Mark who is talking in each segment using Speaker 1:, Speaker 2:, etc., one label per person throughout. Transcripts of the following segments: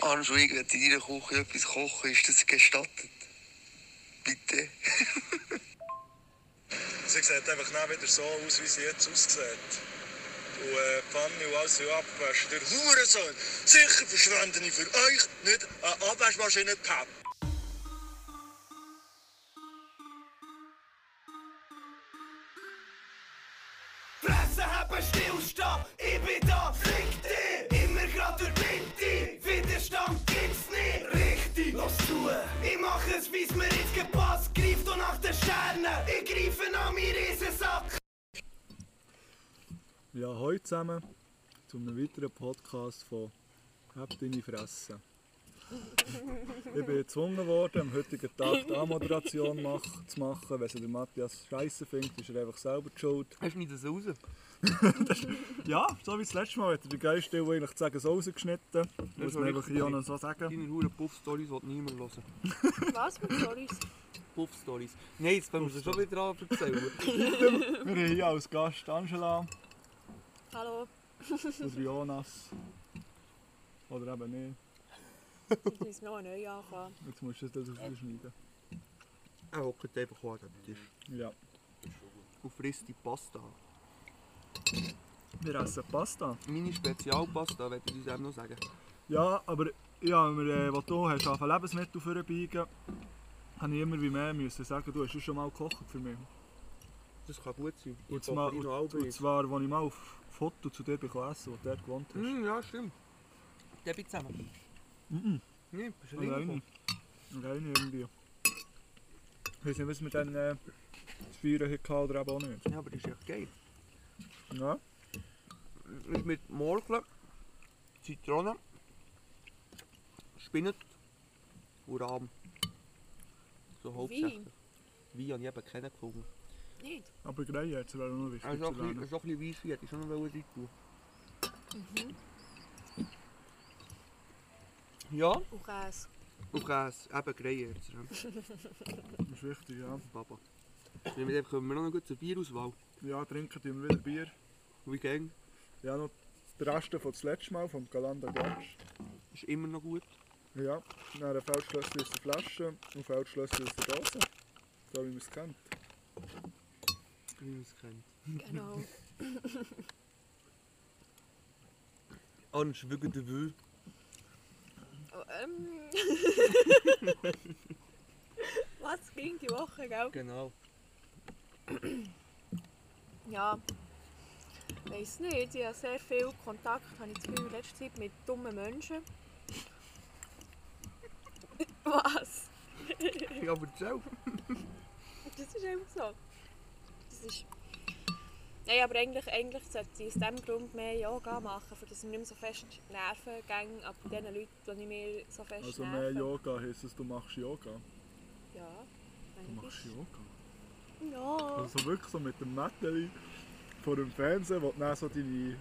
Speaker 1: Anschwing, wenn in deiner Küche etwas kochen, ist das gestattet? Bitte.
Speaker 2: Sie sieht einfach nicht wieder so aus, wie sie jetzt aussieht. Und äh, die Pfanne und alles sind abgewaschen. Der Hurensohn! Sicher verschwende ich für euch nicht eine Abwaschmaschine Papp.
Speaker 3: Fresse haben, Stillstand, ich bin da, fick dich! Immer grad durch die Mitte, Widerstand gibt's nicht! Richtig, los zu! Ich mach es, wie's mir jetzt gepasst, greif doch nach den Sternen, ich greife nach meinen Riesensack!
Speaker 4: Ja, hallo zusammen zu einem weiteren Podcast von «Hab deine Fresse». ich bin gezwungen worden, am heutigen Tag die Anmoderation mach, zu machen. Wenn sie der Matthias scheiße findet, ist er einfach selber die schuld.
Speaker 5: Hast du nicht das raus?
Speaker 4: Ja, so wie das letzte Mal hat er die Geistel eigentlich zu sagen, so rausgeschnitten. Muss man einfach
Speaker 5: richtig
Speaker 4: hier auch
Speaker 5: gut.
Speaker 4: noch so sagen.
Speaker 5: Deine Huren Puff-Stories will niemand hören.
Speaker 6: Was für Stories?
Speaker 5: Puff-Stories. Nein, jetzt fangen wir schon wieder an zu erzählen.
Speaker 4: Wir haben hier als Gast Angela
Speaker 6: Hallo.
Speaker 4: oder Jonas. Oder eben nicht.
Speaker 6: Ich muss noch neu anfangen.
Speaker 4: Jetzt musst du das rausschneiden.
Speaker 5: Er hockt einfach an dem Tisch
Speaker 4: Ja.
Speaker 5: und frisst die Pasta.
Speaker 4: Wir essen Pasta.
Speaker 5: Meine Spezialpasta, wollte ich uns eben noch sagen.
Speaker 4: Ja, aber ja, wenn wir, äh, wo du hast angefangen, Lebensmittel vorbeigen, habe ich immer wie mehr müssen sagen, du hast ja schon mal gekocht für mich.
Speaker 5: Das kann gut sein.
Speaker 4: Und zwar, und, und zwar als ich mal auf Foto zu dir bekommen essen, wo du dort gewohnt hast.
Speaker 5: Mm, ja, stimmt. Der bin zusammen.
Speaker 4: Mhm.
Speaker 5: Nein, bist du
Speaker 4: Alleine.
Speaker 5: alleine.
Speaker 4: Alleine irgendwie. Ich weiß nicht, was wir dann äh, zu feiern hatten oder eben auch nicht.
Speaker 5: Ja, aber das ist echt geil.
Speaker 4: Ja,
Speaker 5: Das ist mit Morkel, Zitrone, Spinat und Rahm. So hauptsächlich. Wein habe ich eben kennengelernt.
Speaker 6: Nicht?
Speaker 4: aber Grey jetzt wäre auch noch wichtig
Speaker 5: Er ist
Speaker 4: zu
Speaker 5: auch Also, ein bisschen,
Speaker 4: lernen.
Speaker 5: ist auch ein bisschen Weisswein, hätte ich schon noch rein tun Mhm. Ja,
Speaker 6: Und Käse.
Speaker 5: und Käse, eben Greierzer, ne?
Speaker 4: Das ist wichtig, ja.
Speaker 5: Papa. Wenn wir kommen wir noch eine gute Bierauswahl.
Speaker 4: Ja, trinken tun wir wieder Bier.
Speaker 5: Wie gang
Speaker 4: Ja, noch die Reste von das letzte Mal, vom Galanda Gatsch.
Speaker 5: ist immer noch gut.
Speaker 4: Ja, dann ein Feldschlössli aus der Flasche und ein Feldschlössli aus der Dose. So wie man es kennt.
Speaker 5: Wie man es kennt.
Speaker 6: Genau.
Speaker 5: Ansch wegen der Wühl.
Speaker 6: Oh, ähm. Was ging die Woche, gell?
Speaker 5: Genau.
Speaker 6: Ja. Weiß nicht. Ich habe sehr viel Kontakt, habe ich das Gefühl, in letzter Zeit mit dummen Menschen. Was?
Speaker 5: Ja, aber erzähl.
Speaker 6: Das ist einfach so. Das ist... Nein, aber eigentlich, eigentlich sollte ich aus diesem Grund mehr Yoga machen, für dass ich mir nicht mehr so fest nerven gehe ab den Leuten, die ich mir so fest
Speaker 4: Also mehr
Speaker 6: nerven.
Speaker 4: Yoga heisst es, du machst Yoga.
Speaker 6: Ja.
Speaker 4: Du machst
Speaker 6: eigentlich.
Speaker 4: Yoga.
Speaker 6: Ja.
Speaker 4: Also wirklich so mit dem Mädchen vor dem Fernsehen, wo du dann so deine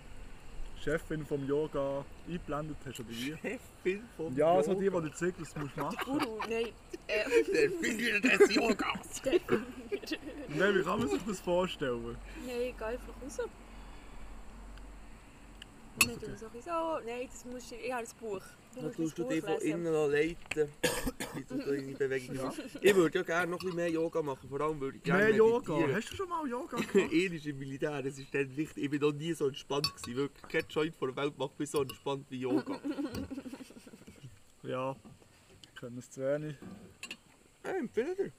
Speaker 4: Chefin vom Yoga eingeblendet hast, oder wie?
Speaker 5: Chefin vom
Speaker 4: Ja, so die, die dir zeigt, was du musst machen musst.
Speaker 6: Guru, nein. Äh,
Speaker 5: Der Finger des Yogas.
Speaker 4: Nein, wie kann man sich das vorstellen?
Speaker 6: Nein, ich gehe einfach raus.
Speaker 4: Also,
Speaker 6: Dann tue ich so ein bisschen so. Nein, das musst du... Ich habe ein Buch. Du
Speaker 5: Dann
Speaker 6: musst
Speaker 5: tust du
Speaker 6: mein
Speaker 5: dich
Speaker 6: Buch
Speaker 5: von
Speaker 6: lesen.
Speaker 5: innen an leiten, wie du deine Bewegung machst. Ich würde ja gerne noch ein bisschen mehr Yoga machen, vor allem würde ich gerne
Speaker 4: Mehr Yoga!
Speaker 5: meditieren.
Speaker 4: Hast du schon mal Yoga gemacht?
Speaker 5: Er ist im Militär, es ist dann nicht, ich bin noch nie so entspannt gewesen. Wirklich, kein Joint von der Welt macht mich so entspannt wie Yoga.
Speaker 4: ja. Ich kenne es zu wenig.
Speaker 5: Ich empfehle dir.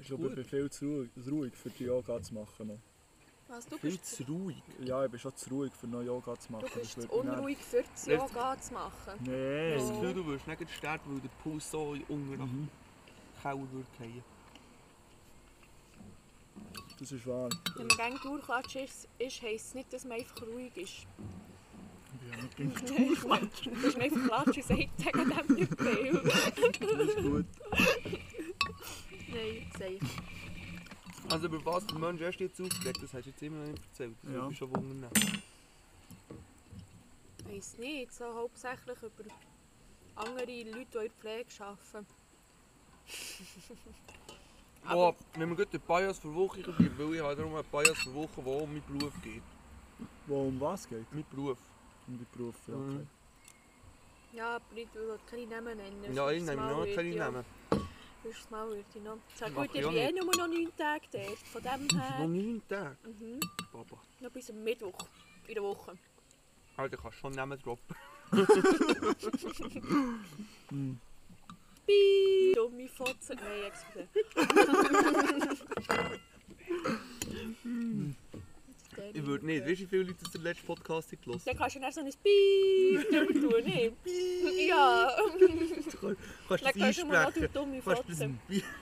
Speaker 4: Ich glaube, ich bin viel zu ruhig, zu ruhig für die Yoga zu machen. noch.
Speaker 6: Was, du
Speaker 5: Viel
Speaker 6: bist...
Speaker 5: zu ruhig.
Speaker 4: Ja, ich bin schon zu ruhig für noch Yoga zu machen.
Speaker 6: Du bist zu
Speaker 4: würde mich nerven.
Speaker 6: unruhig Oh. für das
Speaker 5: Nervt.
Speaker 6: Yoga zu machen.
Speaker 4: Nein.
Speaker 5: Ich habe
Speaker 6: Ja.
Speaker 5: das Gefühl, du wirst nicht sterben, weil der Puls so unten nach dem Keller würde fallen.
Speaker 4: Das ist wahr.
Speaker 6: Wenn man gerne durchklatscht ist, ist, heisst es nicht, dass man einfach ruhig ist.
Speaker 4: Ja, nicht gegen
Speaker 6: Quatsch. Das ist mir einfach Quatsch und sagt wegen dem nicht viel.
Speaker 5: Das ist gut.
Speaker 6: Nein, sag ich.
Speaker 5: Also über was der Mensch erst jetzt aufgeregt, das hast du jetzt immer noch nicht erzählt. Das
Speaker 4: Ja.
Speaker 5: würde mich schon wundern.
Speaker 6: Weiss nicht, so hauptsächlich über andere Leute, die in der Pflege arbeiten.
Speaker 5: Oh, wenn wir gut den Bias für Woche bleiben, weil ich habe darum einen Bias für Woche, der um meinen Beruf geht.
Speaker 4: Wo um was geht?
Speaker 5: Mein Beruf.
Speaker 4: Um die Berufe, ja,
Speaker 5: Mhm.
Speaker 4: okay.
Speaker 6: Ja, aber ich will keine Namen nennen.
Speaker 5: Ja, ich
Speaker 6: Sonst
Speaker 5: nehme
Speaker 6: mal
Speaker 5: noch
Speaker 6: würde
Speaker 5: keine
Speaker 6: ich auch-
Speaker 5: Namen.
Speaker 6: Sonst mal würde ich noch... Sag
Speaker 5: Mach
Speaker 6: gut, ich
Speaker 5: ich auch
Speaker 6: bin eh nur noch 9 Tage dort. Von dem
Speaker 5: Noch
Speaker 6: her
Speaker 5: neun Tage. Papa.
Speaker 6: noch bis am Mittwoch in der Woche.
Speaker 5: Alter, kannst schon Namen droppen.
Speaker 6: Bii, dumme Fotze. Nein, excuse.
Speaker 5: Ich würde nicht. Weißt du, wie viele Leute das der letzte Podcast haben gehört?
Speaker 6: Dann kannst du dann so ein Piep drüber tun, ne? Ja,
Speaker 5: Du kannst
Speaker 6: dann
Speaker 5: das
Speaker 6: kannst du mal noch
Speaker 5: einsprechen.
Speaker 6: du dumme
Speaker 5: Kannst du das
Speaker 6: Fotze.
Speaker 5: Bi-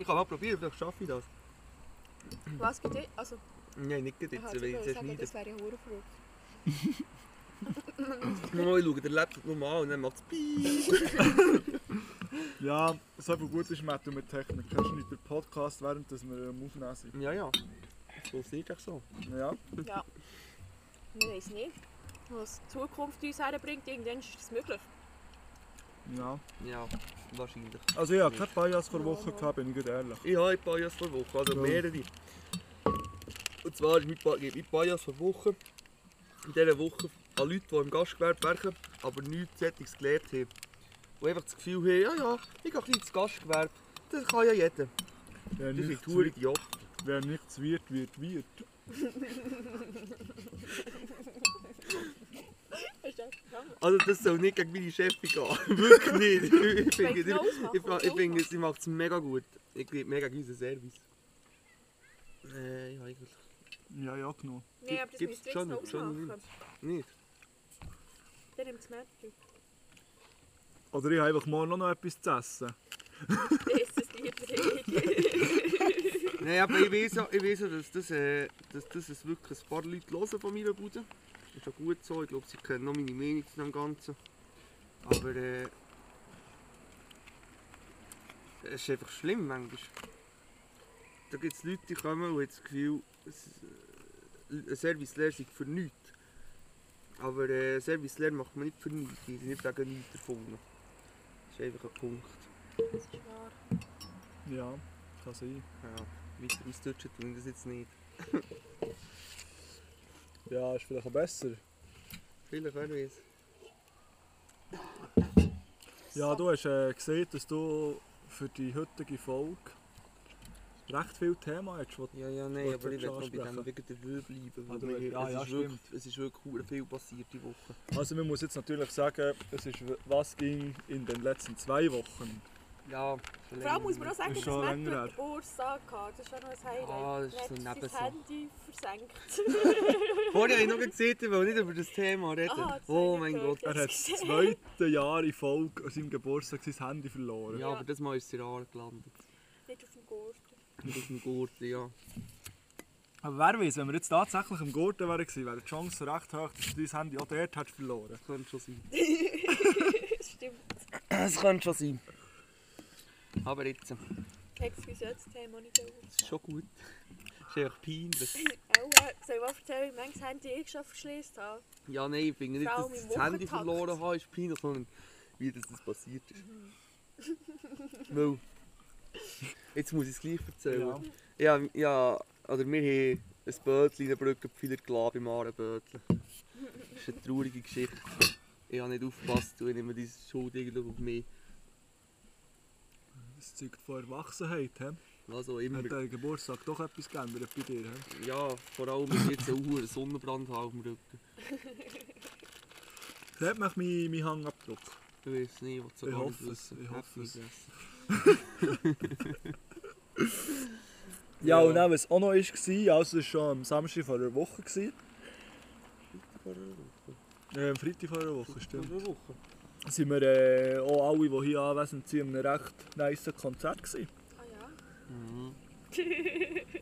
Speaker 5: Ich kann mal probieren, vielleicht schaffe ich das.
Speaker 6: Was gibt es? Also,
Speaker 5: Nein, nicht gerade
Speaker 6: ich
Speaker 5: jetzt,
Speaker 6: wollte
Speaker 5: weil ich
Speaker 6: jetzt
Speaker 5: zuerst
Speaker 6: sagen,
Speaker 5: schneide.
Speaker 6: das wäre eine Horrorfrage.
Speaker 5: Mal schauen, der Laptop nochmal an und dann macht es Piep.
Speaker 4: Ja, so viel gut ist Mathe mit Technik. Kannst du nicht den Podcast, während dass wir am Aufnehmen sind?
Speaker 5: Ja, ja. So sieht es so.
Speaker 4: Ja,
Speaker 6: Ja. Wir wissen nicht, was die Zukunft uns herbringt. Irgendwann ist das möglich.
Speaker 4: ja.
Speaker 5: Ja, wahrscheinlich.
Speaker 4: Also ja, keine Bias vor Woche gehabt, bin ich gerade ehrlich.
Speaker 5: Ich habe ein Bias vor Woche, also
Speaker 4: Ja.
Speaker 5: mehrere. Und zwar ist mein, ba mein Bias vor Woche in dieser Woche an Leute, die im Gastgewerbe werken, aber nichts Sättiges gelernt haben. Die einfach das Gefühl haben, ja, ja, ich gehe ein bisschen ins Gastgewerbe. Das kann ja jeder.
Speaker 4: Wer
Speaker 5: Das ist
Speaker 4: nichts,
Speaker 5: ein hoher
Speaker 4: wird,
Speaker 5: Idiot.
Speaker 4: wer nichts wird, wird wird.
Speaker 6: Ist das gegangen?
Speaker 5: Also das soll nicht gegen meine Chefin gehen. Wirklich nicht. Ich finde,
Speaker 6: Willst du noch ausmachen?
Speaker 5: ich, ich,
Speaker 6: Willst du
Speaker 5: ich finde,
Speaker 6: ausmachen?
Speaker 5: sie macht es mega gut. Ich gebe mega unseren Service. Äh, ja, eigentlich
Speaker 4: Ja, ja, genau.
Speaker 6: Nein, aber das
Speaker 5: Gibt's
Speaker 6: müsst ihr jetzt
Speaker 5: schon-
Speaker 6: noch
Speaker 5: schon
Speaker 6: ausmachen.
Speaker 5: nicht.
Speaker 6: Der nimmt das Mädchen.
Speaker 4: Oder ich habe einfach morgen noch etwas zu essen.
Speaker 6: Der ist das lieber.
Speaker 5: Nein, aber ich weiß ja, ich weiss ja dass, das, äh, dass das es wirklich ein paar Leute hören von meiner Bude. Ist ja gut so, ich glaube, sie kennen noch meine Meinung zu dem Ganzen. Aber äh, es ist einfach schlimm manchmal. Da gibt es Leute, die kommen und haben das Gefühl, es- äh, eine Servicelehre sei für nichts. Aber äh, eine Servicelehre macht man nicht für nichts, die sind nicht wegen nichts erfunden. Das ist einfach ein Punkt.
Speaker 6: Das ist wahr.
Speaker 4: Ja, kann sein.
Speaker 5: Ja, weiter ausdutschen tun wir das jetzt nicht.
Speaker 4: Ja, ist vielleicht auch besser.
Speaker 5: Vielleicht auch nicht.
Speaker 4: Ja, du hast äh, gesehen, dass du für die heutige Folge recht viel Thema hast. wo-
Speaker 5: Ja, ja, nein,
Speaker 4: Wolltest
Speaker 5: aber ich
Speaker 4: du
Speaker 5: will noch bei
Speaker 4: ansprechen?
Speaker 5: dem wegen der Wöhl bleiben.
Speaker 4: Ah,
Speaker 5: Weil
Speaker 4: du
Speaker 5: wir,
Speaker 4: willst- ja,
Speaker 5: es,
Speaker 4: ja,
Speaker 5: ist wirklich, es ist wirklich hure viel passiert die Woche.
Speaker 4: Also man muss jetzt natürlich sagen, es ist, was ging in den letzten zwei Wochen.
Speaker 5: Ja, schon
Speaker 6: Vor allem muss man
Speaker 5: länger
Speaker 6: auch sagen,
Speaker 4: Ist
Speaker 6: dass
Speaker 4: schon
Speaker 6: Matt
Speaker 4: länger
Speaker 6: die Ursache hatte. Das ist auch noch ein Highlight.
Speaker 5: Ah, das ist
Speaker 6: Er hat
Speaker 5: so
Speaker 6: sein
Speaker 5: Nebensache.
Speaker 6: Handy versenkt.
Speaker 5: nicht. Vorher habe ich noch gesehen, ich will nicht über das Thema reden.
Speaker 6: Ah, das
Speaker 5: oh
Speaker 6: habe
Speaker 5: mein
Speaker 6: ich
Speaker 5: Gott.
Speaker 4: Er
Speaker 6: gehört, ja.
Speaker 4: hat das zweite Jahr in Folge an seinem Geburtstag sein Handy verloren.
Speaker 5: Ja, aber das Mal ist es in Aare gelandet.
Speaker 6: Nicht auf dem Gurt.
Speaker 5: Mit auf dem Gurt, ja.
Speaker 4: Aber wer weiß, wenn wir jetzt tatsächlich am Gurten wären, gewesen, wäre die Chance recht hoch, dass du dein Handy auch dort hättest verloren.
Speaker 5: Das könnte schon sein.
Speaker 6: Das stimmt.
Speaker 5: Es könnte schon sein. Aber jetzt, es
Speaker 6: Excuse, jetzt das Thema nicht auf.
Speaker 5: ist schon gut. Es ist einfach peinlich.
Speaker 6: Aua, äh, soll ich mal erzählen, wie manches Handy ich schon verschließt habe?
Speaker 5: Ja, nein, ich finde nicht, dass
Speaker 6: Vor allem
Speaker 5: ich
Speaker 6: im
Speaker 5: das Handy
Speaker 6: Wochentakt. Mhm.
Speaker 5: verloren habe, ist peinlich, sondern wie das, das passiert ist. Weil, jetzt muss ich es gleich erzählen.
Speaker 4: Ja.
Speaker 5: Ja, ja, oder wir haben ein Bötchen in der Brücke Pfeiler geladen im Aarenbötchen. Das ist eine traurige Geschichte. Ich habe nicht aufgepasst und ich nehme diese Schuld irgendwo auf mich.
Speaker 4: Das zeugt von Erwachsenheit. He?
Speaker 5: Was auch Also immer.
Speaker 4: Hat der Geburtstag doch etwas geändert bei dir? He?
Speaker 5: Ja, vor allem ich jetzt einen hohen Sonnenbrand habe auf dem Rücken.
Speaker 4: Da hat mich mein, mein Hangabdruck.
Speaker 5: Ich weiß nicht, was
Speaker 4: Ich hoffe es, ich hoffe es. Ja, und dann, was auch noch war, also es war schon am Samstag vor einer Woche. Gewesen. Äh, am Freitag vor einer Woche, stimmt.
Speaker 5: Eine Woche.
Speaker 4: Sind wir äh, auch alle, die hier anwesend sind, an einem recht nice Konzert gewesen.
Speaker 6: Ah ja.
Speaker 5: Mhm.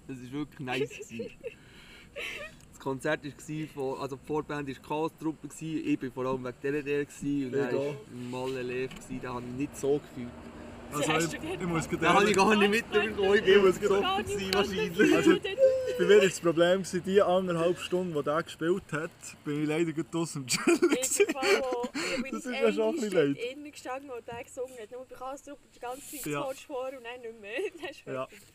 Speaker 5: Das war wirklich nice. Gewesen. Das Konzert war von, also die Vorband war Chaos-Truppe, gewesen. ich war vor allem wegen dieser der gewesen. und
Speaker 4: Ich
Speaker 5: dann war
Speaker 4: auch.
Speaker 5: Malle leer, gewesen. den habe ich nicht so gefühlt.
Speaker 4: Also
Speaker 6: hast
Speaker 4: ich,
Speaker 6: du
Speaker 4: ich
Speaker 6: gern
Speaker 4: muss
Speaker 5: Den habe ich
Speaker 4: gerade
Speaker 5: gar nicht mitbekommen, ich bin besoffen gewesen, wahrscheinlich.
Speaker 4: Also-
Speaker 6: Also,
Speaker 4: bei mir war das Problem, gewesen, die eineinhalb Stunden, die der gespielt hat, bin ich leider gerade aus dem Chill. Das ist
Speaker 6: das
Speaker 4: ja schon ein bisschen leid.
Speaker 6: innen gestanden, als der gesungen hat. Nur bei Kastrup die ganze Zeit
Speaker 4: Ja.
Speaker 6: ja. vor und dann nicht mehr. Dann ist
Speaker 4: Ja.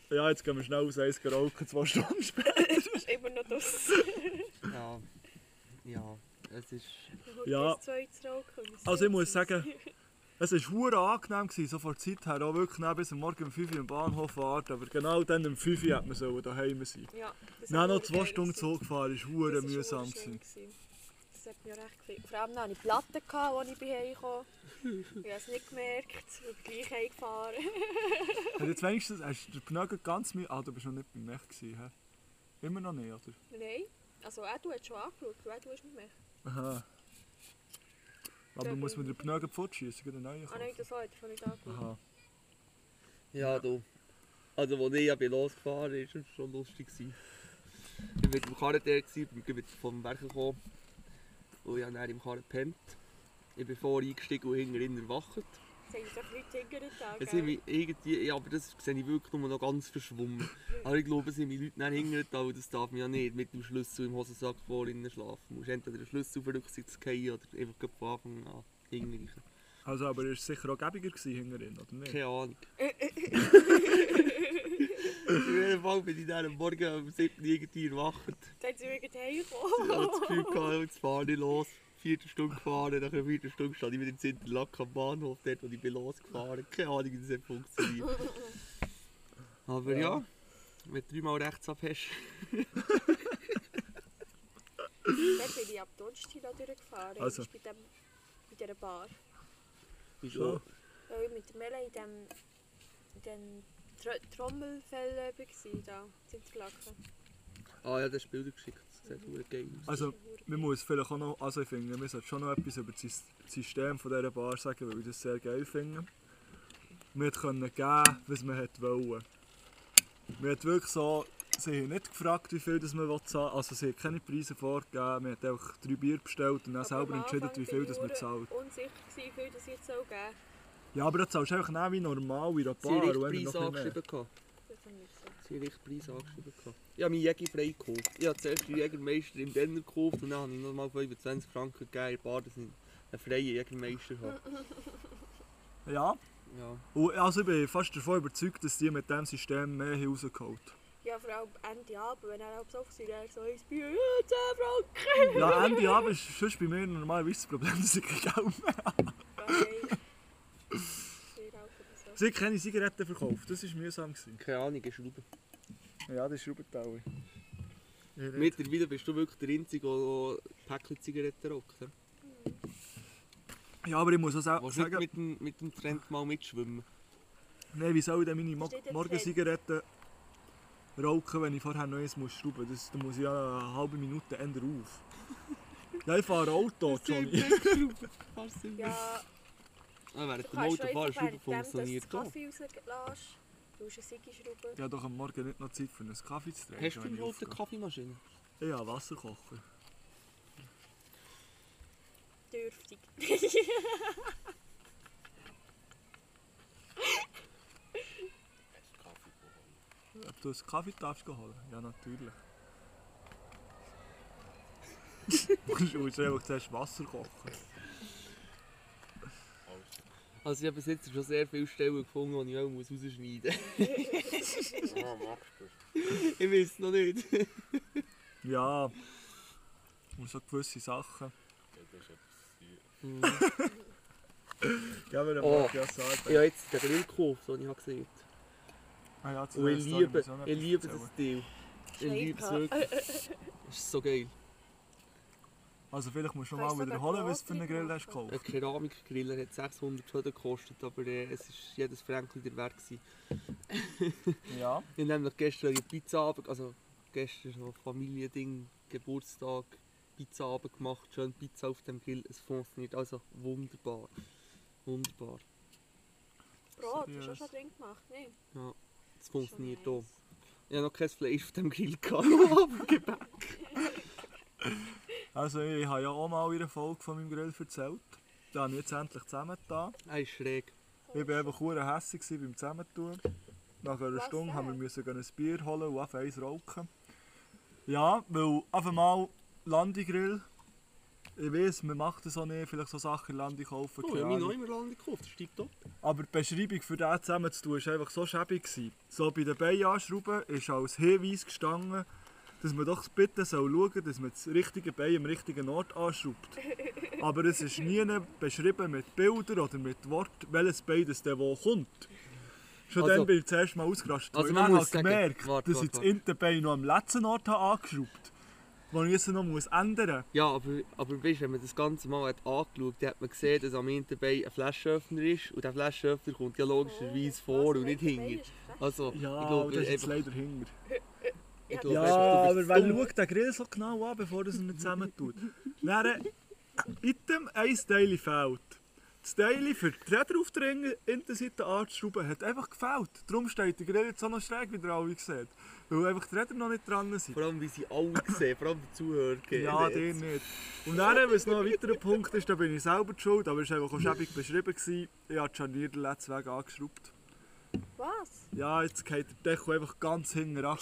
Speaker 6: ja.
Speaker 4: ja, jetzt gehen wir schnell aus Eis gerauchen, zwei Stunden später.
Speaker 6: immer noch das.
Speaker 5: Ja, ja. Es ist...
Speaker 4: Ja.
Speaker 6: Das zweite Rauchen.
Speaker 4: Also ich muss sagen, es war hure angenehm, gewesen, so vor der Zeit her, auch wirklich nicht bis am Morgen um 5 Uhr im Bahnhof warten, aber genau dann um 5 Uhr hätte man sollen daheim sein
Speaker 6: Ja, das
Speaker 4: Dann
Speaker 6: hat
Speaker 4: noch
Speaker 6: mir
Speaker 4: zwei
Speaker 6: geil
Speaker 4: Stunden
Speaker 6: ausgesehen.
Speaker 4: Zug gefahren, ist
Speaker 6: Das
Speaker 4: hure
Speaker 6: ist
Speaker 4: mühsam. gewesen.
Speaker 6: schlimm gewesen. Das hat mich auch recht gefreut. Vor allem hatte ich Platten, als ich bei Hause kam. Ich habe es nicht gemerkt, weil ich gleich heimgefahren
Speaker 4: Hat jetzt wenigstens, hast du den Pnögel ganz müde... Ah, du bist noch nicht beim Mech gewesen, hä? Immer noch nicht, oder?
Speaker 6: Nein, also auch du hast schon angeschaut, auch du hast mich gemerkt.
Speaker 4: Aha. Aber
Speaker 6: Ja,
Speaker 4: muss man
Speaker 6: du-
Speaker 4: den Pnögel fortschiessen, gegen den neuen
Speaker 6: Ah nein,
Speaker 4: kaufen?
Speaker 6: das hat er schon nicht angeschaut.
Speaker 4: Aha.
Speaker 5: Ja, du. Also, als ich ja bin losgefahren bin, war es schon lustig. gewesen. Ich war mit dem Karren der, ich bin vom Werk gekommen. Und ich habe dann im Karren gepennt. Ich bin vorher eingestiegen und hinterher erwacht.
Speaker 6: Das haben doch Leute hingerissen.
Speaker 5: Jetzt sind wir irgendwie, ja, aber das sehe ich wirklich nur noch ganz verschwommen. Aber ich glaube, es sind meine Leute dann hinterher, weil das darf man ja nicht mit dem Schlüssel im Hosensack vorne schlafen. Du musst entweder den Schlüssel auf den Rücksitz fallen oder einfach gleich von Anfang an hinterher.
Speaker 4: Also, aber er war sicher auch gäbiger gewesen hinterher, oder nicht?
Speaker 5: Keine Ahnung. Auf jeden Fall bin ich dann am Morgen um 7 Uhr irgendwie erwacht.
Speaker 6: Dann sind wir wieder
Speaker 5: Ich
Speaker 6: heimgekommen.
Speaker 5: hatte das Gefühl, gehabt, jetzt fahre ich los. Vierte Stunde gefahren, nach einer vierten Stunde stand ich wieder im Zinterlack am Bahnhof, dort wo ich bin losgefahren. Keine Ahnung, wie das hat funktioniert. Aber ja, wenn du dreimal rechts abhast.
Speaker 6: Dann bin ich ab Donnerstag noch durchgefahren.
Speaker 4: Also.
Speaker 6: Also. Bei, dem, bei dieser Bar.
Speaker 4: Wieso?
Speaker 6: Weil ich mit der Melle in dem, in dem Tr Trommelfell war, da, in Interlaken.
Speaker 5: Ah ja, das hast du Bilder geschickt. Das sieht verdammt geil aus.
Speaker 4: Also, man muss vielleicht auch noch, also ich finde, man sollte schon noch etwas über das Sys- System von dieser Bar sagen, weil ich das sehr geil finde. Man konnte geben, was man hat wollte. Man hat wirklich so, sie haben nicht gefragt, wie viel das man will zahlen also sie haben keine Preise vorgegeben, man hat einfach drei Bier bestellt und dann
Speaker 6: Aber
Speaker 4: selber
Speaker 6: am
Speaker 4: entschieden,
Speaker 6: Anfang
Speaker 4: wie viel
Speaker 6: bin
Speaker 4: das
Speaker 6: ich
Speaker 4: man
Speaker 6: hure
Speaker 4: zahlt.
Speaker 6: unsicher, gewesen, wie viel das jetzt soll geben
Speaker 4: Ja, aber das zahlst du einfach nicht wie normal in einer
Speaker 5: Sie haben
Speaker 4: Bar, und wenn
Speaker 5: Richtpreis
Speaker 4: noch ein bisschen mehr.
Speaker 5: angeschrieben. gehabt.
Speaker 6: Das kann ich sagen.
Speaker 5: Sie haben Richtpreis angeschrieben. gehabt. Ich habe meinen Jäger frei gekauft. Ich habe zuerst den Jägermeister im Denner gekauft und dann habe ich nochmal 25 Franken gegeben, in der Bar, dass ich einen freien Jägermeister habe.
Speaker 4: Ja,
Speaker 5: Ja.
Speaker 4: und also ich bin fast davon überzeugt, dass die mit diesem System mehr haben rausgeholt
Speaker 6: Ja, vor allem Ende Abend, wenn er besoffen ist, dann so ein Bier, «Ja, 10 Franken!
Speaker 4: Ja, Ende Abend ist sonst bei mir normalerweise das Problem, dass ich kein Geld mehr habe.
Speaker 6: Okay. Sehr alt oder so.
Speaker 4: Sie haben keine Zigaretten verkauft, das war mühsam. Gewesen.
Speaker 5: Keine Ahnung, eine Schraube.
Speaker 4: Ja, das ist Rubental. Mit
Speaker 5: Mittlerweile bist du wirklich der Einzige, der ein Päckchen Zigaretten rockt. hä?
Speaker 4: ja, aber ich muss auch sa-
Speaker 5: Willst du nicht
Speaker 4: sagen,
Speaker 5: mit dem, mit dem Trend mal mitschwimmen?
Speaker 4: nein, wie soll ich denn meine Mo
Speaker 6: Ist nicht der
Speaker 4: Morgenzigaretten rauchen, wenn ich vorher noch eins muss schrauben muss? Da muss ich ja eine halbe Minute ändern auf. Ja, ich fahre Auto, Oh, Johnny.
Speaker 6: Ja,
Speaker 5: Ah,
Speaker 6: du
Speaker 5: während dem
Speaker 6: kannst schon
Speaker 5: Autofahren
Speaker 6: einfach
Speaker 5: Schrauben
Speaker 6: währenddem, dass
Speaker 5: funktioniert
Speaker 6: du
Speaker 5: doch.
Speaker 6: Kaffee rauslässt, du hast eine Sigi schrauben.
Speaker 4: Ich habe doch am Morgen nicht noch Zeit für einen Kaffee zu trinken.
Speaker 5: Hast du
Speaker 4: wenn ich
Speaker 5: überhaupt eine
Speaker 4: aufgehe.
Speaker 5: Kaffeemaschine?
Speaker 4: Ich habe Wasserkocher.
Speaker 6: Dürftig.
Speaker 4: Ob du einen Kaffee darfst gehen holen? Ja, natürlich. Du musst- du musst einfach zuerst Wasser kochen.
Speaker 5: Also ich habe bis jetzt schon sehr viele Stellen gefunden, die ich auch muss rausschneiden muss.
Speaker 7: Ja, machst du.
Speaker 5: ich weiß es noch nicht.
Speaker 4: Ja. Und so gewisse Sachen.
Speaker 7: Ja, das ist etwas süß.
Speaker 4: Ja, wenn er
Speaker 5: Oh.
Speaker 4: Matthias sagt.
Speaker 5: ich habe jetzt den Grill gekauft, den ich habe gesehen habe.
Speaker 4: Ah, ja, zu
Speaker 5: Und
Speaker 4: dieser
Speaker 5: ich
Speaker 4: Story
Speaker 5: liebe,
Speaker 4: muss auch noch
Speaker 5: ich
Speaker 4: etwas
Speaker 5: liebe
Speaker 4: erzählen.
Speaker 5: das Teil. Ich liebe es wirklich. Es ist so geil.
Speaker 4: Also vielleicht musst du
Speaker 6: Kannst
Speaker 4: mal
Speaker 6: du sogar
Speaker 4: wiederholen, was du für einen
Speaker 6: Kloster
Speaker 4: Grill hast
Speaker 5: Ein
Speaker 4: gekauft.
Speaker 5: Keramikgriller hat 600 Schulden gekostet, aber äh, es ist jedes Fränkchen der Wert. Gewesen.
Speaker 4: Ja.
Speaker 5: Ich habe nämlich gestern einen Pizzaabend, also gestern so Familiending, Geburtstag, Pizzaabend gemacht, schön Pizza auf dem Grill, es funktioniert also wunderbar. Wunderbar.
Speaker 6: Brot, hast du auch
Speaker 4: Seriös.
Speaker 6: schon drin gemacht? Nein.
Speaker 5: Es funktioniert
Speaker 6: Schon
Speaker 5: auch.
Speaker 6: nice.
Speaker 5: Ich habe noch kein Fleisch auf dem Grill gehabt.
Speaker 4: Also ich habe ja auch mal in einer Folge von meinem Grill erzählt. Da haben wir jetzt endlich zusammengetan.
Speaker 5: er ist schräg.
Speaker 4: Ich war einfach sehr hässlich gewesen beim Zusammentun. Nach einer
Speaker 6: Was
Speaker 4: Stunde
Speaker 6: denn?
Speaker 4: haben wir müssen gehen ein Bier holen und auf eins rauchen. Ja, weil auf einmal Landigrill. Ich weiß, man macht das auch nicht, vielleicht so Sachen Landi kaufen.
Speaker 5: Oh, ich
Speaker 4: keine
Speaker 5: habe mich
Speaker 4: Ahnung.
Speaker 5: noch immer Lande gekauft, das steigt top.
Speaker 4: Aber die Beschreibung für den zusammenzutun war einfach so schäbig. gewesen. So bei den Beianschrauben ist als Hinweis gestanden, dass man doch bitte soll schauen soll, dass man das richtige Bein am richtigen Ort anschraubt. Aber es ist nie beschrieben mit Bildern oder mit Worten, welches Bein das dann wo kommt. Schon
Speaker 5: Also-
Speaker 4: dann bin ich das erste Mal ausgerastet.
Speaker 5: Also
Speaker 4: weil
Speaker 5: man
Speaker 4: ich dann
Speaker 5: muss
Speaker 4: habe
Speaker 5: sagen-
Speaker 4: gemerkt,
Speaker 5: Warte,
Speaker 4: dass
Speaker 5: warte,
Speaker 4: ich das
Speaker 5: warte.
Speaker 4: Innenbein noch am letzten Ort habe angeschraubt habe, ich es noch muss ändern
Speaker 5: Ja, aber, aber weißt, wenn man das Ganze mal hat angeschaut hat, hat man gesehen, dass am Hinterbein ein Flaschenöffner ist. Und der Flaschenöffner kommt ja logischerweise vor und nicht hinten. Also,
Speaker 4: muss. Ja,
Speaker 5: ich
Speaker 4: aber
Speaker 5: glaube,
Speaker 4: das ist jetzt
Speaker 5: einfach,
Speaker 4: leider hinger.
Speaker 5: ich glaube,
Speaker 4: Ja,
Speaker 5: einfach,
Speaker 4: aber
Speaker 5: du bist
Speaker 4: wer
Speaker 5: dumm.
Speaker 4: schaut den Grill so genau an, bevor er ihn nicht zusammentut? Dann, in dem ein Teil fehlt. Das Teil für die Räder auf der In- Innenseite anzuschrauben hat einfach gefällt. Darum steht der Grill jetzt auch noch schräg, wie ihr alle seht. Weil einfach die Räder noch nicht dran sind.
Speaker 5: Vor allem, wie sie alle sehen, vor allem die Zuhörer.
Speaker 4: Ja, der nicht. Und dann, wenn es noch ein weiterer Punkt ist, da bin ich selber die schuld, aber es war einfach auch schäbig beschrieben. gewesen. Ich habe die Scharnier den letzten Weg angeschraubt.
Speaker 6: Was?
Speaker 4: Ja, jetzt geht der Deko einfach ganz hinten ran.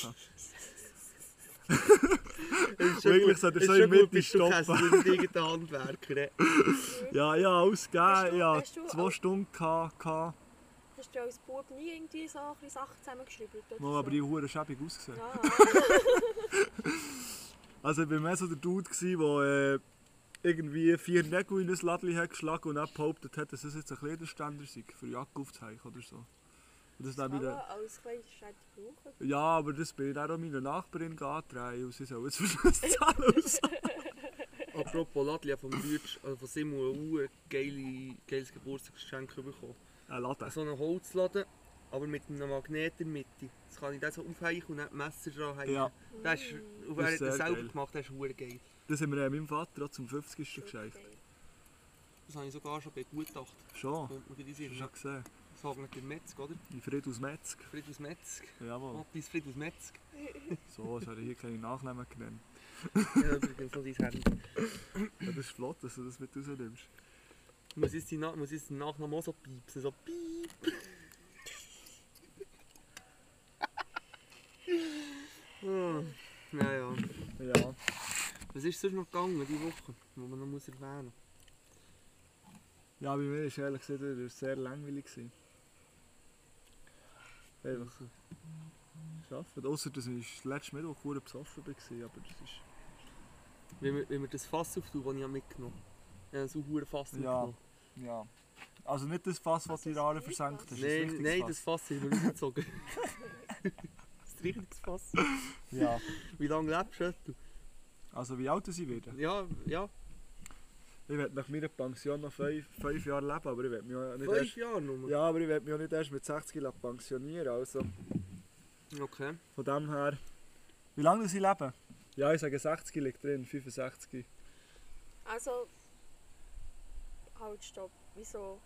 Speaker 5: ist
Speaker 4: schon Eigentlich gut- sollte er ist so schon in der gut, Mitte bist du stoppen.
Speaker 5: Du
Speaker 4: Kässler
Speaker 5: bist irgendein Handwerker.
Speaker 4: Ja, ja, alles
Speaker 6: Hast
Speaker 4: gegeben.
Speaker 6: du-
Speaker 4: Ich hatte
Speaker 6: hast du
Speaker 4: zwei
Speaker 6: auch-
Speaker 4: Stunden. gehabt- gehabt.
Speaker 6: Hast du als Bub nie irgendwie so ein bisschen Sachen zusammengeschrieben?
Speaker 4: Mal, aber ich hure schäbig ausgesehen. Also ich war mehr so der Dude, gewesen, der äh, irgendwie vier Nägel in ein Ladli hat geschlagen und dann behauptet hat, dass es jetzt ein Kleiderständer sei, für Jacke aufzuheichen oder so. Und das dann wieder,
Speaker 6: als Kleiderständer brauchen.
Speaker 4: ja, aber das bin ich dann auch meiner Nachbarin angetragen und sie soll jetzt für das zahlen. und so.
Speaker 5: Apropos Ladli, ich habe vom Lütsch, also von Simon ein hure geile, geiles Geburtstagsgeschenk bekommen.
Speaker 4: Ein Laden.
Speaker 5: So einen Holzladen, aber mit einem Magnet in der Mitte. Das kann ich dann so aufheichen und dann die Messer dran hängen.
Speaker 4: Ja,
Speaker 5: Das ist, und wer
Speaker 4: Das ist
Speaker 5: hat das
Speaker 4: sehr
Speaker 5: selber
Speaker 4: geil.
Speaker 5: gemacht, das ist hure geil.
Speaker 4: das haben wir äh, meinem Vater auch zum 50. geschenkt.
Speaker 5: Das habe ich sogar schon begutachtet.
Speaker 4: Schon,
Speaker 5: Das könnte
Speaker 4: hast du Ah. schon
Speaker 5: man kritisieren.
Speaker 4: gesehen.
Speaker 5: Das sagt nicht der Metzg, oder?
Speaker 4: In Fried aus Metzg.
Speaker 5: Friedrich Metzg.
Speaker 4: Jawohl.
Speaker 5: Matthias Friedrich Metzg.
Speaker 4: So, es werden hier keine Nachnamen genannt.
Speaker 5: Ja, übrigens noch dein Handy.
Speaker 4: Ja, das ist flott, dass du das mit rausnimmst.
Speaker 5: Muss jetzt, die Na muss jetzt den Nachnamen auch so piepsen, so piep. oh, naja,
Speaker 4: Ja.
Speaker 5: was ist sonst noch gegangen diese Woche, wo man noch muss erwähnen
Speaker 4: Ja, bei mir war ehrlich gesagt wieder sehr langweilig. gewesen. Einfach so. Arbeiten. Außer, dass ich letztes Mittwoch sehr besoffen war. Aber das ist.
Speaker 5: muss? Wenn wir, wenn wir das Fass auftun, das ich habe mitgenommen habe. Ja, so ein Fass
Speaker 4: Ja,
Speaker 5: mitgenommen.
Speaker 4: Ja. Also nicht das Fass, das die Rale versenkt hast.
Speaker 5: Nein, nein, das Fass ist mir rausgezogen. das richtige Fass.
Speaker 4: Ja.
Speaker 5: Wie lange lebst du?
Speaker 4: Also wie alt sie werden.
Speaker 5: Ja, ja,
Speaker 4: Ich werde nach meiner Pension noch fünf, fünf Jahre leben, aber ich werde mich auch nicht
Speaker 5: fünf
Speaker 4: erst,
Speaker 5: Jahre nur.
Speaker 4: ja, aber ich werde mich auch nicht erst mit 60 lassen pensionieren. Also
Speaker 5: Okay.
Speaker 4: von dem her. Wie lange sie leben? Ja, ich sage 60 liegt drin, 65.
Speaker 6: Also. Halt, stopp. Wieso?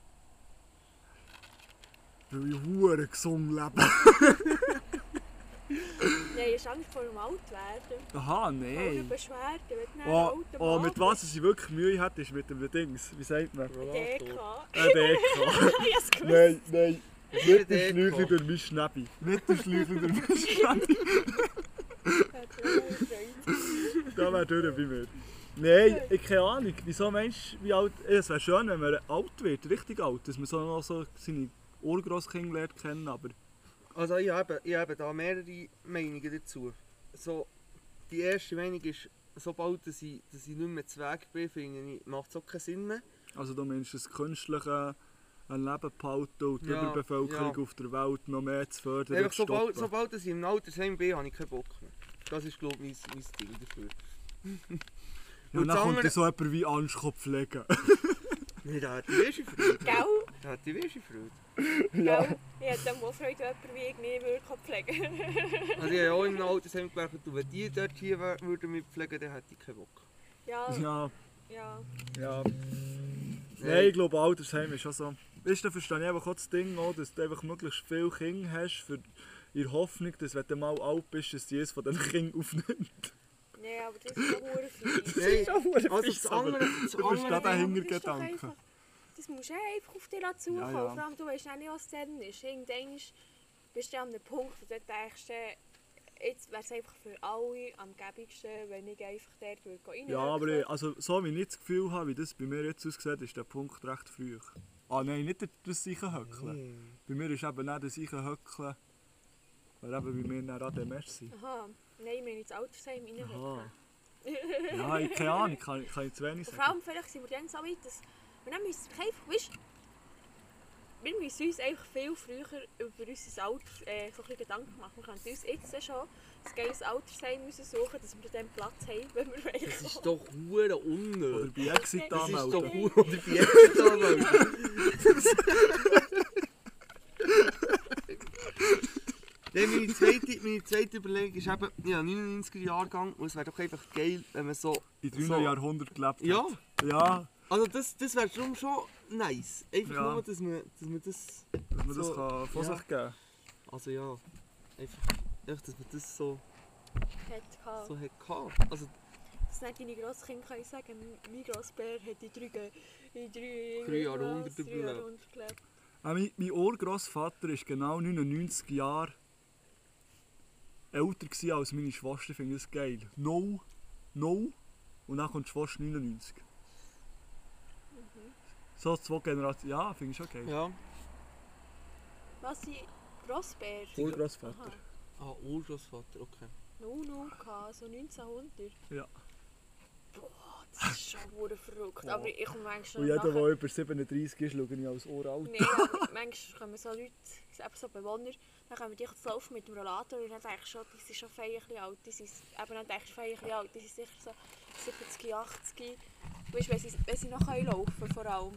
Speaker 4: Weil ich hure gesund lebe.
Speaker 6: Nein, hast du Angst vor dem Altwerden?
Speaker 4: Aha,
Speaker 6: Hey. Oder
Speaker 4: nein.
Speaker 6: Beschwerden, wenn du einen
Speaker 4: Oh,
Speaker 6: alten
Speaker 4: oh,
Speaker 6: Mann
Speaker 4: mit was ich wirklich Mühe hatte, ist mit dem Dings. Wie sagt man?
Speaker 5: E
Speaker 6: bist. DK.
Speaker 4: Ein Deko. nein, nein. Nicht
Speaker 5: E
Speaker 4: der Schläuchli durch mein Schnäbi. Nicht der Schläuchli durch mein Schnäbi.
Speaker 6: Hat er auch gefreut.
Speaker 4: Da wäre durch bei mir. Nein, ich keine Ahnung. Wieso meinst du, wie alt... Es wäre schön, wenn man alt wird, richtig alt. Dass man so noch so seine Urgroßkinder lernt kennen, aber...
Speaker 5: Also ich habe, ich habe da mehrere Meinungen dazu. So, die erste Meinung ist, sobald dass ich, dass ich nicht mehr zu Weg bin, finde ich, macht es auch keinen Sinn mehr.
Speaker 4: Also du meinst das künstliche ein Leben behalten und die
Speaker 5: Ja,
Speaker 4: Überbevölkerung
Speaker 5: ja.
Speaker 4: auf der Welt noch mehr zu fördern
Speaker 5: Einfach
Speaker 4: und zu stoppen.
Speaker 5: sobald, sobald dass ich im Altersheim bin, habe ich keinen Bock mehr. Das ist glaube ich mein, mein Ding dafür.
Speaker 4: Ja, und
Speaker 5: Und
Speaker 4: dann
Speaker 5: das
Speaker 4: kommt
Speaker 5: andere-
Speaker 4: dann so jemand wie Anschkopf pflegen.
Speaker 5: Nein, da hat die Wäsche Freude.
Speaker 6: Gell?
Speaker 5: Da hat die Wäsche Freude.
Speaker 6: Gell? Ich hätte dann wohl Freude, wenn jemand wie ich mich würde pflegen
Speaker 5: Also ich habe auch im Altersheim gearbeitet und wenn die dort hier wär- würden mich pflegen, dann hätte ich keinen Bock.
Speaker 6: Ja, ja.
Speaker 4: Ja, ja.
Speaker 6: ja.
Speaker 4: Nein, ich glaube, Altersheim ist schon so. Weißt du, da verstehe ich einfach auch das Ding, auch, dass du einfach möglichst viele Kinder hast, für, in der Hoffnung, dass wenn du mal alt bist, dass die es von diesen Kindern aufnimmt.
Speaker 6: Nein, aber das ist doch verdammt fies.
Speaker 5: Nein,
Speaker 4: auch verdammt
Speaker 5: also
Speaker 4: fies,
Speaker 5: das
Speaker 4: aber
Speaker 5: andere, das
Speaker 4: Du verstehst den
Speaker 5: andere,
Speaker 6: Aber das ist doch
Speaker 4: Hintergedanken.
Speaker 6: einfach- Das musst du eh einfach auf dich lassen zukommen.
Speaker 4: Ja, ja.
Speaker 6: Vor allem, du weißt auch nicht, was dann ist. Irgendwann bist du an einem Punkt, wo du denkst, äh, jetzt wäre es einfach für alle am gäbigsten, wenn ich einfach dort würde gehen.
Speaker 4: Ja, aber ich, also, so wie ich das Gefühl habe, wie das bei mir jetzt aussieht, ist der Punkt recht früh. Ah nein, nicht das Eichenhöckeln. Bei mir ist eben nicht das Eichenhöckeln, weil eben bei mir dann auch der Merci.
Speaker 6: Aha, Nein, ich meine ins Altersheim
Speaker 4: Aha.
Speaker 6: reinrücken.
Speaker 4: Ja, ich keine Ahnung, kann, kann ich zu wenig
Speaker 6: Und vor
Speaker 4: sagen.
Speaker 6: allem, vielleicht sind wir dann so weit, dass wir dann müssen wir einfach, weißt, wir müssen uns einfach viel früher über unser Alter äh, so ein bisschen Gedanken machen. Wir können uns jetzt schon ein geiles Altersheim müssen suchen, dass wir dann Platz haben, wenn wir
Speaker 5: Das
Speaker 6: wollen.
Speaker 5: ist doch hure
Speaker 4: Oder
Speaker 5: unnötig.
Speaker 4: bei Exit
Speaker 5: Das ist doch
Speaker 4: anmelden.
Speaker 5: hure oder bei Exit anmelden. Nein, meine zweite, meine zweite Überlegung ist eben, ich habe 99er Jahrgang und es wäre doch einfach geil, wenn man so...
Speaker 4: In drei
Speaker 5: so-
Speaker 4: Jahrhunderten gelebt hat.
Speaker 5: Ja,
Speaker 4: Ja,
Speaker 5: also das, das wäre darum schon nice. Einfach
Speaker 4: Ja.
Speaker 5: nur, dass man, dass man das...
Speaker 4: dass man das
Speaker 5: So,
Speaker 4: kann von
Speaker 5: ja.
Speaker 4: sich geben
Speaker 5: Also ja, einfach, einfach dass man das so,
Speaker 6: Hat
Speaker 5: so
Speaker 6: gehabt.
Speaker 5: hat gehabt. Also
Speaker 6: Dass nicht deine Grosskinder können sagen, mein Grossbär hat in drei, Ge- in drei,
Speaker 5: Drei Jahrhunderte
Speaker 6: drei
Speaker 5: überlebt.
Speaker 6: Jahrhunderte gelebt.
Speaker 4: kann. Äh, mein, mein Urgroßvater war genau 99 Jahre älter gewesen als meine Schwester. Ich finde das geil. No, no. Und dann kommt die Schwester 99. So zwei Generationen. Ja, finde ich schon geil.
Speaker 5: ja,
Speaker 6: Was sind Grossbär?
Speaker 4: Urgroßvater.
Speaker 6: Aha.
Speaker 5: ah, Urgroßvater, okay.
Speaker 6: No, no, so 1900.
Speaker 4: Ja.
Speaker 6: Boah, das ist schon hure verrückt. Aber ich komme manchmal
Speaker 4: Und jeder,
Speaker 6: nachher-
Speaker 4: der über 37 ist, schaue ich als uralt.
Speaker 6: Nein, aber manchmal kommen so Leute, eben so Bewohner, dann kommen die zu laufen mit dem Rollator und dann denkst du schon, die sind schon fein ein bisschen alt, die sind, eben dann denkst du fein ein bisschen alt, die sind sicher so 70, 80, weißt, wenn, sie, wenn sie noch können laufen vor allem.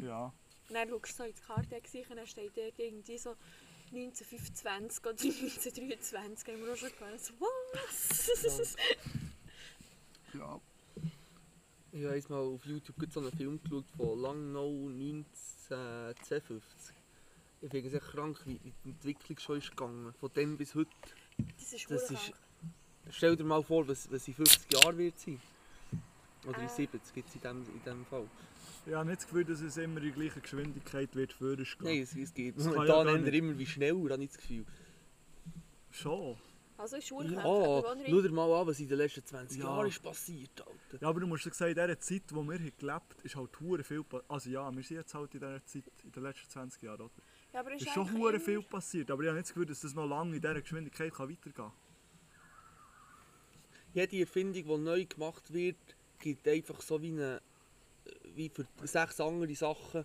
Speaker 4: Ja.
Speaker 6: Und dann schaust du so in die Karte gesicht und dann steht dort irgendwie so 1925 oder 1923, haben wir auch schon gehört, so was?
Speaker 4: ja.
Speaker 5: Ich habe mal auf YouTube gerade so einen Film geschaut von Langnau 1952. Ich finde es echt krank, wie wie die Entwicklung schon ist gegangen, von dem bis heute.
Speaker 6: das ist
Speaker 5: Das
Speaker 6: hure
Speaker 5: ist-
Speaker 6: krank.
Speaker 5: Stell dir mal vor, was, was in 50 Jahren wird sein. Oder
Speaker 6: Äh.
Speaker 5: in 70 gibt es in dem, in dem Fall.
Speaker 4: Ich habe nicht das Gefühl, dass es immer in gleicher Geschwindigkeit wird vorwärts gehen.
Speaker 5: Nein, es, es geht.
Speaker 4: Das kann ja
Speaker 5: Momentan
Speaker 4: gar
Speaker 5: ändert
Speaker 4: nicht.
Speaker 5: immer wie schneller, habe ich das Gefühl.
Speaker 4: Schon.
Speaker 6: Also ist hure
Speaker 5: Ja,
Speaker 6: krank, eine
Speaker 5: schau
Speaker 6: Bewohnerin-
Speaker 5: dir mal an, was in den letzten 20
Speaker 4: Ja.
Speaker 5: Jahren ist passiert, Alter.
Speaker 4: Ja, aber du musst ja sehen, in dieser Zeit, in der wir hier gelebt haben, ist halt hure viel passiert. Also ja, wir sind jetzt halt in dieser Zeit, in den letzten 20 Jahren, oder?
Speaker 6: Ja, aber es
Speaker 4: Es
Speaker 6: ist
Speaker 4: ist schon
Speaker 6: eigentlich
Speaker 4: hure
Speaker 6: immer-
Speaker 4: viel passiert, aber ich habe nicht das Gefühl, dass das noch lange in dieser Geschwindigkeit kann weitergehen kann.
Speaker 5: Jede Erfindung, die neu gemacht wird, gibt einfach so wie eine. wie für sechs andere Sachen.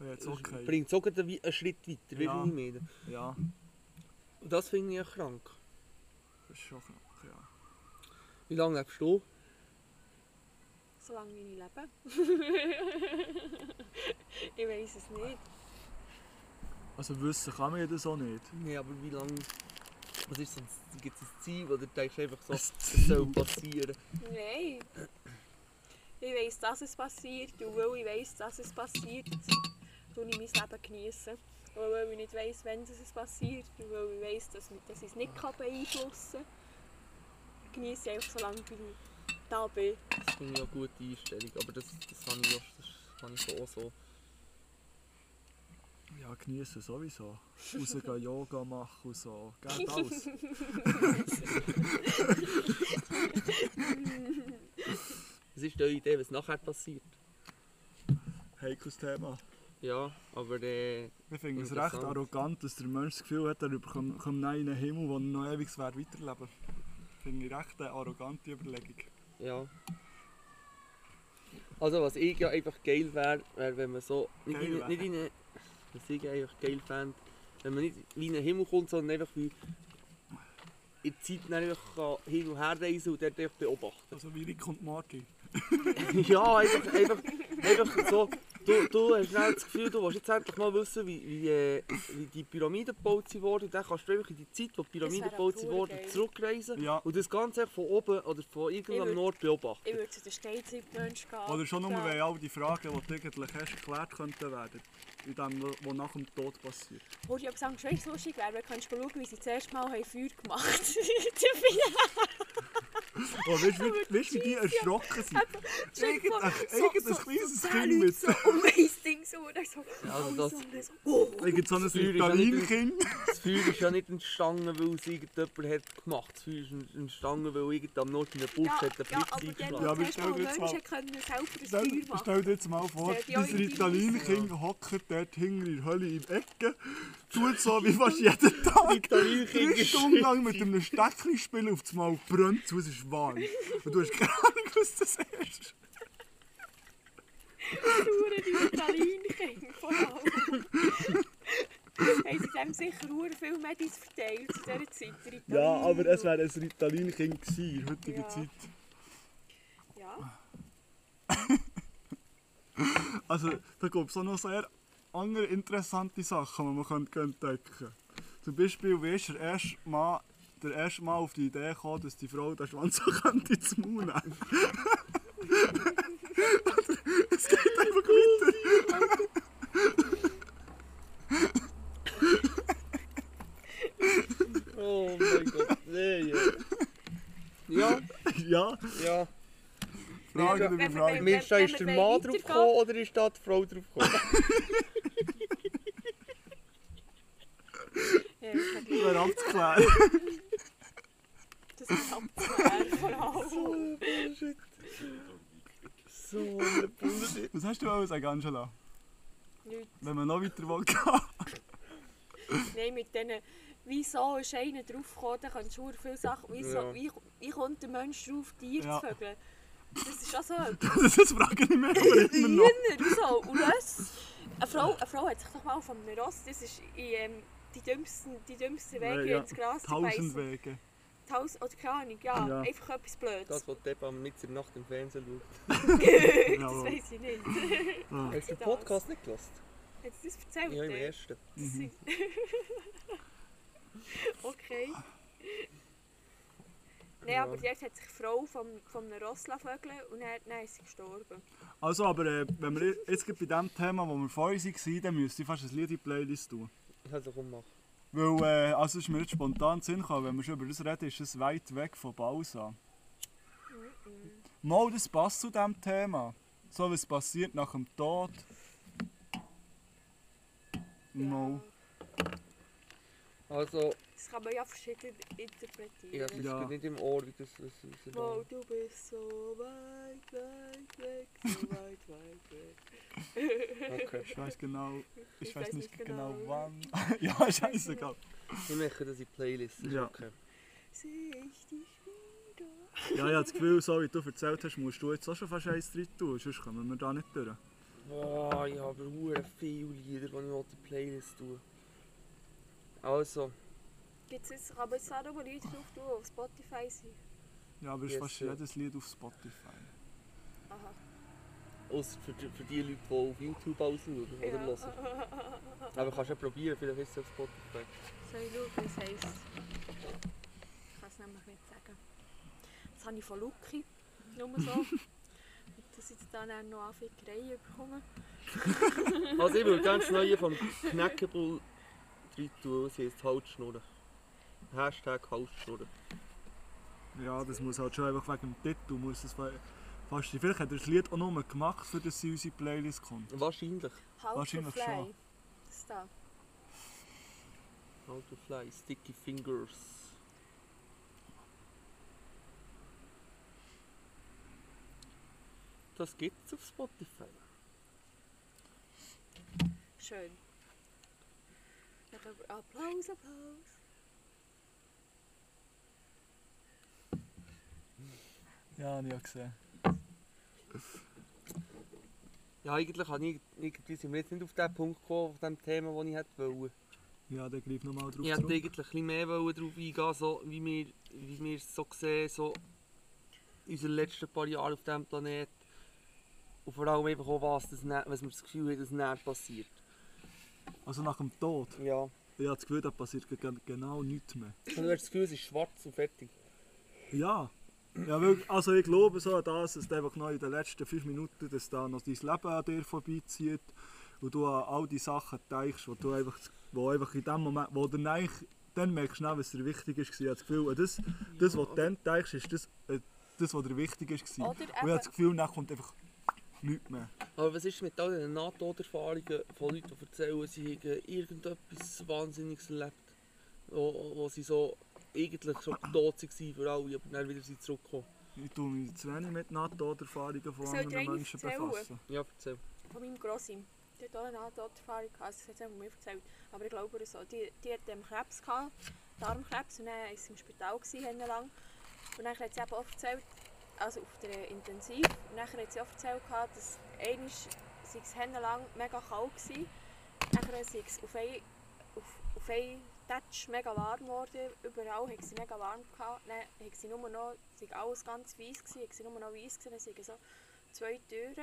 Speaker 4: Ja, jetzt okay.
Speaker 5: bringt sogar einen Schritt weiter, wie
Speaker 4: Ja.
Speaker 5: ich meine.
Speaker 4: Ja,
Speaker 5: Und das finde ich ja krank.
Speaker 4: das ist schon krank, ja.
Speaker 5: Wie lange lebst du?
Speaker 6: Solange wie ich lebe. ich weiß es nicht.
Speaker 4: Also wissen kann man ja das auch nicht.
Speaker 5: Nein, aber wie lange... Was ist denn... Gibt es ein Ziel oder denkst du einfach so, es soll passieren?
Speaker 6: Nein. Ich weiß, dass es passiert. Und weil ich weiß, dass es passiert, tue ich mein Leben genießen. Und weil ich nicht weiß, wenn es passiert. Und weil ich weiß, dass, dass ich es nicht kann beeinflussen kann. Genieße ich einfach so lange, wie ich da bin.
Speaker 5: Das finde ich ja eine gute Einstellung, aber das, das habe ich, auch- das habe ich auch so.
Speaker 4: Ja, genießen sowieso. Rausgehen, Yoga machen und so. Geht alles.
Speaker 5: Was ist deine Idee, was nachher passiert?
Speaker 4: Heikles Thema.
Speaker 5: Ja, aber äh,
Speaker 4: Ich finde es recht
Speaker 5: Interessant.
Speaker 4: arrogant, dass der Mensch das Gefühl hat, er bekommt kommt in einen Himmel, wo er noch ewig wird weiterleben Finde ich recht eine arrogante Überlegung.
Speaker 5: ja. Also was ich ja einfach geil wäre, wäre wenn man so... Nicht,
Speaker 4: Geil
Speaker 5: in,
Speaker 4: wär.
Speaker 5: nicht in eine, was ich einfach geil fände, wenn man nicht wie in den Himmel kommt, sondern einfach wie in die Zeit dann einfach kann hin und her reisen und dort einfach beobachten.
Speaker 4: Also wie Rick und Marty.
Speaker 5: ja, einfach, einfach, einfach so. Du, du hast schnell das Gefühl, du willst jetzt endlich mal wissen, wie, wie, äh, wie die Pyramiden gebaut wurden. Dann kannst du einfach in die Zeit, wo die Pyramiden
Speaker 6: wär
Speaker 5: gebaut
Speaker 6: verdammt
Speaker 5: wurden,
Speaker 6: geil.
Speaker 5: zurückreisen
Speaker 4: Ja.
Speaker 5: und das Ganze einfach von oben oder von
Speaker 6: Ich
Speaker 5: irgendeinem
Speaker 6: würd-
Speaker 5: Nord beobachten.
Speaker 6: Ich würde zu den Steinzeitmenschen gehen.
Speaker 4: Oder schon nur,
Speaker 6: Ja.
Speaker 4: weil all die Fragen, die du eigentlich hast, geklärt könnten werden. In dem, was nach dem Tod passiert.
Speaker 6: Wo ich aber sagen, schon wenn's lustig wäre, dann kannst du schauen, wie sie das erste Mal haben Feuer gemacht haben.
Speaker 4: Oh, weißt du, wie- weißt du, wie die erschrocken sind?
Speaker 6: Also, Stell dir vor,
Speaker 4: Irgendein,
Speaker 6: so-
Speaker 4: irgendein
Speaker 6: so-
Speaker 4: kleines
Speaker 6: so zehn
Speaker 4: Kind
Speaker 6: Leute
Speaker 4: mit.
Speaker 6: so um eins Ding so und er so,
Speaker 5: Ja, also das,
Speaker 4: Irgend so ein
Speaker 5: Das Feuer ist ja nicht-
Speaker 4: Ritalin-Kind.
Speaker 5: das Feuer ist ja nicht entstanden, weil es irgendjemand hat gemacht. Das Feuer ist entstanden, weil irgendjam Nord in einen Busch
Speaker 6: ja,
Speaker 5: hat einen
Speaker 6: ja,
Speaker 5: Blitz
Speaker 6: aber
Speaker 5: eingeschlagen.
Speaker 6: dann
Speaker 4: Ja, aber
Speaker 6: zuerst
Speaker 4: stell
Speaker 6: mal
Speaker 4: dir jetzt mal-
Speaker 6: Menschen können selber das Feuer
Speaker 4: Stell,
Speaker 6: machen.
Speaker 4: stell dir jetzt mal vor,
Speaker 6: Sehr die
Speaker 4: das
Speaker 6: eure
Speaker 4: Ritalin-Kind hockt dort hinter in der Hölle in der Ecke, tut so wie fast jeden Tag.
Speaker 5: Ritalin-Kind
Speaker 4: Drei
Speaker 5: ist
Speaker 4: Stunden lang mit einem Steckchen spielen, auf das Mal brennt es, aus, es ist warm. Und du hast keine Ahnung, was das ist.
Speaker 6: Schuhe, die Italienkinder vor allem. Haben sie dem sicher sehr viel Medis verteilt zu dieser Zeit. der Ritalin und-
Speaker 4: wäre ein Ritalin-Kind gewesen in heutiger
Speaker 6: Ja. Ja,
Speaker 4: Also, da gibt es auch noch sehr andere interessante Sachen, die man könnte entdecken könnte. Zum Beispiel, wie ist der erste Mann, der erste Mann auf die Idee gekommen, dass die Frau den Schwanz so könnte ins Maul nehmen könnte? Es geht einfach weiter.
Speaker 5: Oh mein Gott, nee, ja. Ja,
Speaker 4: Ja,
Speaker 5: ja.
Speaker 4: Frage über
Speaker 6: Wenn wir-
Speaker 4: Frage.
Speaker 6: wenn-
Speaker 5: Mir ist, da-
Speaker 6: wenn
Speaker 5: ist
Speaker 6: wir
Speaker 5: der Mann drauf
Speaker 6: weitergehen-
Speaker 5: gekommen oder ist da die Frau drauf gekommen?
Speaker 6: ja ich habe
Speaker 4: Wäre abzuklären.
Speaker 6: das abzuwehren vor allem.
Speaker 5: Oh, So eine Bullshit.
Speaker 4: Was hast du alles sagen, Angela?
Speaker 6: Nichts.
Speaker 4: Wenn man noch weiter will gehen.
Speaker 6: Nein, mit diesen «Wieso ist einer draufgekommen?» Da kannst du sehr viele Sachen... Wieso,
Speaker 5: Ja.
Speaker 6: wie, wie kommt der Mensch drauf, Tiere
Speaker 4: Ja.
Speaker 6: zu vögeln? Das ist auch so etwas.
Speaker 4: Das ist Frage nicht mehr, aber immer noch.
Speaker 6: Hühner und so. Und Röss. Eine Frau, eine Frau hat sich doch mal auf einem Ross, das ist in, ähm, die dümmsten, die dümmsten Wege
Speaker 4: Ja,
Speaker 6: ins Gras
Speaker 4: Tausend
Speaker 6: zu beißen.
Speaker 4: Wege.
Speaker 6: Tausend Oder keine Ahnung, ja.
Speaker 4: Ja.
Speaker 6: Einfach etwas Blödes. Das,
Speaker 5: Das, was die Ebba am Mitte der Nacht im Fernsehen schaut.
Speaker 4: Jawohl.
Speaker 6: weiß ich nicht.
Speaker 5: Hast du den
Speaker 6: das?
Speaker 5: Podcast nicht gehört?
Speaker 6: Hättest du das erzählt?
Speaker 5: Ja, im
Speaker 6: äh?
Speaker 5: ersten.
Speaker 6: Das sind- okay. Nein, aber jetzt hat sich die Frau vom, vom einem Ross lassen vögeln und dann, dann ist sie gestorben.
Speaker 4: Also, aber äh, wenn wir jetzt gerade bei dem Thema, wo wir vorhin waren, dann müsste ich fast ein Lied in die Playlist tun.
Speaker 5: Also komm, mach.
Speaker 4: Weil, äh, also ist mir jetzt spontan in den Sinn gekommen, wenn wir schon über das reden, ist es weit weg von Balsa. Mal, das passt zu diesem Thema. So was passiert nach dem Tod. Mal.
Speaker 5: Also,
Speaker 6: Das kann man Dus ja verschieden interpretieren.
Speaker 5: ich habe es
Speaker 4: Ja.
Speaker 5: ja. nicht im Ohr, wie das was was-
Speaker 6: Wow, Oh, du bist so weit, weit weg, so weit, weit weg.
Speaker 5: Okay.
Speaker 4: Ich weiß genau. Ich,
Speaker 6: Ich
Speaker 4: weiß
Speaker 6: weiss
Speaker 4: nicht
Speaker 6: nicht
Speaker 4: genau,
Speaker 6: genau.
Speaker 4: wann. ja, scheiße, gell.
Speaker 5: Wir machen das in die Playlist.
Speaker 4: Ja.
Speaker 5: Okay.
Speaker 6: Seh ich dich wieder?
Speaker 4: Ja, ich habe das Gefühl, so wie du erzählt hast, musst du jetzt auch schon fast eins rein tun, sonst kommen wir da nicht durch.
Speaker 5: Boah, ich habe verdammt viele Lieder, die ich auf die Playlist tue. Also,
Speaker 6: Gibt's jetzt, kann man jetzt auch noch mal Leute drauf tun, die auf Spotify sind?
Speaker 4: Ja, aber es ist
Speaker 5: Yes,
Speaker 4: fast
Speaker 5: ja.
Speaker 4: jedes Lied auf Spotify.
Speaker 6: Aha.
Speaker 5: ausser für, die- für die Leute, die auf YouTube ausschauen oder
Speaker 6: Ja.
Speaker 5: hören. Aber kannst du ja probieren, vielleicht ist es auf Spotify.
Speaker 6: Soll ich schauen, wie es heisst? Ich kann es nämlich nicht sagen. Das habe ich von Luki. Nur so. Und Dass ich jetzt dann auch noch Anfickereien bekomme.
Speaker 5: Also, ich würde ganz neue vom Knackebull rein tun, es heisst Halsschnurren. Hashtag Halsschnurren.
Speaker 4: Ja, das muss halt schon einfach wegen dem Titel. Muss es fa- fast, vielleicht hat er das Lied auch nur gemacht, für das sie in unsere Playlist kommt.
Speaker 5: Wahrscheinlich.
Speaker 6: Halt
Speaker 4: Wahrscheinlich schon.
Speaker 6: Das da.
Speaker 5: How to fly, sticky fingers. Das gibt's auf Spotify.
Speaker 6: Schön. Dann können wir- Applaus, Applaus.
Speaker 4: Ja, ich habe gesehen.
Speaker 5: Ja, eigentlich habe ich, irgendwie sind wir jetzt nicht auf den Punkt gekommen, auf dem Thema, das ich hätte wollen.
Speaker 4: Ja, dann greif nochmal drauf
Speaker 5: Ich hätte
Speaker 4: zurück.
Speaker 5: eigentlich ein bisschen mehr wollen darauf eingehen, so wie wir, wie wir es so sehen, so unsere letzten paar Jahre auf diesem Planet. Und vor allem einfach auch, was, das, nä- was wir das Gefühl haben, dass näher passiert.
Speaker 4: Also nach dem Tod.
Speaker 5: Ja.
Speaker 4: Ich habe das Gefühl, da passiert ge- ge- genau nichts mehr.
Speaker 5: Und du hast das Gefühl, es ist schwarz und fertig.
Speaker 4: Ja. Ja, wirklich, also ich glaube so an das, dass du einfach noch in den letzten fünf Minuten, dass da noch dein Leben an dir vorbeizieht und du an all die Sachen denkst, wo du einfach, wo einfach in dem Moment, wo du dann, dann merkst du, dann, was dir wichtig ist. Ich habe das Gefühl, das, das was du dann denkst, ist das, äh, das was dir wichtig ist.
Speaker 6: Oder
Speaker 4: Und ich habe das Gefühl, dann kommt einfach nichts mehr.
Speaker 5: Aber was ist mit all den Nahtoderfahrungen von Leuten, die erzählen, sie hätten irgendetwas Wahnsinniges erlebt, wo, wo- wo sie so eigentlich schon tot waren für alle, aber dann wieder sind zurückgekommen?
Speaker 4: Ich tue mich zu wenig mit Nahtoderfahrungen von
Speaker 6: Soll ich dir
Speaker 4: anderen
Speaker 6: eine
Speaker 4: Menschen
Speaker 6: erzählen?
Speaker 4: befassen.
Speaker 5: Ja, erzähl.
Speaker 6: Von meinem Grossi. Die hat auch eine Nahtoderfahrung gehabt, also das hat sie mir erzählt. Aber ich glaube oder so. Die, die hat ähm, Krebs gehabt, Darmkrebs, und dann war sie im Spital gewesen, haben lang. Und dann hat sie eben auch erzählt, also auf der Intensiv, und dann hat sie auch erzählt, gehabt, dass einmal sei es lang mega kalt war, dann sei es auf einen, auf, auf einen Touch mega warm geworden, überall hat sie mega warm gehabt, dann hat sie nur noch, sei alles ganz weiss gewesen, hat sie nur noch weiss gewesen, dann seien so zwei Türen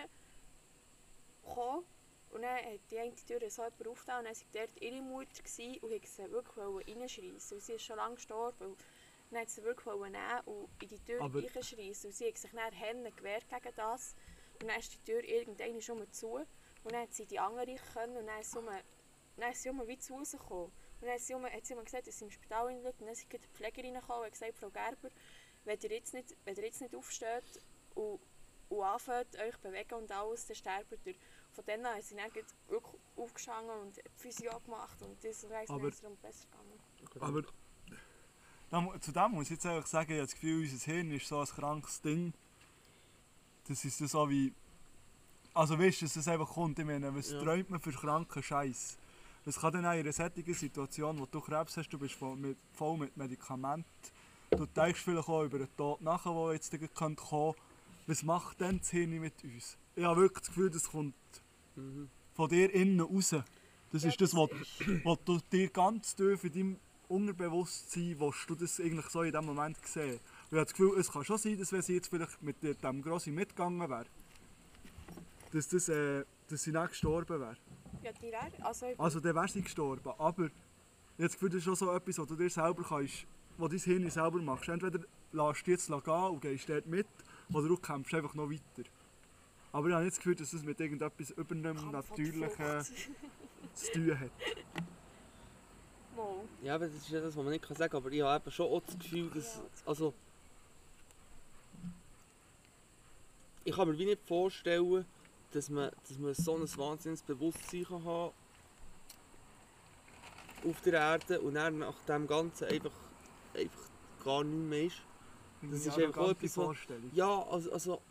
Speaker 6: gekommen. Und dann hat die eine Tür so jemand aufgetan und dann war dort ihre Mutter gewesen und hat sie wirklich reinschreissen. Und sie ist schon lange gestorben. Und dann hat sie wirklich wollen nehmen und in die Tür
Speaker 4: Aber-
Speaker 6: reinschreissen. Und sie hat sich dann Hände gewehrt gegen das. Und dann ist die Tür irgendwann schon mal zu. Und dann hat sie die andere können und dann ist sie, um, dann ist sie um wie zu Hause gekommen. Und dann hat sie, um, hat sie um gesagt, dass sie im Spital liegt. Und dann ist die Pflegerin gekommen und hat gesagt, Frau Gerber, wenn ihr jetzt nicht, wenn ihr jetzt nicht aufsteht und, und anfängt, euch zu bewegen und alles, dann sterbt ihr. Von dann an sind sie dann gleich wirklich aufgestanden und die Physio gemacht und das und weiss, dann
Speaker 4: Aber-
Speaker 6: ist es darum besser gegangen.
Speaker 4: Aber da, mu- zu dem muss ich jetzt einfach sagen, ich habe das Gefühl, unser Hirn ist so ein krankes Ding. Das ist so wie. Also weißt du, dass es einfach kommt. Ich meine, was
Speaker 5: Ja.
Speaker 4: träumt man für kranken Scheiß? Es kann dann auch in einer solchen Situation, wo du Krebs hast, du bist voll mit, voll mit Medikamenten. Du denkst vielleicht auch über den Tod nachher, der jetzt gleich kommen könnte. Was macht denn das Hirn mit uns? Ich habe wirklich das Gefühl, das kommt von dir innen raus. Das ist das, was wo du dir ganz tief in deinem Unterbewusstsein, wo du das eigentlich so in dem Moment gesehen Und ich habe das Gefühl, es kann schon sein, dass wenn sie jetzt vielleicht mit dir- dem Grossi mitgegangen wäre, dass, das, äh, dass sie nicht gestorben wäre.
Speaker 6: Ja, die Lehrer, also ich
Speaker 4: Also dann wäre sie gestorben, aber ich habe das Gefühl, das ist schon so etwas, was du dir selber kannst, was dein Hirn selber machst. Entweder lässt du jetzt gehen und gehst dort mit, oder du kämpfst einfach noch weiter. Aber ich habe nicht das Gefühl, dass es mit irgendetwas über einem
Speaker 6: Kampf oder
Speaker 4: Natürlichen
Speaker 6: Flucht.
Speaker 4: zu tun hat.
Speaker 6: Mal.
Speaker 5: Ja, aber das ist ja das, was man nicht sagen kann, aber ich habe eben schon auch das Gefühl, dass...
Speaker 6: Ja, das-
Speaker 5: Also... Ich kann mir wie nicht vorstellen, dass man, dass man so ein wahnsinniges Bewusstsein kann haben auf der Erde und dann nach dem Ganzen einfach, einfach gar nichts mehr ist. Das ist einfach auch
Speaker 4: Arrogante
Speaker 5: etwas, was-
Speaker 4: Vorstellung.
Speaker 5: Ja, also... also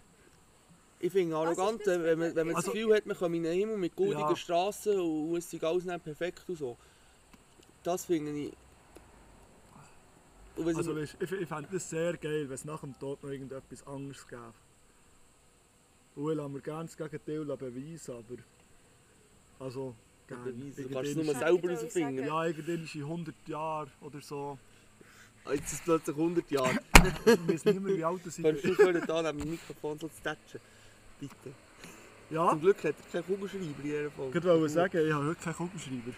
Speaker 5: ich finde arrogant,
Speaker 6: ist das
Speaker 5: wenn man, wenn man
Speaker 6: Also-
Speaker 5: das Gefühl hat, man komme in den Himmel mit goldigen
Speaker 4: Ja.
Speaker 5: Straßen und es sei alles nicht perfekt und so. Das finde ich... Und was
Speaker 4: Also,
Speaker 5: ich-
Speaker 4: weisst, ich, ich fände es sehr geil, wenn es nach dem Tod noch irgendetwas anderes gäbe. Und ich lasse mir gerne das Gegenteil beweisen, aber... Also, gerne.
Speaker 5: beweisen. Du
Speaker 4: Irgendwann
Speaker 5: kannst es
Speaker 4: ist-
Speaker 5: nur
Speaker 6: ist-
Speaker 5: selber
Speaker 6: Ich wollte
Speaker 5: herausfinden. ne?
Speaker 6: sagen.
Speaker 4: Ja, irgendwann ist in 100 Jahren oder so.
Speaker 5: Ah, Jetzt ist es plötzlich 100 Jahre.
Speaker 4: Ich weiß nicht mehr, wie alt das ist.
Speaker 5: Kannst du aufhören, da neben dem Mikrofon so zu tätschen? Bitte.
Speaker 4: Ja,
Speaker 5: Zum Glück hat er keinen Kugelschreiber in dieser
Speaker 4: ich
Speaker 5: Folge.
Speaker 4: wollte sagen, ich habe heute keinen Kugelschreiber.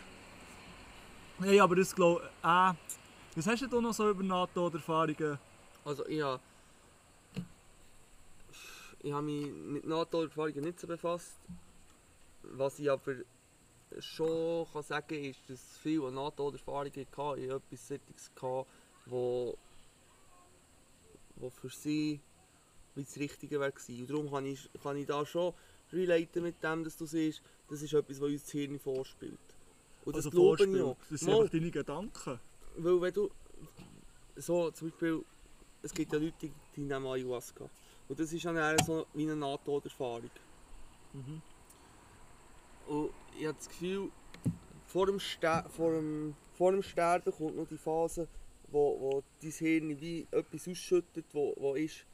Speaker 4: Nein, aber das glaube ich... Äh, was hast du noch so über NATO-Erfahrungen?
Speaker 5: Also ich habe... Ich habe mich mit NATO-Erfahrungen nicht so befasst. Was ich aber schon kann sagen ist, dass viele, die NATO-Erfahrungen hatten, ich etwas Sättiges hatten, wo, wo für sie wie das Richtige wäre gewesen. Und darum kann ich, kann ich da schon relaten mit dem, dass du siehst, das ist etwas, was uns das Hirn vorspielt. Und das glaube ich
Speaker 4: Also
Speaker 5: auch.
Speaker 4: Das sind
Speaker 5: Mal,
Speaker 4: einfach deine Gedanken.
Speaker 5: weil wenn du so zum Beispiel, es gibt ja Leute, die- die nehmen Ayahuasca. Und das ist dann eher so wie eine Nahtoderfahrung.
Speaker 4: Mhm.
Speaker 5: Und ich habe das Gefühl, vor dem, Ste vor, dem, vor dem Sterben kommt noch die Phase, wo, wo dein Hirn wie etwas ausschüttet, wo, wo ist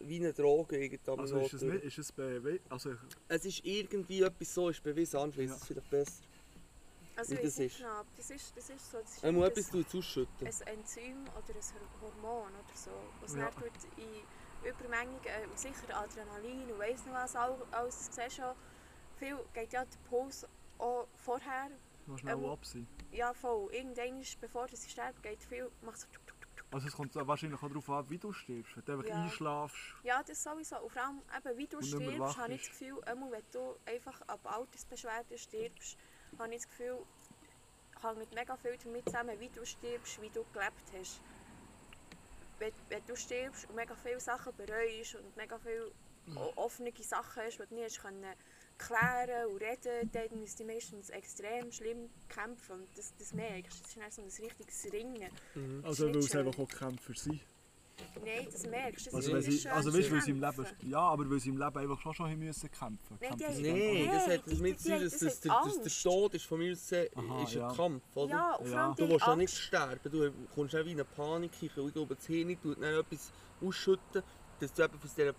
Speaker 5: wie eine Droge irgendwie. am
Speaker 4: Also ist es
Speaker 5: Nordhorn.
Speaker 4: nicht... Ist es bei, also,
Speaker 5: es ist irgendwie etwas so, ist bewiesen, anders weiss
Speaker 4: Ja.
Speaker 5: es vielleicht besser.
Speaker 6: Also
Speaker 5: Wie
Speaker 6: ich
Speaker 5: das
Speaker 6: weiss nicht
Speaker 5: ist?
Speaker 6: genau, ob das ist, das ist so, das ist
Speaker 5: Er Äh, muss
Speaker 6: irgendein-
Speaker 5: etwas tut's ausschütten.
Speaker 6: ein Enzym oder ein Hormon oder so, was
Speaker 4: Ja.
Speaker 6: ja. dann tut in Übermengung, äh, und sicher Adrenalin und weiss nicht was, all- alles, das siehst du schon, viel geht ja der Puls auch vorher,
Speaker 4: noch schnell
Speaker 6: Ähm,
Speaker 4: ab sein.
Speaker 6: ja voll, irgendwann, bevor sie sterben, geht viel, macht so tuk, tuk, tuk.
Speaker 4: Also es kommt so wahrscheinlich auch darauf an, wie du stirbst. Wenn du einfach
Speaker 6: Ja.
Speaker 4: einschlafst,
Speaker 6: Ja, das sowieso, und vor allem, eben, wie du
Speaker 4: Und nicht mehr wach
Speaker 6: stirbst, habe ich
Speaker 4: bist.
Speaker 6: das Gefühl, einmal, wenn du einfach ab Altersbeschwerden stirbst, habe ich das Gefühl, hängt mega viel damit zusammen, wie du stirbst, wie du gelebt hast. Wenn, wenn du stirbst und mega viele Sachen bereust und mega viel
Speaker 4: Mhm.
Speaker 6: o- offene Sachen hast, die du nie hast können klären und reden, dann müssen die meistens extrem schlimm kämpfen und das, das merkst. du. Das ist dann so ein richtiges Ringen.
Speaker 5: Mhm.
Speaker 4: Also weil
Speaker 6: Nicht
Speaker 4: es
Speaker 6: schön.
Speaker 4: einfach auch Kämpfer sind.
Speaker 6: Nein, das merkst du. Das
Speaker 4: Also,
Speaker 6: ist
Speaker 4: wenn sie,
Speaker 6: schön
Speaker 4: also
Speaker 6: zu
Speaker 4: weißt du, weil sie im
Speaker 6: kämpfen.
Speaker 4: Leben... Ja, aber weil sie im Leben einfach schon schon haben müssen kämpfen.
Speaker 6: Nein, die
Speaker 4: Kämpfer
Speaker 6: haben-
Speaker 4: sind
Speaker 8: Nein,
Speaker 6: Nein,
Speaker 8: das hat
Speaker 6: die-
Speaker 8: damit zu
Speaker 6: die-
Speaker 8: tun, dass, dass,
Speaker 6: das hat
Speaker 8: der- dass der
Speaker 6: Angst.
Speaker 8: Tod ist von mir aus gesehen,
Speaker 4: Aha,
Speaker 8: ist ein
Speaker 4: ja.
Speaker 8: Kampf, oder?
Speaker 6: Ja, und vor
Speaker 4: Ja.
Speaker 6: allem die
Speaker 8: Du willst ja nicht
Speaker 6: Angst.
Speaker 8: sterben, du kommst auch wie in eine Panik rein, weil ich glaube, das Hirn tut dann etwas ausschütten, dass du eben aus dieser... Ja,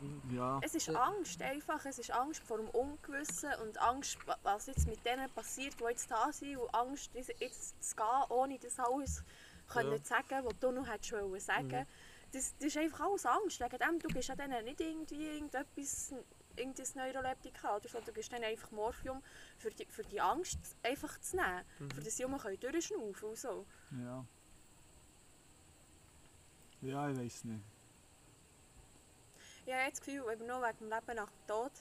Speaker 8: wie-
Speaker 4: Ja,
Speaker 6: Es ist Angst einfach, es ist Angst vor dem Ungewissen und Angst, wa- was jetzt mit denen passiert, die jetzt da sind und Angst, jetzt- jetzt zu gehen, ohne das alles können zu sagen, was du noch hättest wollen sagen.
Speaker 8: Mhm.
Speaker 6: Das, das ist einfach alles Angst. Wegen dem, du gibst an denen nicht irgendwie irgendetwas, irgendein Neuroleptika, oder so, du gibst denen einfach Morphium, für die, für die Angst einfach zu nehmen,
Speaker 8: Mhm.
Speaker 6: für das Junge können durchschnaufen und so.
Speaker 4: ja. Ja, ich weiß nicht.
Speaker 6: Ich habe jetzt das Gefühl, eben nur wegen dem Leben nach dem Tod.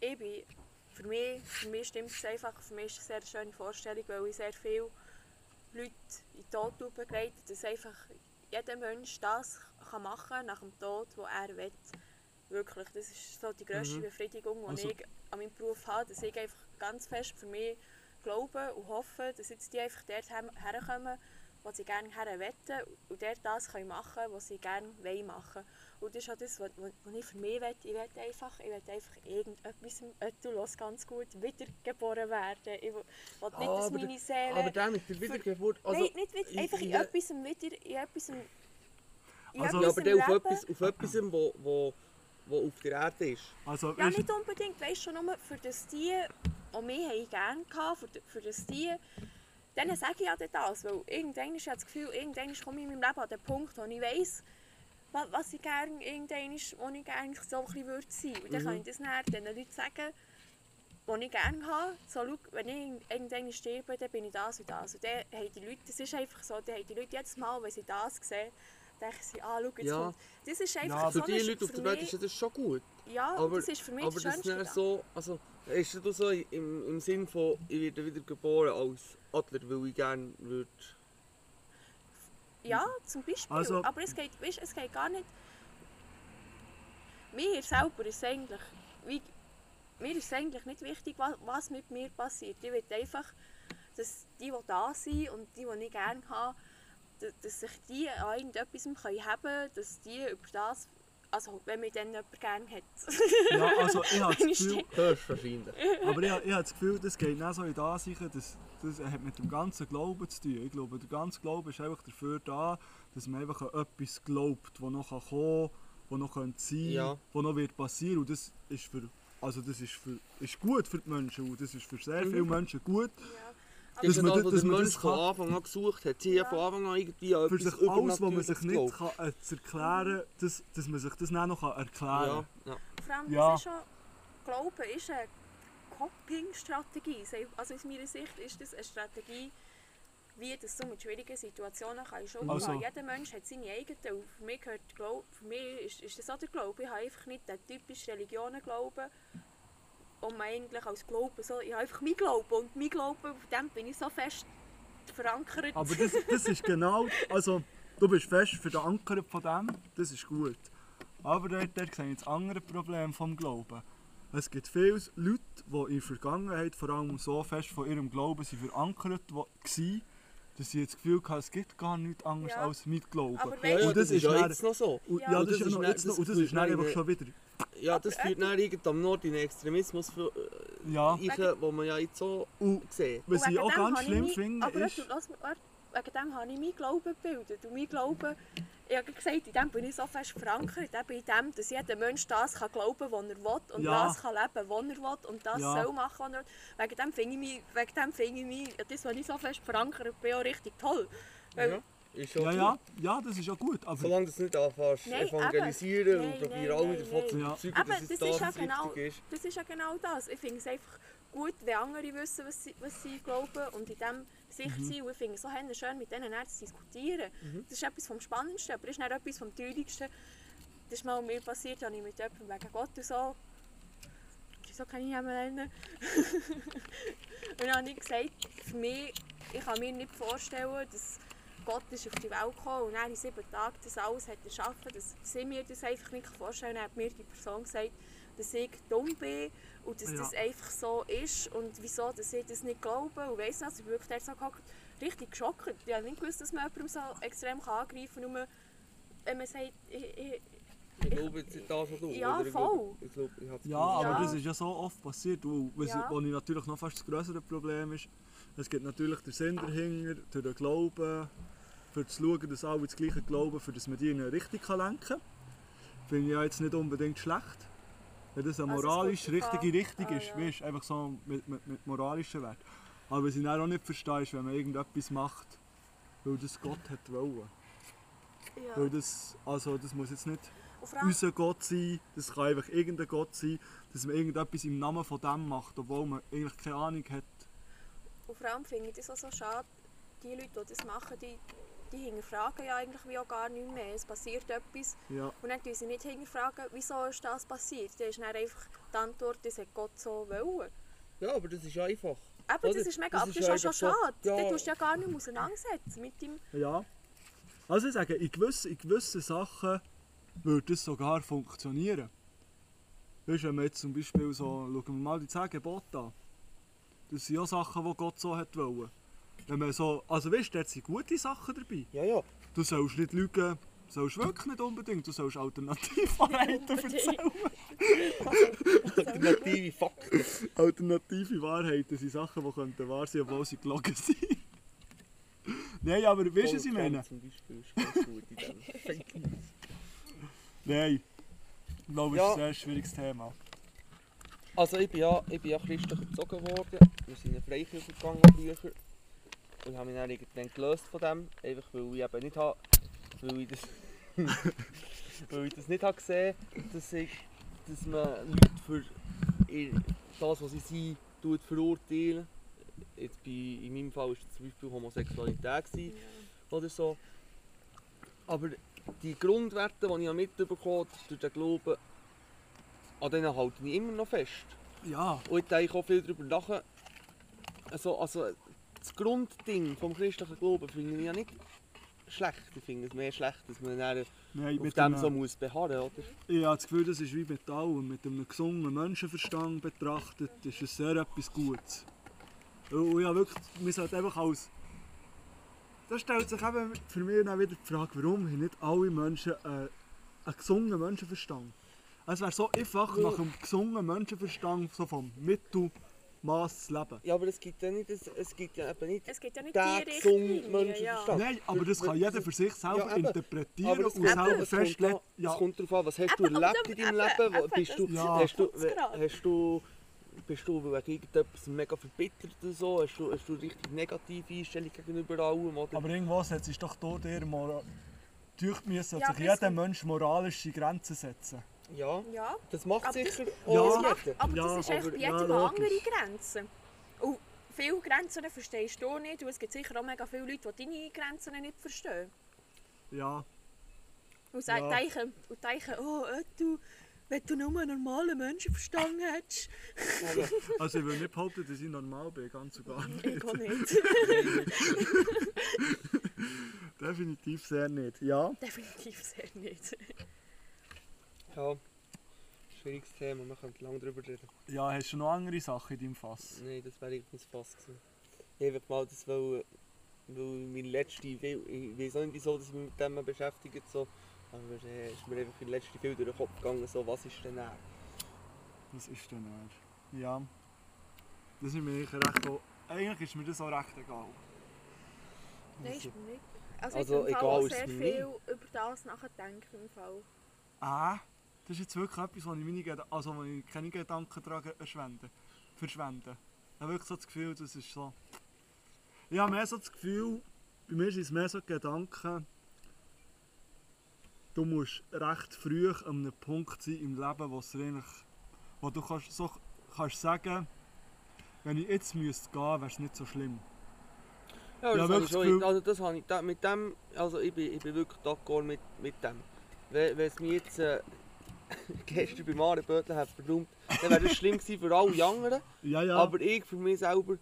Speaker 6: Ich bin, für mich, für mich stimmt es einfach, für mich ist es eine sehr schöne Vorstellung, weil ich sehr viele Leute in den Tod begleite, dass einfach jeder Mensch das kann machen nach dem Tod, was er will. Wirklich, das ist so die
Speaker 8: Mhm.
Speaker 6: grösste Befriedigung, die
Speaker 4: Also-
Speaker 6: ich an meinem Beruf habe, dass ich einfach ganz fest für mich glaube und hoffe, dass jetzt die einfach dort hem- herkommen, wo sie gerne herwetten und dort das können machen was sie gerne wollen machen. Und das ist auch das, was, was was ich für mich will. Ich will einfach, ich will einfach irgendetwas im Öttulos ganz gut wiedergeboren werden. Ich will will nicht, dass
Speaker 8: aber-
Speaker 6: meine Seele...
Speaker 8: Aber dann mit der Wiedergeburt, also...
Speaker 6: Nein, nicht wieder,
Speaker 8: in-
Speaker 6: einfach in
Speaker 8: in-
Speaker 6: etwas wieder, in etwas in
Speaker 4: Also-
Speaker 8: Ja,
Speaker 6: etwas
Speaker 8: aber
Speaker 6: im
Speaker 8: dann auf
Speaker 6: Leben.
Speaker 8: etwas, auf etwas wo, wo, wo auf der Erde ist.
Speaker 4: Also,
Speaker 6: Ja,
Speaker 4: weisst-
Speaker 6: nicht unbedingt, weißt schon nur, für das die, die mich haben gerne hatten, für, für das die, denen sage ich ja dann das, weil irgendwann habe ich das Gefühl, irgendwann komme ich in meinem Leben an den Punkt, wo ich weiss, was, was ich gerne, irgendwann, wo ich gerne so ein bisschen würde sein. Und dann
Speaker 8: Mhm.
Speaker 6: kann ich das dann den Leuten sagen, die ich gerne habe, so, schau, wenn ich irgend- irgendwann sterbe, dann bin ich das und das. Und dann haben die Leute, das ist einfach so, dann haben die Leute jedes Mal, wenn sie das sehen, denken sie, ah, schau, jetzt
Speaker 8: Ja.
Speaker 6: kommt... Das ist einfach
Speaker 8: Für die
Speaker 6: so... Ah. Also, das-
Speaker 8: Leute auf
Speaker 6: für
Speaker 8: der Welt
Speaker 6: mich-
Speaker 8: ist das schon gut.
Speaker 6: Ja,
Speaker 8: Aber,
Speaker 6: das ist für mich
Speaker 8: aber
Speaker 6: das
Speaker 8: das
Speaker 6: Schönste.
Speaker 8: dann
Speaker 6: daran.
Speaker 8: so, also, ist das so im, im Sinn von, ich werde wieder geboren als Adler, weil ich gerne würde...
Speaker 6: Ja, zum Beispiel.
Speaker 4: Also-
Speaker 6: aber es geht, weißt, es geht gar nicht. Mir selber ist eigentlich. Wie, mir ist eigentlich nicht wichtig, was, was mit mir passiert. Ich will einfach, dass die, die da sind und die, die ich gerne habe, dass, dass sich die an irgendetwas haben können, dass die über das. Also, wenn mich dann jemand gerne hat.
Speaker 4: ja, also ich habe das
Speaker 6: Wenn ich
Speaker 4: Gefühl,
Speaker 6: stehe-
Speaker 8: Hörst wahrscheinlich.
Speaker 4: Aber ich, ich habe das Gefühl, das geht nicht so in das sicher, das, das hat mit dem ganzen Glauben zu tun. Ich glaube, der ganze Glaube ist einfach dafür da, dass man einfach an etwas glaubt, was noch kommen kann, was noch sein könnte,
Speaker 8: Ja.
Speaker 4: was noch wird passieren Und das ist für... Also das ist, für, ist gut für die Menschen und das ist für
Speaker 6: Mhm.
Speaker 4: sehr viele Menschen gut.
Speaker 8: Das ist
Speaker 4: Dass man
Speaker 8: das,
Speaker 4: das-
Speaker 8: was
Speaker 4: dass
Speaker 8: der
Speaker 4: man
Speaker 8: Mensch
Speaker 4: das
Speaker 8: von
Speaker 4: kann.
Speaker 8: Anfang an gesucht hat. Sie haben von Anfang an irgendwie an
Speaker 4: Für
Speaker 8: etwas
Speaker 4: sich alles, was man
Speaker 8: Übernatürliches
Speaker 4: sich nicht
Speaker 8: geglaubt.
Speaker 4: kann, äh, zu erklären kann, dass, dass man sich das dann noch erklären kann.
Speaker 8: Ja, ja.
Speaker 6: Vor allem,
Speaker 4: Ja.
Speaker 6: das ist schon, Glauben ist eine Coping-Strategie. Also aus meiner Sicht ist das eine Strategie, wie dass du mit schwierigen Situationen kannst umgehen
Speaker 4: Also-
Speaker 6: Jeder Mensch hat seine eigenen. Und für mich, gehört Glaube, für mich ist, ist das auch der Glaube. Ich habe einfach nicht den typischen Religionen-Glauben. Und man eigentlich als Glauben, so, ich habe einfach meinen Glauben. Und mein Glauben, auf dem bin ich so fest verankert.
Speaker 4: Aber das, das ist genau. Also, du bist fest verankert von dem, das ist gut. Aber dort, dort sehe ich das andere Problem vom Glauben. Es gibt viele Leute, die in der Vergangenheit vor allem so fest von ihrem Glauben sind verankert wo- waren, dass sie das Gefühl hatten, es gibt gar nichts anderes
Speaker 6: Ja.
Speaker 4: als mit Glauben.
Speaker 6: Aber
Speaker 8: Ja,
Speaker 6: weißt
Speaker 8: ja,
Speaker 4: Und das
Speaker 8: das ist
Speaker 4: ist
Speaker 8: ja
Speaker 4: dann-
Speaker 8: jetzt noch so.
Speaker 4: Und, ja, dus
Speaker 6: Ja.
Speaker 4: das, ist ja noch,
Speaker 8: dann-
Speaker 4: jetzt noch, und das ist
Speaker 8: führt
Speaker 4: dann
Speaker 8: dann
Speaker 4: einfach
Speaker 8: in-
Speaker 4: schon wieder.
Speaker 8: Ja, das
Speaker 6: Aber
Speaker 8: führt dann irgend am Nord in den Extremismus für,
Speaker 4: Ja.
Speaker 8: ich, wo man ja jetzt so
Speaker 4: Und
Speaker 8: sieht.
Speaker 6: Und
Speaker 4: was ich
Speaker 6: wegen
Speaker 4: auch
Speaker 6: dem
Speaker 4: ganz
Speaker 6: habe ich
Speaker 4: schlimm
Speaker 6: mich-
Speaker 4: finde,
Speaker 6: aber
Speaker 4: ist.
Speaker 6: warte, lass mich- warte, wegen dem habe ich meinen Glauben gebildet. Und mein Glauben, ich habe gesagt, in dem bin ich so fest verankert, eben in dem, dass jeder Mensch das kann glauben kann, was er will, und
Speaker 4: Ja.
Speaker 6: das kann leben, was er will, und das
Speaker 4: Ja.
Speaker 6: soll machen, was er will. Wegen dem finde ich mich, wegen dem finde ich mich, ja, das, was ich so fest verankert bin, auch richtig toll. Weil,
Speaker 8: Ja, ist
Speaker 4: Ja,
Speaker 8: gut.
Speaker 4: ja, ja, das ist ja gut. Aber
Speaker 8: Solange du es nicht anfängst,
Speaker 6: Nein,
Speaker 8: evangelisieren
Speaker 6: eben.
Speaker 8: und
Speaker 6: Nein,
Speaker 8: probier
Speaker 6: nein,
Speaker 8: alle
Speaker 6: nein,
Speaker 8: davon zu
Speaker 4: nein.
Speaker 8: überzeugen,
Speaker 6: Eben,
Speaker 8: dass
Speaker 6: das
Speaker 8: es
Speaker 6: ist
Speaker 8: das,
Speaker 6: ja
Speaker 8: das
Speaker 6: genau,
Speaker 8: Richtige ist.
Speaker 6: das ist ja genau das. Ich finde es einfach gut, wenn andere wissen, was sie, was sie glauben und in dem sicher
Speaker 8: Mhm.
Speaker 6: sind. Und ich finde es so hände schön, mit denen dann zu diskutieren. Das ist etwas vom Spannendsten, aber das ist nicht etwas vom Traurigsten. Das ist mal mir passiert, als ich mit jemandem wegen Gott und so... Wieso kann ich jemanden nennen? und dann habe ich gesagt, für mich, ich kann mir nicht vorstellen, dass Gott ist auf die Welt gekommen und dann in sieben Tagen das alles hat erschaffen. Das sind mir das einfach nicht vorstellen. Dann hat mir die Person gesagt, dass ich dumm bin und dass
Speaker 8: Ja.
Speaker 6: das einfach so ist und wieso dass ich das nicht glaube. Und weiss nicht, also ich bin wirklich dort so gehockt, richtig geschockt. Ich habe nicht gewusst, dass man jemandem so extrem kann angreifen kann, nur wenn man sagt, ich, ich,
Speaker 5: Ich glaube, jetzt ist das schon du.
Speaker 6: Ja,
Speaker 5: oder? Ich
Speaker 6: voll.
Speaker 5: glaube, ich glaube, ich hab's
Speaker 4: Ja, aber
Speaker 6: Ja.
Speaker 4: das ist ja so oft passiert, wo, was
Speaker 6: Ja.
Speaker 4: wo ich natürlich noch fast das größere Problem ist. Es gibt natürlich den Sinn dahinter, durch den Glauben, für zu schauen, dass alle das gleiche glauben, für dass man die in eine Richtung kann lenken kann. Finde ich ja jetzt nicht unbedingt schlecht. Wenn das eine
Speaker 6: Also es
Speaker 4: moralisch
Speaker 6: kommt drauf an.
Speaker 4: richtige Richtung
Speaker 6: Ah,
Speaker 4: ist,
Speaker 6: ja.
Speaker 4: weißt, einfach so mit, mit, mit moralischen Wert. Aber was ich dann auch nicht verstehe, ist, wenn man irgendetwas macht, weil das Gott hat wollen.
Speaker 6: ja.
Speaker 4: Weil das, also das muss jetzt nicht
Speaker 6: Und vor allem-
Speaker 4: unser Gott sein, das kann einfach irgendein Gott sein, dass man irgendetwas im Namen von dem macht, obwohl man eigentlich keine Ahnung hat.
Speaker 6: Und vor allem finde ich das auch so schade, die Leute, die das machen, die, die hinterfragen ja eigentlich wie auch gar nicht mehr. Es passiert etwas
Speaker 4: Ja,
Speaker 6: und dann tun sie nicht hinterfragen, wieso ist das passiert. Dann ist dann einfach die Antwort, das hat Gott so wollen.
Speaker 5: Ja, aber das ist einfach.
Speaker 6: Eben, das
Speaker 5: Oder?
Speaker 6: ist mega
Speaker 5: Das
Speaker 6: ab,
Speaker 5: ist
Speaker 6: das ist auch schon
Speaker 5: einfach so,
Speaker 6: schade.
Speaker 5: ja.
Speaker 6: Dann tust du ja gar nicht mehr auseinandersetzen mit dem...
Speaker 4: ja. Also ich sage, in gewissen, in gewissen Sachen würde das sogar funktionieren. Weißt du, wenn wir jetzt zum Beispiel so, schauen wir mal die 10 Gebote an. Das sind ja Sachen, die Gott so hat wollen. Wenn man so, also weißt du, da sind gute Sachen dabei.
Speaker 5: Ja, ja.
Speaker 4: Du sollst nicht lügen, du sollst wirklich nicht unbedingt, du sollst Alternativwahrheiten erzählen.
Speaker 5: Alternative Fakten.
Speaker 4: Alternative Wahrheiten sind Sachen, die könnten wahr sein, obwohl sie gelogen sind. Nein, aber weißt du, was ich meine?
Speaker 5: Zum Beispiel ist ganz gut in dem. Fake News.
Speaker 4: Nein. Ich glaube,
Speaker 5: Ja.
Speaker 4: es ist ein sehr schwieriges Thema.
Speaker 5: Also ich bin ja, ich bin ja christlich erzogen worden. Wir sind in eine Freikirche gegangen früher. Und haben mich dann irgendwann gelöst von dem. Einfach weil ich eben nicht habe... Weil ich das... weil ich das nicht habe gesehen dass ich... Dass man Leute für ihr- das, was sie sind, tut verurteilen. Jetzt bei, in meinem Fall war es zum Beispiel Homosexualität gewesen, oder so. Aber die Grundwerte, die ich habe mitbekommen habe, durch den Glauben, an denen halte ich immer noch fest.
Speaker 4: Ja.
Speaker 5: Und ich denke auch viel darüber nach. Also, also das Grundding vom christlichen Glauben finde ich ja nicht schlecht. Ich finde es mehr schlecht, dass man dann
Speaker 4: Nein,
Speaker 5: auf
Speaker 4: mit
Speaker 5: dem
Speaker 4: einem,
Speaker 5: so muss beharren muss.
Speaker 4: ich habe das Gefühl, das ist wie mit allem. Mit einem gesunden Menschenverstand betrachtet ist es sehr etwas Gutes. Und ja, wirklich, man sollte einfach als... Da stellt sich eben für mich dann wieder die Frage, warum haben nicht alle Menschen äh, einen gesunden Menschenverstand? Es wäre so einfach, nach einem gesunden Menschenverstand so vom Mittelmaß zu leben.
Speaker 5: Ja, aber es gibt ja nicht, es, es gibt ja eben nicht
Speaker 6: Es gibt ja nicht
Speaker 5: den
Speaker 6: die
Speaker 5: gesunden
Speaker 6: Richtlinie. Ja.
Speaker 5: Menschenverstand.
Speaker 4: Nein, aber das kann jeder für sich selber
Speaker 5: Ja, eben.
Speaker 4: interpretieren und
Speaker 5: es kommt-
Speaker 4: selber
Speaker 5: es kommt
Speaker 4: festlegen.
Speaker 5: drauf-
Speaker 4: Ja,
Speaker 5: Es kommt darauf an, was hast du
Speaker 6: Eben, aber
Speaker 5: erlebt in deinem
Speaker 6: eben,
Speaker 5: Leben? Wo-
Speaker 6: eben,
Speaker 5: Bist du,
Speaker 6: das-
Speaker 4: Ja.
Speaker 5: hast du,
Speaker 6: das gerade.
Speaker 5: hast du, bist du wegen irgendetwas mega verbittert oder so? Hast du, hast du richtig negative Einstellung gegenüber allem? Oder?
Speaker 4: aber irgendwas hat sich doch dort eher moral... Tücht müssen,
Speaker 6: Ja,
Speaker 4: dass sich
Speaker 6: aber es-
Speaker 4: jeder Mensch moralische Grenzen setzen.
Speaker 5: ja,
Speaker 6: Ja,
Speaker 5: das macht
Speaker 6: Aber das-
Speaker 5: sicher
Speaker 6: das
Speaker 5: auch
Speaker 6: macht,
Speaker 5: jeder.
Speaker 6: aber
Speaker 4: Ja,
Speaker 6: das ist eigentlich bei
Speaker 4: aber-
Speaker 6: jedem
Speaker 4: ja,
Speaker 6: eine
Speaker 4: logisch.
Speaker 6: andere Grenze. Und viele Grenzen verstehst du nicht und es gibt sicher auch mega viele Leute, die deine Grenzen nicht verstehen.
Speaker 4: Ja,
Speaker 6: Und
Speaker 4: Ja.
Speaker 6: ja. denken, und denken oh, äh, du, wenn du nur einen normalen Menschenverstand hättest.
Speaker 4: also ich will nicht behaupten, dass ich normal bin, ganz und gar nicht.
Speaker 6: Ich kann nicht.
Speaker 4: Definitiv sehr nicht, ja.
Speaker 6: Definitiv sehr nicht.
Speaker 5: Ja, schwieriges Thema, man könnte lange darüber reden.
Speaker 4: Ja, hast du noch andere Sachen in deinem Fass?
Speaker 5: Nein, das wäre irgendwie Fass gewesen. Ich würde mal das wollen, weil mein letzter Film, ich weiß auch nicht wieso, dass ich mich mit dem beschäftige, so, aber äh, ist mir einfach in den letzten Film durch den Kopf gegangen, so, was ist denn er?
Speaker 4: Was ist denn er? Ja. Das ist mir eigentlich recht... o- Eigentlich ist mir das auch recht egal.
Speaker 6: Nein, ist mir nicht. Also,
Speaker 5: Also,
Speaker 6: ich
Speaker 5: egal,
Speaker 6: habe
Speaker 5: ist
Speaker 6: sehr
Speaker 5: es
Speaker 6: viel
Speaker 5: mir
Speaker 6: über das nachdenken im Fall.
Speaker 4: Ah, das ist jetzt wirklich etwas, wo ich, meine, Ged- also, wo ich keine Gedanken daran verschwende. verschwende. Ich habe wirklich so das Gefühl, das ist so... Ich habe mehr so das Gefühl, bei mir sind es mehr so die Gedanken, du musst recht früh an einem Punkt sein im Leben, wo, es eigentlich, wo du kannst, so kannst sagen, wenn ich jetzt müsste gehen, wäre es nicht so schlimm.
Speaker 5: Ja,
Speaker 4: Ja,
Speaker 5: aber das habe
Speaker 4: wirklich
Speaker 5: ich schon.
Speaker 4: Gefühl-
Speaker 5: Also das habe ich, da- mit dem, also ich bin, ich bin wirklich d'accord mit, mit dem. Wenn, wenn es mir jetzt äh, gestern beim Arenbötel hat verdammt, dann wäre das schlimm gewesen für alle anderen.
Speaker 4: Ja, ja.
Speaker 5: Aber ich für mich selber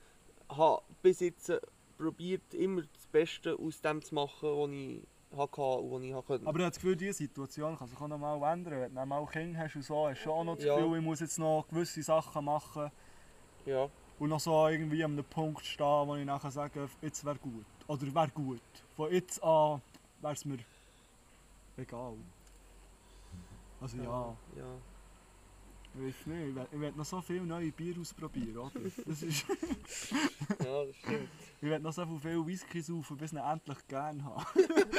Speaker 5: habe bis jetzt äh, probiert immer das Beste aus dem zu machen, was ich hatte und was ich konnte.
Speaker 4: Aber ich habe das Gefühl, diese Situation kann sich auch noch mal ändern. Wenn du mal Kinder hast und so, hast du schon auch noch das
Speaker 5: Ja.
Speaker 4: Gefühl, ich muss jetzt noch gewisse Sachen machen
Speaker 5: ja.
Speaker 4: und noch so irgendwie an einem Punkt stehen, wo ich nachher sage, jetzt wäre gut. Oder wäre gut. Von jetzt an wäre es mir egal. Also ja,
Speaker 5: ja.
Speaker 4: ich weiß nicht, ich will- ich will noch so viele neue Bier ausprobieren, oder? Das ist,
Speaker 5: Ja, das stimmt.
Speaker 4: ich will noch so viel Whisky saufen, bis ich ihn endlich gerne habe.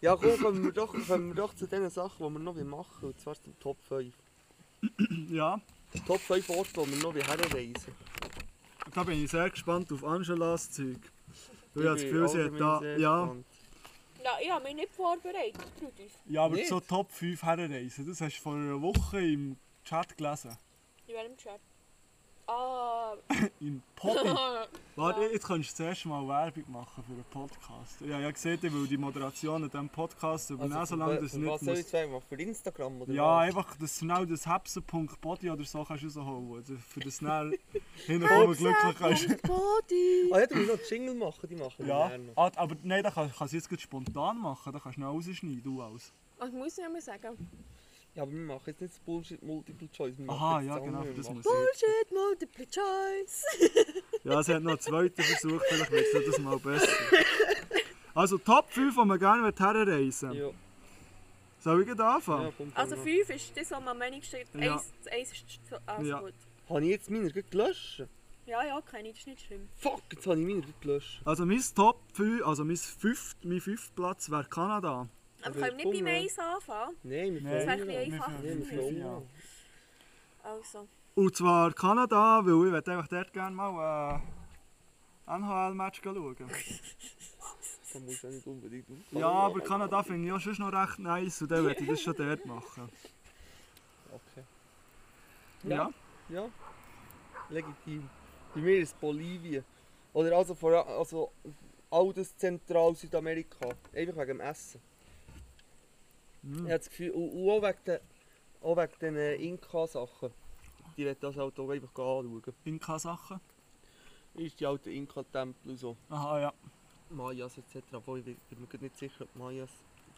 Speaker 5: Ja, komm, kommen wir doch, kommen wir doch zu den Sachen, die wir noch machen wollen, und zwar zum Top 5.
Speaker 4: Ja,
Speaker 5: Top 5 Orte, die wir noch herreisen
Speaker 4: da bin ich sehr gespannt auf Angelas Zeug. Ich habe das Gefühl, sie hat da... Ja,
Speaker 6: Ja, ich habe mich nicht vorbereitet, Rudolf.
Speaker 4: Ja, aber
Speaker 5: Nicht?
Speaker 4: so Top 5 herreisen, das hast du vor einer Woche im Chat gelesen.
Speaker 6: In welchem Chat? Ah,
Speaker 4: Im Podi. Warte, jetzt kannst du zuerst mal Werbung machen für einen Podcast. Ja, ja, gesehen, ich will die Moderation an diesem Podcast
Speaker 5: Also
Speaker 4: übernehmen, solange das nicht
Speaker 5: Was soll ich
Speaker 4: muss.
Speaker 5: sagen? Für Instagram oder
Speaker 4: Ja,
Speaker 5: was?
Speaker 4: einfach das schnell das Hepsen.body oder so kannst du rausholen. Also Für das schnell hinterkommen glücklich kannst.
Speaker 5: Ah ja, du musst noch die Jingle machen, die machen wir
Speaker 4: Ja,
Speaker 5: gerne noch.
Speaker 4: ah, aber nein, da kannst du es jetzt gerade spontan machen. Da kannst du schnell rausschneiden, du alles.
Speaker 6: Ah, ich muss ja mal sagen.
Speaker 5: Ja, aber wir machen jetzt nicht das Bullshit Multiple Choice. wir machen
Speaker 4: Aha,
Speaker 5: jetzt
Speaker 4: ja,
Speaker 5: das
Speaker 4: genau,
Speaker 5: andere,
Speaker 4: für das
Speaker 5: wir
Speaker 4: muss
Speaker 5: machen-
Speaker 4: ich.
Speaker 6: Bullshit, Multiple Choice.
Speaker 4: Ja, sie hat noch einen zweiten Versuch, vielleicht wird es das mal besser. Also Top 5, die man gerne herreisen will.
Speaker 5: Ja,
Speaker 4: Soll ich gleich
Speaker 5: ja,
Speaker 4: anfangen?
Speaker 5: komm, komm.
Speaker 6: Also
Speaker 5: noch.
Speaker 6: 5 ist das, was man am wenigsten...
Speaker 4: Ja.
Speaker 6: Eins, das eins ist zu- also
Speaker 4: Ja.
Speaker 6: gut.
Speaker 5: Habe ich jetzt meine gerade gelöscht?
Speaker 6: Ja, ja, kenne ich, das ist nicht schlimm.
Speaker 5: Fuck, jetzt habe ich meine gerade gelöscht.
Speaker 4: Also mein Top 5, also mein fünft, mein fünfter Platz wäre Kanada.
Speaker 6: Aber
Speaker 5: Also,
Speaker 6: können wir nicht
Speaker 5: komm,
Speaker 6: beim
Speaker 5: ja.
Speaker 6: 1 anfangen?
Speaker 5: Nein, wir
Speaker 4: Nein.
Speaker 5: fahren
Speaker 6: Das wäre ein bisschen einfacher.
Speaker 5: wir fahren
Speaker 4: Ja.
Speaker 5: um.
Speaker 6: Also,
Speaker 4: Und zwar Kanada, weil ich möchte einfach dort gerne mal äh, ein NHL-Match schauen.
Speaker 5: Da musst du ja nicht unbedingt Hm? aufpassen.
Speaker 4: Ja, aber Kanada finde ich auch sonst noch recht nice und dann würde ich das schon dort machen.
Speaker 5: Okay.
Speaker 4: Ja.
Speaker 5: Ja, legitim. Bei mir ist es Bolivien. Oder also vor also all das Zentral-Südamerika. Einfach wegen dem Essen.
Speaker 4: Mhm.
Speaker 5: Ich habe das Gefühl, und, und auch wegen den, auch wegen den äh, Inka-Sachen. Die werden das halt auch einfach anschauen.
Speaker 4: Inka-Sachen.
Speaker 5: Ist die alten Inka-Tempel und so.
Speaker 4: Aha, ja.
Speaker 5: Mayas etc. Obwohl ich bin, bin mir grad nicht sicher, ob Mayas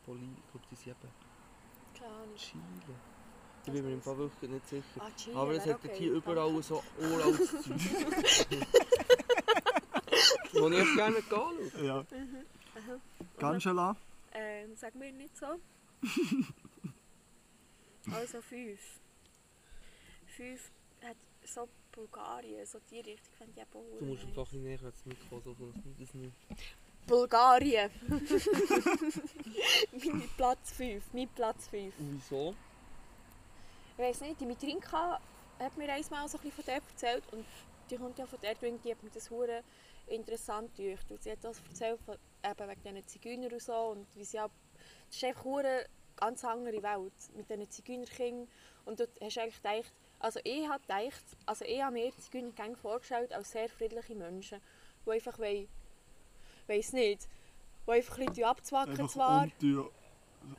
Speaker 5: Bolivien, ich glaube, die sind eben
Speaker 6: keine Ahnung.
Speaker 5: Chile. Ich bin mir im Fall wirklich nicht sicher.
Speaker 6: Ah, Chile,
Speaker 5: Aber es
Speaker 6: wäre
Speaker 5: hat
Speaker 6: okay.
Speaker 5: hier überall so uraltes Zeug. Wo ich echt gerne gehe.
Speaker 4: ja.
Speaker 5: Mhm.
Speaker 4: Ganschela.
Speaker 6: Ähm, sag mir nicht so. also fünf. Fünf hat so Bulgarien, so die Richtung fände ich eben auch
Speaker 5: Du musst
Speaker 6: nice.
Speaker 5: einfach nicht näher ans Mikro, so funktioniert das nicht.
Speaker 6: Bulgarien! mein Platz 5, mein Platz 5.
Speaker 5: Und wieso?
Speaker 6: Ich weiß nicht, die Mitrinka hat mir einmal so ein bisschen von der erzählt und die kommt ja von der und die hat mir das hure interessant gedacht. Und sie hat das erzählt von, eben wegen diesen Zigeuner und so und wie sie ab das ist einfach hure ganz andere Welt mit diesen Zigeunerkindern und du hast eigentlich gedacht, also ich habe gedacht, also ich habe mir Zigeunergänge vorgestellt als sehr friedliche Menschen, die einfach wei weiß nicht, die einfach ein bisschen abzwacken
Speaker 4: Einfach
Speaker 6: zwar.
Speaker 4: um, die,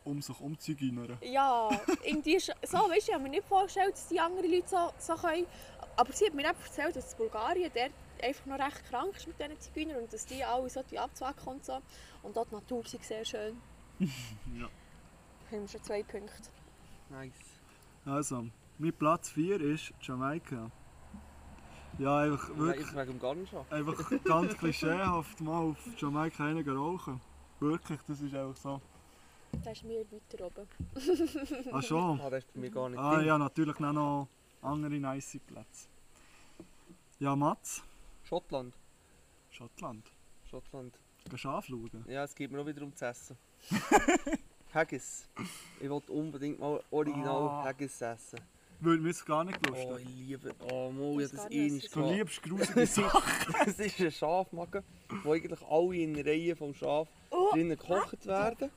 Speaker 4: um sich umzuginnern.
Speaker 6: Ja, irgendwie ist, so, weißt du, ich habe mir nicht vorgestellt, dass die anderen Leute so, so können. Aber sie hat mir eben erzählt, dass in Bulgarien der einfach noch recht krank ist mit diesen Zigeunern und dass die alle so die abzwacken und so. Und dort die Natur sei sehr schön.
Speaker 4: Ja.
Speaker 6: Haben wir schon zwei Punkte.
Speaker 5: Nice.
Speaker 4: Also, mein Platz 4 ist Jamaika. Ja, einfach wirklich...
Speaker 5: Wirklich? Wegen dem Garnschaf.
Speaker 4: einfach ganz klischeehaft mal auf Jamaika reinigen rauchen. Wirklich, das ist einfach so.
Speaker 6: Da ist mir weiter oben.
Speaker 4: Ah schon.
Speaker 5: Ah, das ist bei mir gar nicht
Speaker 4: Ah
Speaker 5: drin.
Speaker 4: ja, natürlich auch noch andere nice Plätze. Ja, Mats,
Speaker 5: Schottland.
Speaker 4: Schottland.
Speaker 5: Schottland.
Speaker 4: Gehst du anschauen?
Speaker 5: Ja, es geht mir auch wieder um zu essen. Haggis. Ich wollte unbedingt mal original
Speaker 4: Ah.
Speaker 5: Haggis essen.
Speaker 4: Würde mir jetzt gar nicht
Speaker 5: Oh, ich
Speaker 4: lusten.
Speaker 5: liebe... Oh, Mo, ich habe
Speaker 6: Das
Speaker 5: das
Speaker 6: gar nicht.
Speaker 5: eh nicht
Speaker 4: Du
Speaker 5: gehabt.
Speaker 4: liebst grusige Sachen.
Speaker 5: Es ist ein Schafmagen, wo eigentlich alle in Reihen vom Schaf
Speaker 6: Oh,
Speaker 5: drinnen gekocht werden.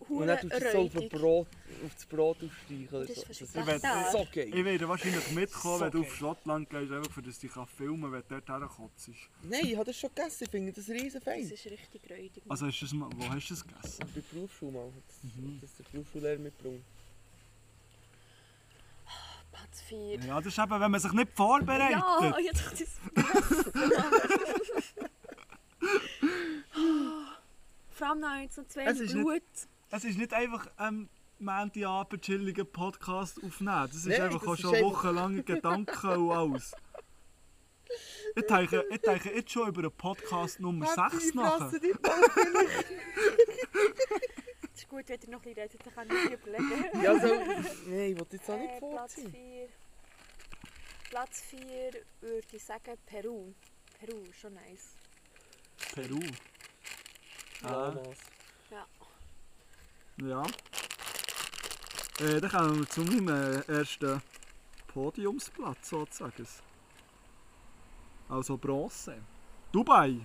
Speaker 5: Und
Speaker 6: hure
Speaker 5: dann tust du es so auf, ein
Speaker 6: räudig.
Speaker 5: Brot, auf das Brot aufstreichen. Oder
Speaker 6: Das
Speaker 5: so.
Speaker 6: ist
Speaker 5: Das ist
Speaker 6: fast
Speaker 4: will-
Speaker 6: da.
Speaker 5: so geil.
Speaker 4: Ich werde wahrscheinlich mitkommen,
Speaker 5: So
Speaker 4: wenn du
Speaker 5: geil.
Speaker 4: auf Schottland gehst, einfach für das ich kann filmen wenn du dort herkotzt.
Speaker 5: Nein, ich habe das schon gegessen. Ich finde das riesen
Speaker 6: Das
Speaker 5: fein.
Speaker 6: ist richtig räudig.
Speaker 4: Also hast du das mal, wo hast du das gegessen?
Speaker 5: Bei der Berufsschule
Speaker 4: Mhm.
Speaker 5: mal. Das, das ist der Berufsschullehrer mitbringt.
Speaker 6: Platz vier.
Speaker 4: Ja, das ist eben, wenn man sich nicht vorbereitet.
Speaker 6: Ja, jetzt dachte ich Vor allem noch jetzt noch zwei
Speaker 4: Es ist nicht-
Speaker 6: Blut.
Speaker 4: Es ist nicht einfach ähm, Montagabend chilligen Podcast aufnehmen. Das ist
Speaker 5: Nein,
Speaker 4: einfach
Speaker 5: das
Speaker 4: auch
Speaker 5: ist
Speaker 4: schon
Speaker 5: einfach-
Speaker 4: wochenlange Gedanken und alles. Ich denke, ich denke jetzt schon über den Podcast Nummer 6 nach.
Speaker 6: Es ist gut, wenn ihr noch ein bisschen redet, dann kann ich mir überlegen.
Speaker 5: Ja, so. Nein, ich wollte jetzt auch nicht
Speaker 6: Äh, Platz
Speaker 5: vorziehen.
Speaker 6: 4. Platz 4 würde ich sagen Peru. Peru, ist schon nice.
Speaker 4: Peru.
Speaker 5: Ja,
Speaker 4: Ah,
Speaker 5: was.
Speaker 4: ja. Äh, dann kommen wir zu meinem äh, ersten Podiumsplatz sozusagen. Also Bronze. Dubai.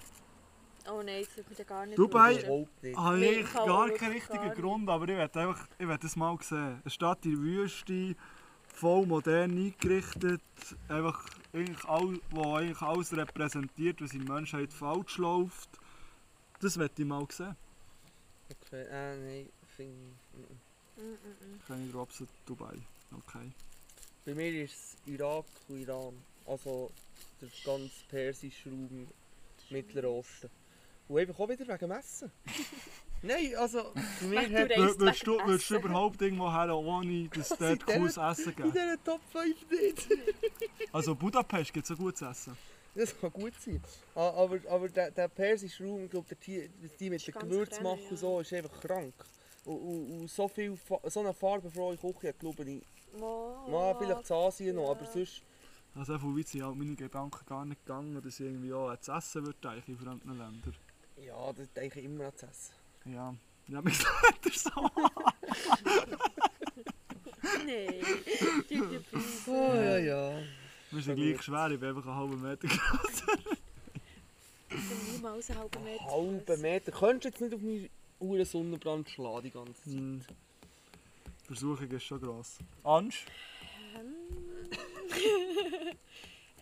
Speaker 6: Oh nein, das wird mir dann gar nicht
Speaker 4: Dubai-
Speaker 6: wünschen.
Speaker 5: Überhaupt nicht.
Speaker 4: Habe
Speaker 6: Nein,
Speaker 4: ich
Speaker 6: kann
Speaker 4: gar
Speaker 6: wirklich
Speaker 4: keinen richtigen
Speaker 6: gar nicht.
Speaker 4: Grund, aber ich werde einfach, ich werde das mal sehen. Eine Stadt in der Wüste, voll modern eingerichtet, einfach eigentlich all, wo eigentlich alles repräsentiert, was in der Menschheit falsch läuft. Das werde ich mal sehen.
Speaker 5: Okay, ah, nein, finde ich.
Speaker 6: Mm, mm, mm.
Speaker 4: Keine Dropsen Dubai. Okay.
Speaker 5: Bei mir ist es Irak und Iran. Also der ganze persische Raum, Mittlerer Osten. Und einfach auch wieder wegen dem Essen. Nein, also bei mir
Speaker 6: Wegen
Speaker 5: hat
Speaker 6: Reis
Speaker 4: Wür- Würdest du,
Speaker 6: wegen
Speaker 4: würdest du
Speaker 6: Essen.
Speaker 4: überhaupt irgendwo her, ohne dass es dort
Speaker 5: in der-
Speaker 4: cooles Essen
Speaker 5: in
Speaker 4: gibt?
Speaker 5: dieser Top 5 nicht.
Speaker 4: Also Budapest gibt es auch gutes Essen.
Speaker 5: Das kann gut sein. Ah, Aber, aber der, der persische Raum, ich glaube, der Tier- die mit
Speaker 6: Ist
Speaker 5: den
Speaker 6: ganz
Speaker 5: Gewürzen
Speaker 6: klein,
Speaker 5: machen
Speaker 6: ja.
Speaker 5: und so, ist einfach krank. Und, und, und so, viel, Fa- so eine farbenfrohe Küche hat, glaube ich,
Speaker 6: Mo-
Speaker 5: mal vielleicht zu Asien noch, aber
Speaker 6: Oh, ja.
Speaker 5: sonst...
Speaker 4: Also von weit sind halt meine Gedanken gar nicht gegangen, dass ich irgendwie auch zu essen würde eigentlich in fremden Ländern.
Speaker 5: Ja, das denke ich immer an das Essen.
Speaker 4: Ja, ja mich sagt er so.
Speaker 6: Nein. Die- die Preise.
Speaker 5: Oh, ja, ja.
Speaker 4: Wir sind
Speaker 5: Ja,
Speaker 4: gleich
Speaker 5: gut.
Speaker 4: schwer, ich bin einfach einen halben Meter.
Speaker 6: Ich bin niemals einen halben Meter.
Speaker 5: Halben Meter. Könntest du jetzt nicht auf meinen Uhren Sonnenbrand schlagen, die ganze Zeit?
Speaker 4: Die Versuchung ist schon gross. Ansch?
Speaker 6: Ähm.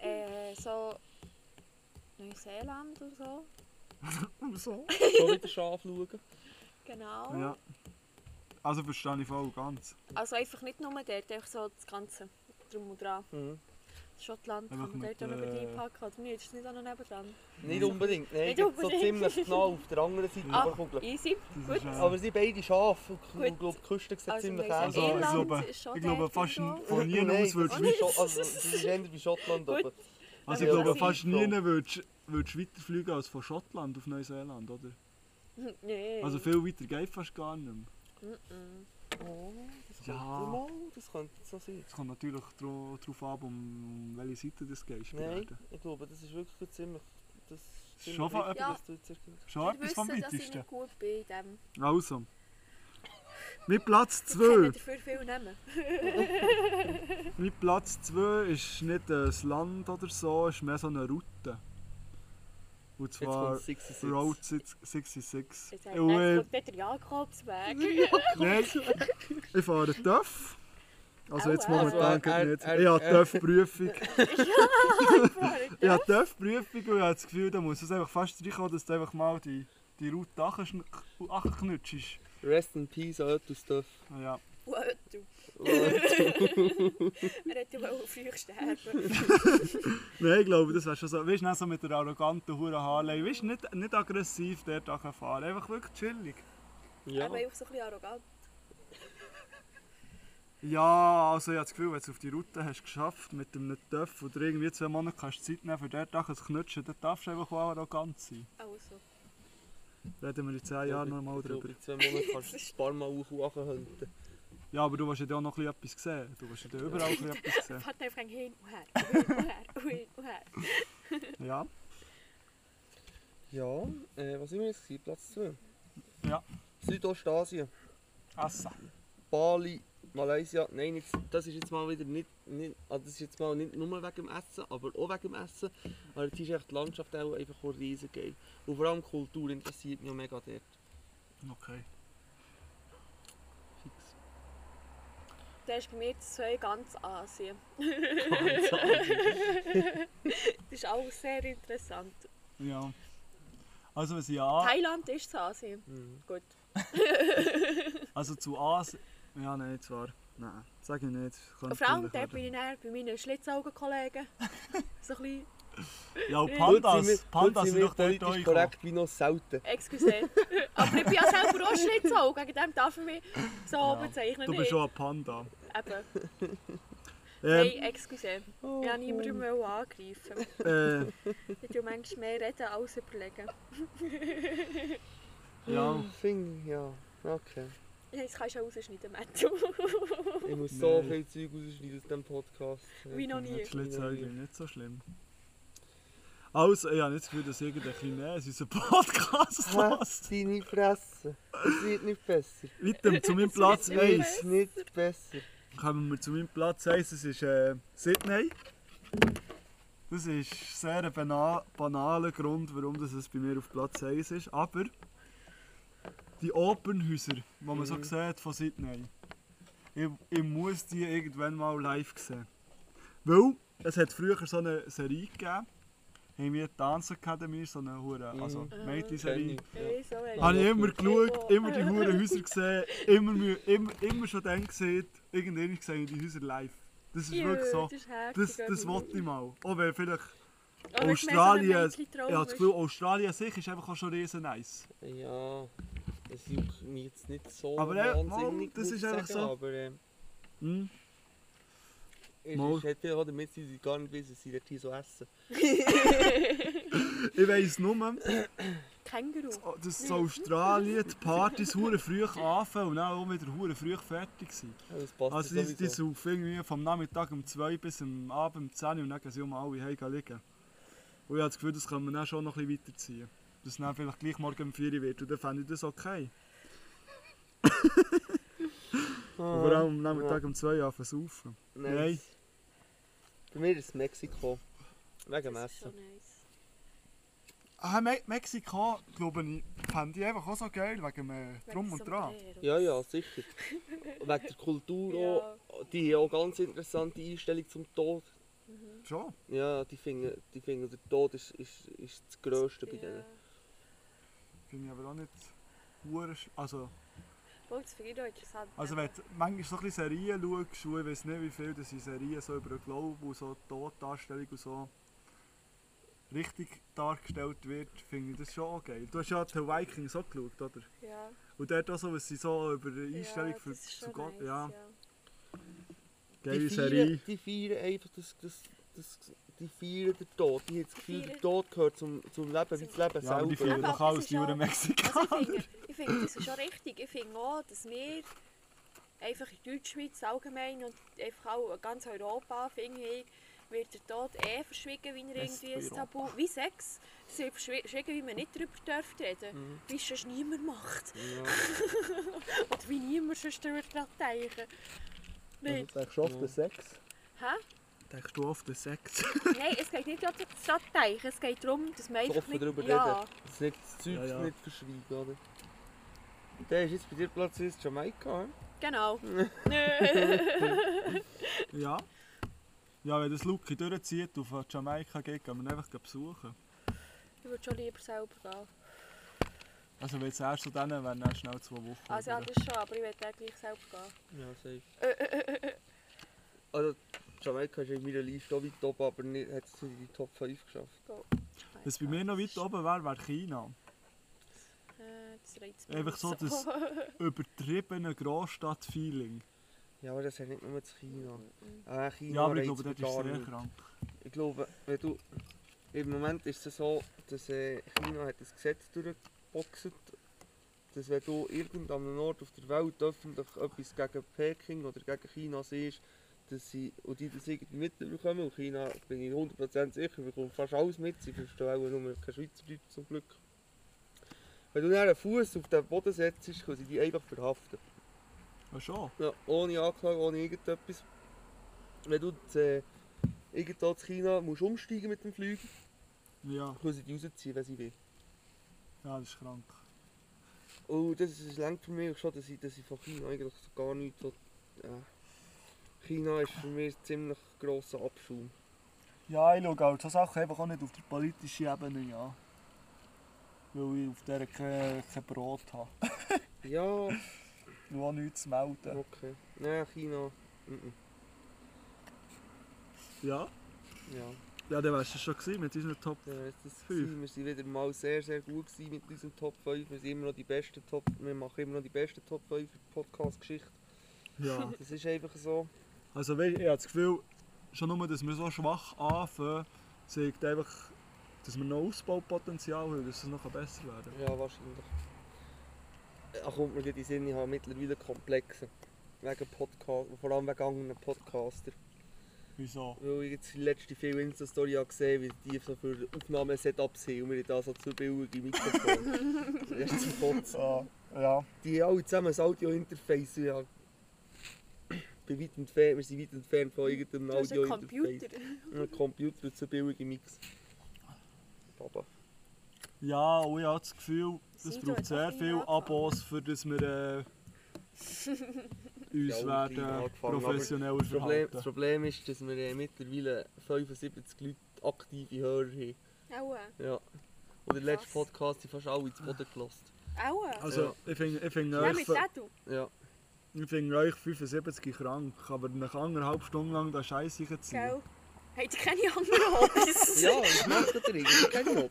Speaker 6: äh, so. Neuseeland oder so.
Speaker 4: So.
Speaker 5: Schon wieder Schaf schauen.
Speaker 6: Genau.
Speaker 4: Ja. Also verstehe ich voll und ganz.
Speaker 6: Also einfach nicht nur dort, einfach so das Ganze drum und dran.
Speaker 5: Mhm.
Speaker 6: Schottland
Speaker 4: Einfach
Speaker 6: kann man
Speaker 4: mit,
Speaker 6: dort auch noch mit
Speaker 4: äh,
Speaker 6: reinpacken, oder nicht? Ist es nicht auch noch nebendran?
Speaker 5: Nicht unbedingt, nein.
Speaker 6: Nicht
Speaker 5: Nicht So
Speaker 6: unbedingt.
Speaker 5: ziemlich genau auf der anderen Seite.
Speaker 6: Ah.
Speaker 5: Aber, guck,
Speaker 6: Easy,
Speaker 4: Das
Speaker 6: gut.
Speaker 4: ist, äh,
Speaker 5: aber sie sind beide Schafe. Und
Speaker 6: Gut.
Speaker 5: ich glaube, die Küste sieht
Speaker 6: Also
Speaker 5: ziemlich
Speaker 6: wir
Speaker 5: ähnlich
Speaker 4: Also,
Speaker 6: sind
Speaker 4: ich
Speaker 6: Irland
Speaker 4: glaube,
Speaker 6: ist schon
Speaker 4: ich glaube
Speaker 6: dort
Speaker 4: fast
Speaker 6: irgendwo.
Speaker 4: von nie
Speaker 5: Nein,
Speaker 4: aus würdest
Speaker 5: das
Speaker 4: du
Speaker 5: ist
Speaker 4: weit-
Speaker 5: schon- Also, das ist eher bei Schottland
Speaker 6: Gut.
Speaker 5: oben.
Speaker 4: Also ich
Speaker 5: Ja,
Speaker 4: glaube
Speaker 5: das
Speaker 4: fast
Speaker 5: ist
Speaker 4: nie
Speaker 5: so.
Speaker 4: würdest würdest du weiter fliegen als von Schottland auf Neuseeland, oder?
Speaker 6: Nee.
Speaker 4: Also viel weiter geht fast gar nicht mehr.
Speaker 6: Mm-mm.
Speaker 5: Oh, das könnte
Speaker 4: Ja.
Speaker 5: mal, das könnte so sein.
Speaker 4: Es kommt natürlich darauf ab, um um welche Seite das gehst. bei
Speaker 5: Nein,
Speaker 4: Erden.
Speaker 5: ich glaube, das ist wirklich ziemlich... Das ist ziemlich
Speaker 4: Schon von
Speaker 5: wichtig,
Speaker 6: etwas-
Speaker 5: dass du jetzt erkennst.
Speaker 4: Schon
Speaker 6: Wir
Speaker 4: etwas vom
Speaker 6: wissen, dass ich
Speaker 4: Weitesten.
Speaker 6: nicht gut bin in dem.
Speaker 4: Also. Mit Platz
Speaker 6: Ich kann
Speaker 4: 2.
Speaker 6: dafür viel nehmen.
Speaker 4: Mein Platz 2 ist nicht ein Land oder so, ist mehr so eine Route. Und
Speaker 5: Jetzt
Speaker 4: zwar
Speaker 5: kommt 66.
Speaker 4: Road 66. Und,
Speaker 6: Jetzt sagt er,
Speaker 4: äh,
Speaker 6: jetzt kommt dort der Jakobsweg.
Speaker 4: Nein, ich fahre TÜV. Also jetzt
Speaker 6: Aua.
Speaker 4: momentan
Speaker 5: Also, er-
Speaker 4: geht nicht.
Speaker 5: er-
Speaker 4: Ich habe
Speaker 5: er-
Speaker 4: TÜV-Prüfung. Ich habe TÜV-Prüfung und ich habe das Gefühl, da muss es einfach fast reinkommen, dass du einfach mal die, die Route anschn- anknutschst.
Speaker 5: Rest in peace, Ötus Stuff.
Speaker 4: Ja.
Speaker 6: Wow, du.
Speaker 4: Äh.
Speaker 6: Er hat ja wohl früh sterben.
Speaker 4: Nein, ich glaube, das wäre schon so. Weißt du, nicht so mit der arroganten Hure Harley. Weißt du, nicht, nicht aggressiv dort fahren. Einfach wirklich chillig.
Speaker 5: Ja.
Speaker 6: Aber auch so ein bisschen arrogant.
Speaker 4: Ja, also ich habe das Gefühl, wenn du es auf die Route hast geschafft mit einem Töff oder irgendwie zwei Monate kannst du Zeit nehmen für dort Sachen zu knutschen, dann darfst du einfach auch arrogant sein.
Speaker 6: Also.
Speaker 4: Reden wir in 10 Jahren noch mal
Speaker 5: Ich glaube,
Speaker 4: drüber.
Speaker 5: In zwei Monaten kannst du ein paar Mal hochhunten.
Speaker 4: Ja, aber du willst ja dann auch noch ein bisschen etwas sehen. Du willst ja dann überall ein bisschen etwas sehen.
Speaker 6: Fahrt einfach hin und her. Hin und her. Hin und her.
Speaker 4: Ja.
Speaker 5: Ja, äh, was sind wir jetzt? gewesen? Platz 2?
Speaker 4: Ja.
Speaker 5: Südostasien,
Speaker 4: Essen.
Speaker 5: Bali, Malaysia. Nein, jetzt, das ist jetzt mal wieder nicht, nicht, also das ist jetzt mal nicht nur wegen dem Essen, aber auch wegen dem Essen. Aber jetzt ist echt die Landschaft auch einfach auch riesig geil. Und vor allem die Kultur interessiert mich auch mega dort.
Speaker 4: Okay.
Speaker 5: Fix.
Speaker 6: Da ist bei mir die zwei ganz Asien.
Speaker 5: Ganz anders.
Speaker 6: Das ist auch sehr interessant.
Speaker 4: Ja. Also was ich an...
Speaker 6: Thailand ist das Asien.
Speaker 5: Mhm.
Speaker 6: Gut.
Speaker 4: Also zu Asien... Ja, nein, zwar. Nein, sag ich nicht. Könnte
Speaker 6: Und vor allem
Speaker 4: peinlich
Speaker 6: dort
Speaker 4: werden.
Speaker 6: bin ich dann bei meinen Schlitzaugenkollegen. so ein bisschen,
Speaker 9: Ja, und
Speaker 5: Heute
Speaker 9: Pandas,
Speaker 5: sind wir-
Speaker 9: Pandas
Speaker 5: heute
Speaker 9: sind doch dort
Speaker 5: politisch
Speaker 9: durchgekommen.
Speaker 5: korrekt wie noch selten.
Speaker 6: excuse. Aber ich bin ja selber auch Schlitzaugen, wegen dem darf ich mich so bezeichnen.
Speaker 4: Du bist
Speaker 6: nicht.
Speaker 4: schon ein Panda.
Speaker 6: Eben.
Speaker 4: Ähm,
Speaker 6: Nein, excuse. Ich
Speaker 4: Oh,
Speaker 6: wollte niemanden angreifen.
Speaker 4: äh,
Speaker 6: Ich tue manchmal mehr reden als überlegen.
Speaker 4: äh, ja,
Speaker 5: Finger, ja. Okay.
Speaker 6: Ja, Das kannst du auch rausschneiden, Matthew.
Speaker 5: Ich muss so
Speaker 4: Nein.
Speaker 5: viel Zeug rausschneiden aus diesem Podcast.
Speaker 6: Wie noch nie.
Speaker 4: Schlitzäugel, nicht so schlimm. Also, ich habe nicht das Gefühl, dass irgendein Chinese unseren Podcast
Speaker 5: Was?
Speaker 4: lässt.
Speaker 5: Deine Fresse. Es wird nicht besser.
Speaker 4: Weiter, zu meinem Platz
Speaker 6: Nein.
Speaker 4: 1.
Speaker 5: Es wird nicht besser.
Speaker 4: Kommen wir zu meinem Platz 1, das ist äh, Sydney. Das ist sehr ein bana banaler Grund, warum das es bei mir auf Platz 1 ist. Aber die Opernhäuser, die man
Speaker 6: Mhm.
Speaker 4: so sieht von Sydney, ich, ich muss die irgendwann mal live sehen. Weil es hat früher so eine Serie gegeben, haben wir die Tanzakademie, so eine Hure,
Speaker 6: Mhm.
Speaker 4: also Mädchenserie.
Speaker 6: Ich so ein-
Speaker 4: Habe ich immer geschaut, immer die hohen Häuser gesehen, immer, mü- immer, immer schon dann gesehen, irgendwann gesehen die Häuser live. Das ist
Speaker 6: Ja,
Speaker 4: wirklich so.
Speaker 6: Das, ist herzig,
Speaker 4: Das, das
Speaker 6: aber-
Speaker 4: wollte ich mal. Auch wenn vielleicht
Speaker 6: Aber wenn es mehr so ein
Speaker 4: Australien. Ich
Speaker 6: Mädchentraum
Speaker 4: habe das
Speaker 6: ist.
Speaker 4: Gefühl, Australien sich ist einfach auch schon riesen nice.
Speaker 5: Ja, es juckt mich jetzt nicht so
Speaker 4: Aber, äh, Mann,
Speaker 5: wahnsinnig,
Speaker 4: das
Speaker 5: muss ich
Speaker 4: ist einfach
Speaker 5: sagen,
Speaker 4: so.
Speaker 5: Aber äh,
Speaker 4: Hm?
Speaker 5: es
Speaker 4: Mal.
Speaker 5: es hat ja auch damit sie gar nicht wissen, dass sie dort hier so essen.
Speaker 4: Ich weiss nur,
Speaker 6: Känguru.
Speaker 4: dass in Australien die Partys hure früh anfangen und dann auch wieder hure früh fertig sind.
Speaker 5: Also das passt
Speaker 4: Also
Speaker 5: ja
Speaker 4: die, die
Speaker 5: sowieso.
Speaker 4: saufen irgendwie vom Nachmittag um 2 bis am Abend um 10 Uhr und dann gehen sie um alle heim liegen. Und ich habe das Gefühl, das können wir dann schon noch ein bisschen weiterziehen. Dass es dann vielleicht gleich morgen um 4 Uhr wird und dann fände ich das okay. Und vor allem am Nachmittag um 2 Uhr anfangen zu saufen. Nein.
Speaker 5: Bei mir ist es Mexiko. Wegen dem
Speaker 6: Das ist
Speaker 5: Essen.
Speaker 6: schon nice.
Speaker 4: Ah, Me Mexiko, glaube ich, fände ich einfach auch so geil, wegen dem äh, Drum und Dran.
Speaker 6: Sombrero.
Speaker 5: Ja, ja, sicher. Und Wegen der Kultur
Speaker 6: Ja.
Speaker 5: auch. Die haben auch ganz interessante Einstellung zum Tod.
Speaker 4: Schon.
Speaker 5: Ja, die finden, die finden der Tod ist, ist, ist das Größte bei denen.
Speaker 6: Ja.
Speaker 4: Finde ich aber auch nicht... hure sch- Also,
Speaker 6: Obwohl, Das finde ich halt doch interessant.
Speaker 4: also wenn du manchmal so ein bisschen Serien schaust, und ich weiß nicht, wie viel das in Serien so über den Glauben und so die Toddarstellung und so richtig dargestellt wird, finde ich das schon auch geil. Du hast ja The Vikings auch geschaut, oder?
Speaker 6: Ja.
Speaker 4: Und dort auch so, was sie so über die Einstellung
Speaker 6: ja,
Speaker 4: für,
Speaker 6: das ist
Speaker 4: zu
Speaker 6: schon
Speaker 4: Gott...
Speaker 6: nice,
Speaker 4: ja,
Speaker 6: ja.
Speaker 4: geile
Speaker 5: die feiern,
Speaker 4: Serie.
Speaker 5: Die feiern einfach, das, das, das, die feiern den Tod. Die haben das Gefühl,
Speaker 6: Feiern.
Speaker 5: der Tod gehört zum, zum Leben, wie das Leben
Speaker 4: Ja, aber die
Speaker 5: selber.
Speaker 4: feiern doch
Speaker 6: Aber das
Speaker 4: alles,
Speaker 6: ist
Speaker 4: die
Speaker 6: ja-
Speaker 4: Uhren Mexikaner.
Speaker 6: Also ich finde, ich finde, das ist schon richtig. Ich finde auch, dass wir einfach in Deutschschweiz allgemein und einfach auch ganz Europa, finde ich, wird der Tod eh verschwiegen, wie er irgendwie ein Tabu, wie Sex, es wird verschwi- verschwiegen, wie man nicht darüber darf reden,
Speaker 4: Mhm.
Speaker 6: wie es sonst niemand macht. Oder wie niemand sonst darüber dran denken. Nicht.
Speaker 4: Denkst du oft an Sex?
Speaker 6: Hä?
Speaker 4: Denkst du oft an Sex?
Speaker 6: Nein, es geht nicht um das Stadtteich, es geht darum, dass man
Speaker 5: So
Speaker 6: einfach
Speaker 5: offen darüber
Speaker 6: ja,
Speaker 5: reden. Das, nicht, das Zeug
Speaker 4: Ja, ja.
Speaker 5: nicht verschweigen, oder? Der ist jetzt bei dir Platz 1 Jamaika, hä?
Speaker 6: genau.
Speaker 4: Ja. Ja, wenn das Lucky durchzieht und auf Jamaika geht, gehen wir ihn einfach besuchen.
Speaker 6: Ich würde schon lieber selber gehen.
Speaker 4: Also wenn es erst so dann wären dann schnell zwei Wochen.
Speaker 6: Also ja,
Speaker 4: über.
Speaker 6: das schon, aber ich würde auch gleich selber gehen.
Speaker 5: Ja, safe. also, Jamaika ist in meiner Liste auch weit oben, aber nicht, hat es nicht in die Top 5 geschafft.
Speaker 4: Was bei mir noch weit oben wäre, wäre China.
Speaker 6: Äh, das reizt mich
Speaker 4: Einfach
Speaker 6: nicht
Speaker 4: so das übertriebene Großstadt-Feeling.
Speaker 5: Ja, aber das hat nicht nur zu
Speaker 6: Mhm.
Speaker 5: China. Ah, China
Speaker 4: Ja, aber ich
Speaker 5: reizt
Speaker 4: glaube,
Speaker 5: mich
Speaker 4: das ist
Speaker 5: gar
Speaker 4: sehr
Speaker 5: nicht.
Speaker 4: krank.
Speaker 5: Ich glaube, wenn du. Im Moment ist es so, dass äh, China hat das Gesetz durchgeboxt, dass wenn du irgendeinem Ort auf der Welt öffentlich etwas gegen Peking oder gegen China siehst, dass sie, und die das irgendwie mitbekommen, und China, bin ich 100% sicher, bekommt fast alles mit, sie verstehen auch nur kein Schweizerdeutsch zum Glück. Wenn du dann einen Fuß auf den Boden setzt, können sie dich einfach verhaften.
Speaker 4: Ja, schon.
Speaker 5: Ja, ohne Anklage, ohne irgendetwas. Wenn du zu, äh, irgendwo zu China musst umsteigen mit dem Flüger,
Speaker 4: Ja,
Speaker 5: können sie dich rausziehen, wenn sie will.
Speaker 4: ja das ist krank.
Speaker 5: Und Oh, das ist lang für mich schon, dass ich, dass ich von China eigentlich so gar nichts so, äh, China ist für mich ein ziemlich grosser Abschaum.
Speaker 4: Ja, ich schaue halt so Sachen einfach auch nicht auf der politischen Ebene an. Weil ich auf der kein, kein Brot habe.
Speaker 5: Ja,
Speaker 4: noch auch nichts zu melden.
Speaker 5: Okay. Nein, China. Mhm.
Speaker 4: Ja,
Speaker 5: Ja,
Speaker 4: ja dann wärst du schon gewesen mit unseren Top.
Speaker 5: dann wär's das
Speaker 4: Fünf.
Speaker 5: gewesen. Wir sind wieder mal sehr, sehr gut gewesen mit unserem Top 5. Wir sind immer noch die besten Top... Wir machen immer noch die besten Top 5 in der Podcast-Geschichte.
Speaker 4: Ja.
Speaker 5: Das ist einfach so.
Speaker 4: Also weisst du, ich habe das Gefühl, schon nur, dass wir so schwach anfangen, zeigt einfach, dass wir noch Ausbaupotenzial haben, dass es noch besser werden kann.
Speaker 5: Ja, wahrscheinlich. Äh, Da kommt mir gerade in den Sinn, ich habe mittlerweile Komplexe. Wegen Podcast, vor allem wegen anderen Podcaster.
Speaker 4: Wieso?
Speaker 5: Weil ich jetzt die letzte viele Insta-Story habe gesehen wie die so für Aufnahmesetups haben und wir da so zu billige Mikrofon. das ist zum Kotzen.
Speaker 4: Ah, ja.
Speaker 5: Die haben alle zusammen ein Audio-Interface. und Ja. Bei weit entfernt, wir sind weit entfernt von irgendeinem
Speaker 6: Du hast einen
Speaker 5: Audio-Interface.
Speaker 6: Computer.
Speaker 5: Ein Computer und zu billige Mix. Baba.
Speaker 4: Ja, und ich habe das Gefühl, es
Speaker 6: Sind
Speaker 4: braucht
Speaker 6: wir
Speaker 4: sehr
Speaker 6: doch
Speaker 4: viele
Speaker 6: nicht
Speaker 4: Abos, für dass wir äh, uns
Speaker 5: Ja, klein
Speaker 4: werden
Speaker 5: angefangen, aber
Speaker 4: professioneller
Speaker 5: Das Problem, das
Speaker 4: verhalten.
Speaker 5: Problem ist, dass wir äh, mittlerweile 75 Leute aktive Hörer haben.
Speaker 6: Aua.
Speaker 5: Ja. Und den letzten
Speaker 6: Krass. Ah.
Speaker 5: Podcast sind fast alle zu Boden gelassen.
Speaker 6: Aua.
Speaker 4: Also, ich finde ich find
Speaker 6: Nein, mit
Speaker 4: euch,
Speaker 6: Tattoo.
Speaker 5: Ja.
Speaker 4: ich find euch 75 krank, aber nach anderthalb Stunden lang da Scheiß reinziehen.
Speaker 6: Gell? Habt ihr keine anderen Hobbys?
Speaker 5: Ja, das macht der Ding. Ich kenne ihn.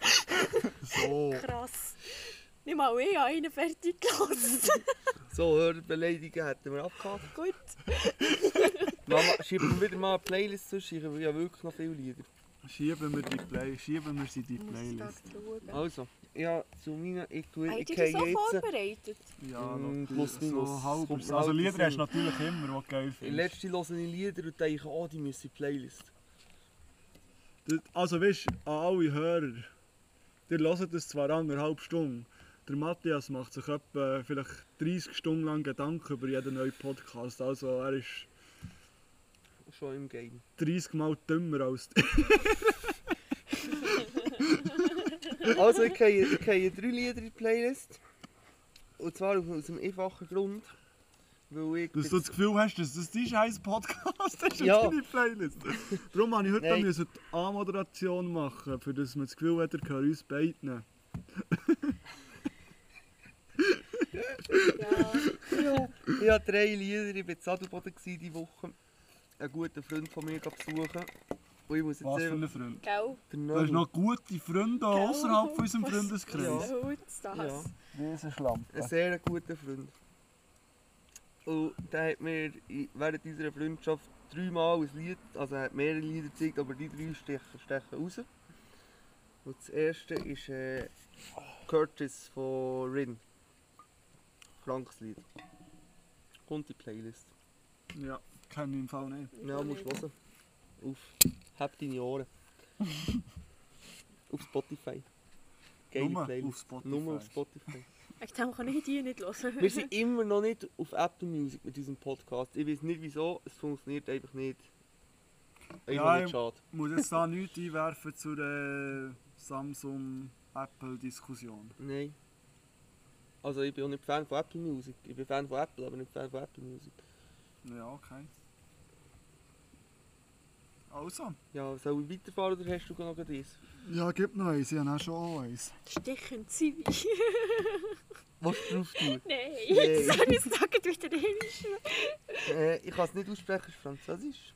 Speaker 4: So.
Speaker 6: Krass. Nicht mal ich habe einen fertig gelassen.
Speaker 5: So, Hörerbeleidigungen hätten wir abgehakt.
Speaker 6: Gut.
Speaker 5: Mama, schieb mir wieder mal eine Playlist zu, ich habe ja wirklich noch viele Lieder.
Speaker 4: Schieben wir die Play, schieben wir sie in die
Speaker 6: Muss ich da
Speaker 4: Playlist.
Speaker 6: schauen.
Speaker 5: Also, ja, zu meiner... Ich tue...
Speaker 6: Habt
Speaker 5: Ich
Speaker 6: ihr das
Speaker 5: gehe
Speaker 6: so
Speaker 5: jetzt...
Speaker 6: vorbereitet?
Speaker 4: Ja,
Speaker 5: Mm,
Speaker 4: natürlich,
Speaker 5: plus minus.
Speaker 4: so halb.
Speaker 5: Kommt mir
Speaker 4: Also
Speaker 5: halt
Speaker 4: Lieder hast
Speaker 5: in-
Speaker 4: du natürlich immer, die du geil
Speaker 5: In
Speaker 4: findest.
Speaker 5: letzter höre ich Lieder und denke, oh, die müssen in die Playlist.
Speaker 4: Das- Also weißt du, an alle Hörer, ihr hört das zwar anderthalb Stunden, der Matthias macht sich etwa vielleicht 30 Stunden lang Gedanken über jeden neuen Podcast. Also er ist
Speaker 5: Schon im Game.
Speaker 4: 30 Mal dümmer als du.
Speaker 5: Also, ich habe, ich habe drei Lieder in die Playlist. Und zwar aus dem einfachen Grund, weil ich...
Speaker 4: Dass du
Speaker 5: jetzt-
Speaker 4: das Gefühl hast, dass das dein scheiß Podcast ist
Speaker 5: Ja.
Speaker 4: und deine Playlist. Darum musste ich heute
Speaker 5: Nein.
Speaker 4: müssen die Anmoderation machen, für das man das Gefühl hat, er gehört uns beiden.
Speaker 6: Ja.
Speaker 5: Ich habe drei Lieder, ich war in Sadelboden diese Woche. Einen guten Freund von mir besuchen. Und ich muss jetzt
Speaker 4: Was für
Speaker 5: einfach
Speaker 4: ein Freund.
Speaker 6: Gell?
Speaker 5: den
Speaker 4: Du hast
Speaker 5: Namen.
Speaker 4: noch gute Freunde
Speaker 6: Gell?
Speaker 4: außerhalb von unserem
Speaker 6: Was-
Speaker 4: Freundeskreis.
Speaker 6: Ja, gut, das.
Speaker 5: Ja.
Speaker 4: Diese Schlampe.
Speaker 5: Ein sehr guter Freund. Und der hat mir in- während unserer Freundschaft dreimal ein Lied, also er hat mehrere Lieder gezeigt, aber die drei stechen, stechen raus. Und das erste ist äh, Curtis von Rin. Franks Lied. Kommt in die Playlist.
Speaker 4: Ja, kenne ich im Fall nicht.
Speaker 5: Ja, musst du hören. Auf. Hab deine Ohren. auf Spotify. Geile
Speaker 4: Nur
Speaker 5: Playlist.
Speaker 4: auf Spotify.
Speaker 5: Nur auf Spotify.
Speaker 6: Ich denke, kann ich die nicht hören.
Speaker 5: Wir sind immer noch nicht auf Apple Music mit diesem Podcast. Ich weiß nicht wieso, es funktioniert einfach nicht. Ich
Speaker 4: Ja,
Speaker 5: ja,
Speaker 4: ich-
Speaker 5: nicht schade.
Speaker 4: Ich muss jetzt da nichts einwerfen zur äh, Samsung-Apple-Diskussion.
Speaker 5: Nein. Also ich bin auch nicht Fan von Apple Music. Ich bin Fan von Apple, aber nicht Fan von Apple Music.
Speaker 4: Ja, okay. Also?
Speaker 5: Ja, soll ich weiterfahren oder hast du noch das?
Speaker 4: Ja, gib noch eins, ich habe auch schon eins.
Speaker 6: Stechen Zivi.
Speaker 5: Was drauf tun?
Speaker 6: Nein,
Speaker 5: Nee.
Speaker 6: jetzt habe ich es gesagt, wieder nicht.
Speaker 5: äh, ich kann es nicht aussprechen, es ist Französisch.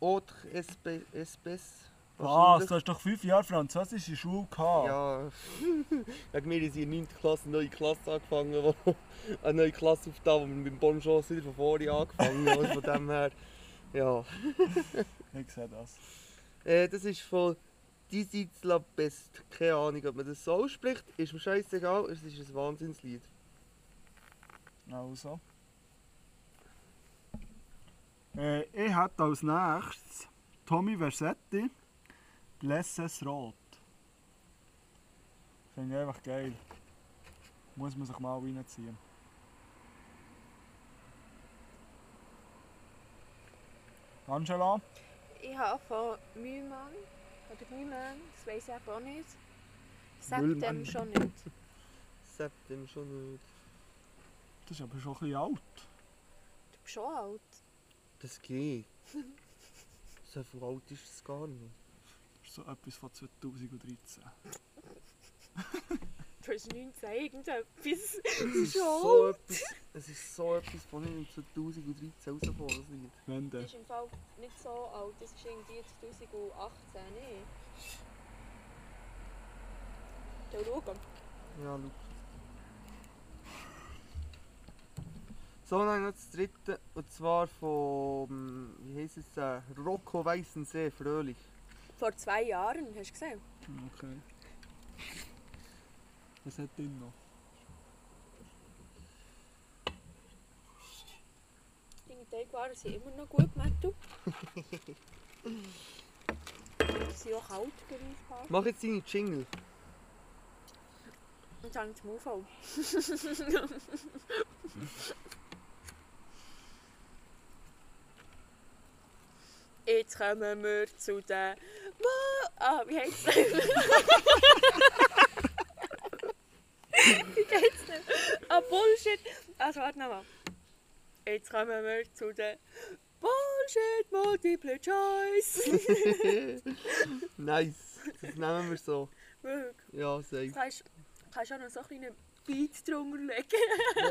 Speaker 5: Autre espe- espèce.
Speaker 4: Was?
Speaker 5: wahrscheinlich.
Speaker 4: Du hast doch fünf Jahre französische Schule gehabt.
Speaker 5: Ja, wegen mir ist in der 9. Klasse eine neue Klasse angefangen. Wo, eine neue Klasse auf da, wo wir mit dem Bon Chance wieder von vorne angefangen haben. Also von dem her, ja.
Speaker 4: Ich sehe das.
Speaker 5: Äh, das ist von Dizzy la Best. Keine Ahnung, ob man das so ausspricht. Ist mir scheißegal, es ist ein Wahnsinnslied.
Speaker 4: Also. Äh, ich hätte als nächstes Tommy Versetti, Blesses Rot. Finde ich einfach geil. Muss man sich mal reinziehen. Angela?
Speaker 6: Ich habe von Mühlmann oder Mühlmann, das weiß ich eben auch nicht. Sagt
Speaker 4: Mühlmann.
Speaker 6: dem schon nicht.
Speaker 5: Sagt dem schon nicht.
Speaker 4: Das ist aber schon ein bisschen alt.
Speaker 6: Du bist schon alt.
Speaker 5: Das geht. so viel alt ist es gar nicht.
Speaker 4: Das ist so etwas von 2013.
Speaker 6: Plus 19, irgendetwas. Das
Speaker 5: Es
Speaker 6: ist
Speaker 5: ist so etwas, es ist so etwas von ihm 2013 rausgekommen, das Lied.
Speaker 4: Wenn
Speaker 6: Das
Speaker 4: der.
Speaker 6: ist im Fall nicht so alt, das ist irgendwie eh. 2018, nicht? Da schauen.
Speaker 5: Ja, Lukas. So, dann noch das dritte, und zwar von, wie heisst es, äh, Rocco Weissensee, Fröhlich.
Speaker 6: Vor zwei Jahren, hast du gesehen?
Speaker 4: Okay. Was hat denn noch?
Speaker 6: Deine Teigwaren sind immer noch gut, Mattu. Sie sind auch kalt, gleich.
Speaker 5: Mach jetzt deine Jingle.
Speaker 6: Und dann zum Aufhau. Jetzt kommen wir zu den... Mo- Ah, wie heisst es? wie geht's denn? Ah, Bullshit! Also, warte nochmal. Jetzt kommen wir zu den... Bullshit Multiple Choice!
Speaker 5: Nice, das nehmen wir so.
Speaker 6: Wirklich.
Speaker 5: Ja, safe.
Speaker 6: Kannst kannst auch noch so einen kleinen Beat drunter legen.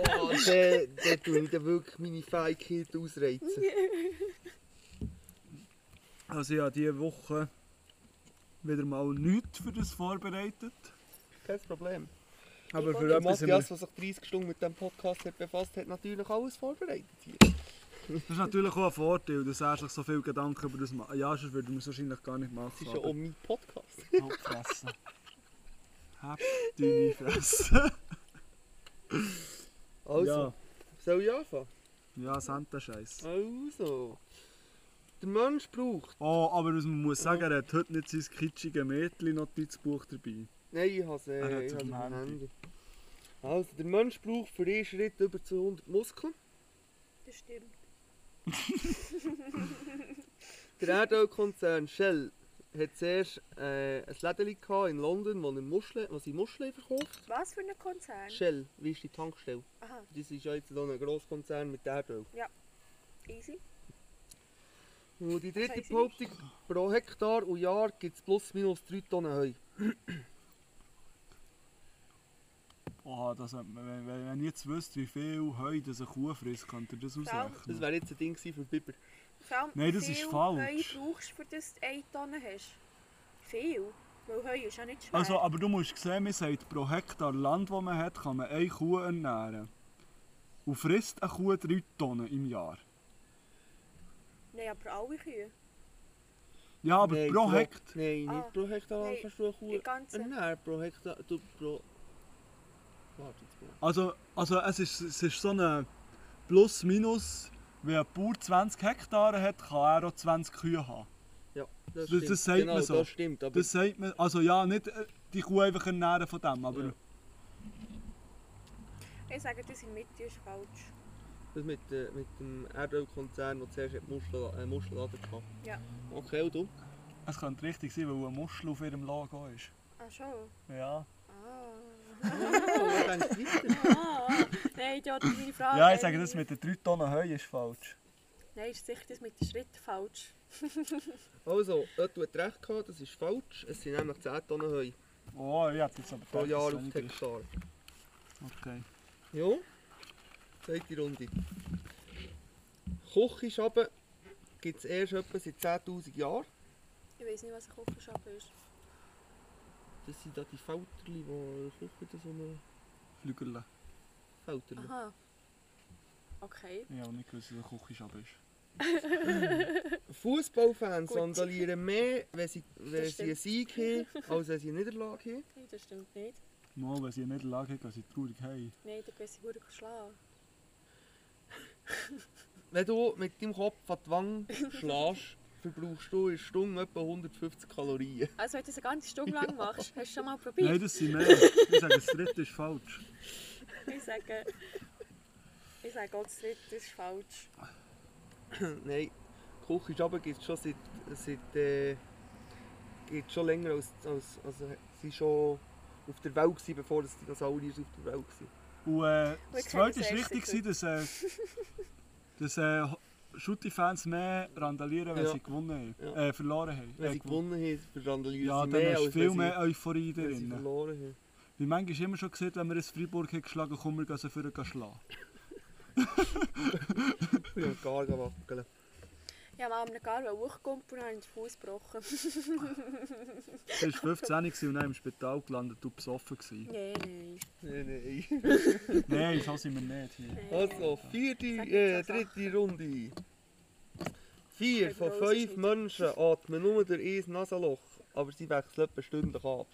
Speaker 5: Boah, dann dann tue ich dann wirklich meine Fähigkeit ausreizen.
Speaker 4: Also ich habe diese Woche wieder mal nichts für das vorbereitet.
Speaker 5: Kein Problem.
Speaker 4: Aber für
Speaker 5: Der
Speaker 4: etwas haben wir,
Speaker 5: Matthias,
Speaker 4: das
Speaker 5: der sich 30 Stunden mit diesem Podcast hat befasst hat, natürlich alles vorbereitet hier.
Speaker 4: ist natürlich auch ein Vorteil, dass er sich so viel Gedanken über das macht. Ja, sonst würde man es wahrscheinlich gar nicht machen.
Speaker 5: Das ist ja auch mein Podcast.
Speaker 4: aber- Halt die Fresse. Hab deine Fresse.
Speaker 5: Also,
Speaker 4: Ja,
Speaker 5: soll ich anfangen?
Speaker 4: ja Santa Scheiß.
Speaker 5: Also. Der Mensch braucht.
Speaker 4: Oh, aber was man muss sagen, er hat heute nicht sein kitschiges Mädchen-Notizbuch dabei.
Speaker 5: Nein, ich habe es
Speaker 4: Er hat
Speaker 5: eh.
Speaker 4: es auf
Speaker 5: ich habe es
Speaker 4: dem
Speaker 5: auf dem
Speaker 4: Handy.
Speaker 5: Handy. Also, der Mensch braucht für einen Schritt über 200 Muskeln.
Speaker 6: Das stimmt.
Speaker 5: Der Erdölkonzern Shell hat zuerst äh, ein Lädeli gehabt in London, wo, er Muscheln, wo sie Muscheln verkauft.
Speaker 6: Was für ein Konzern?
Speaker 5: Shell, wie ist die Tankstelle?
Speaker 6: Aha,
Speaker 5: Das ist ja jetzt so ein Grosskonzern mit Erdöl.
Speaker 6: easy.
Speaker 5: Und die dritte
Speaker 6: Weiss ich
Speaker 5: Behauptung, pro Hektar und Jahr gibt es plus minus 3 Tonnen Heu.
Speaker 4: Oh, das, hat man- wenn, wenn wenn ich jetzt wüsste, wie viel Heu das eine Kuh frisst, könnte ihr das
Speaker 5: Das
Speaker 4: ausrechnen.
Speaker 5: wäre jetzt ein Ding gewesen für Biber.
Speaker 6: Vor allem,
Speaker 4: Nein, das
Speaker 6: wie
Speaker 4: ist
Speaker 6: viel
Speaker 4: falsch.
Speaker 6: Heu brauchst du, für das du eine Tonne hast? Viel. Weil Heu ist ja nicht schwer.
Speaker 4: Also, aber du musst sehen, man sagt, pro Hektar Land, das man hat, kann man eine Kuh ernähren. Und frisst eine Kuh 3 Tonnen im Jahr.
Speaker 6: Nein, aber alle Kühe.
Speaker 4: Ja, aber
Speaker 5: Nein,
Speaker 4: pro Hektar.
Speaker 5: Nein,
Speaker 6: Ah,
Speaker 5: nicht pro Hektar
Speaker 6: nein,
Speaker 5: kannst du eine Kuh
Speaker 6: Die ganzen.
Speaker 5: ernähren. Äh, Pro Hektar, du pro... Warte jetzt mal.
Speaker 4: Also, also es, ist, es ist so ein Plus-Minus. Wenn ein Bauer 20 Hektar hat, kann er auch 20 Kühe haben. Das- das
Speaker 5: stimmt.
Speaker 4: sagt
Speaker 5: genau,
Speaker 4: man so.
Speaker 5: das stimmt, aber
Speaker 4: Das sagt man, also ja, nicht äh, die Kuh einfach ernähren von dem, aber
Speaker 5: Ja.
Speaker 6: Ich sage, das in der Mitte ist falsch.
Speaker 5: das mit, äh, mit dem Erdölkonzern, der zuerst hat Muschel, äh, Muschelladen hatte.
Speaker 6: Ja.
Speaker 5: Okay, und du?
Speaker 4: es könnte richtig sein, weil eine Muschel auf ihrem Logo ist.
Speaker 6: Ah, schon?
Speaker 4: Ja,
Speaker 5: Oh,
Speaker 6: Ah.
Speaker 5: ich denke weiter.
Speaker 6: ah. Nein, ja, das ist meine Frage.
Speaker 4: ja ich sage, das mit den 3 Tonnen Heu ist falsch.
Speaker 6: Nein, ist sicher das mit den Schritten falsch.
Speaker 5: Also, Otto hat recht gehabt, das ist falsch. Es sind nämlich 10 Tonnen Heu
Speaker 4: Oh, ich hätte jetzt aber
Speaker 5: pro
Speaker 4: gedacht,
Speaker 5: Jahr
Speaker 4: dass es
Speaker 5: auf
Speaker 4: weniger ist.
Speaker 5: Hektar.
Speaker 4: Okay.
Speaker 5: Ja? Zweite Runde. Kochschaben gibt es erst etwa seit 10'000 Jahren.
Speaker 6: Ich weiß nicht, was ein Kochenschaber ist.
Speaker 5: Das sind da die Felterli, die kochen da so eine
Speaker 4: Flügel.
Speaker 5: Felterli.
Speaker 6: Aha. Okay.
Speaker 4: Ich habe nicht gewusst, dass ein Küchenschaber ist.
Speaker 5: Fußballfans
Speaker 6: Gut.
Speaker 5: sandalieren mehr, wenn sie, wenn
Speaker 6: Das
Speaker 5: sie einen Sieg haben, als wenn sie eine Niederlage haben.
Speaker 6: Nein, das stimmt nicht.
Speaker 4: Mal, wenn sie eine Niederlage haben, gehen sie traurig heim.
Speaker 6: Nein, da gehen sie gut geschlagen.
Speaker 5: Wenn du mit deinem Kopf an die Wange schlägst, verbrauchst du in der Stunde etwa 150 Kalorien.
Speaker 6: Also wenn du das eine ganze Stunde lang machst, hast du schon mal
Speaker 4: Nein,
Speaker 6: probiert?
Speaker 4: das sind mehr. Ich sage, das dritte ist falsch.
Speaker 6: Ich sage, ich sage auch, das dritte ist falsch.
Speaker 5: Nein, Kochschaben gibt es schon seit, seit äh, gibt's schon länger als, als also sie schon auf der Welt waren, bevor es Dinosaurier auf der Welt waren.
Speaker 4: Und äh, das
Speaker 6: kennen
Speaker 4: zweite
Speaker 6: das
Speaker 4: war
Speaker 6: erste
Speaker 4: richtig, gewesen, dass, äh, dass äh, Schutti-Fans mehr randalieren, wenn
Speaker 5: Ja.
Speaker 4: sie gewonnen haben.
Speaker 5: Ja.
Speaker 4: Äh, verloren haben.
Speaker 5: Wenn
Speaker 4: Äh,
Speaker 5: sie gewonnen haben, verrandalieren
Speaker 4: Ja,
Speaker 5: sie
Speaker 4: dann
Speaker 5: mehr,
Speaker 4: hast du
Speaker 5: als
Speaker 4: viel
Speaker 5: wenn sie,
Speaker 4: mehr Euphorie
Speaker 5: wenn sie
Speaker 4: drin. ne?
Speaker 5: verloren haben.
Speaker 4: Weil manchmal haben wir schon gesehen, wenn wir ein Freiburg hat geschlagen haben, komm, wir gehen sie vorne schlagen.
Speaker 5: Ich will gar nicht wackeln.
Speaker 6: Ja, mal am Gar hochgekumpelt und habe den Fuß gebrochen.
Speaker 4: Sie war 15 gewesen und dann im Spital gelandet, du besoffen gewesen.
Speaker 6: Nein, nein.
Speaker 5: Nein, nein.
Speaker 4: Nein, so sind wir nicht hier.
Speaker 5: Also, vierte, äh, dritte Runde. Vier von fünf Menschen atmen nur durch ein Nasenloch, aber sie wechseln etwa stündlich ab.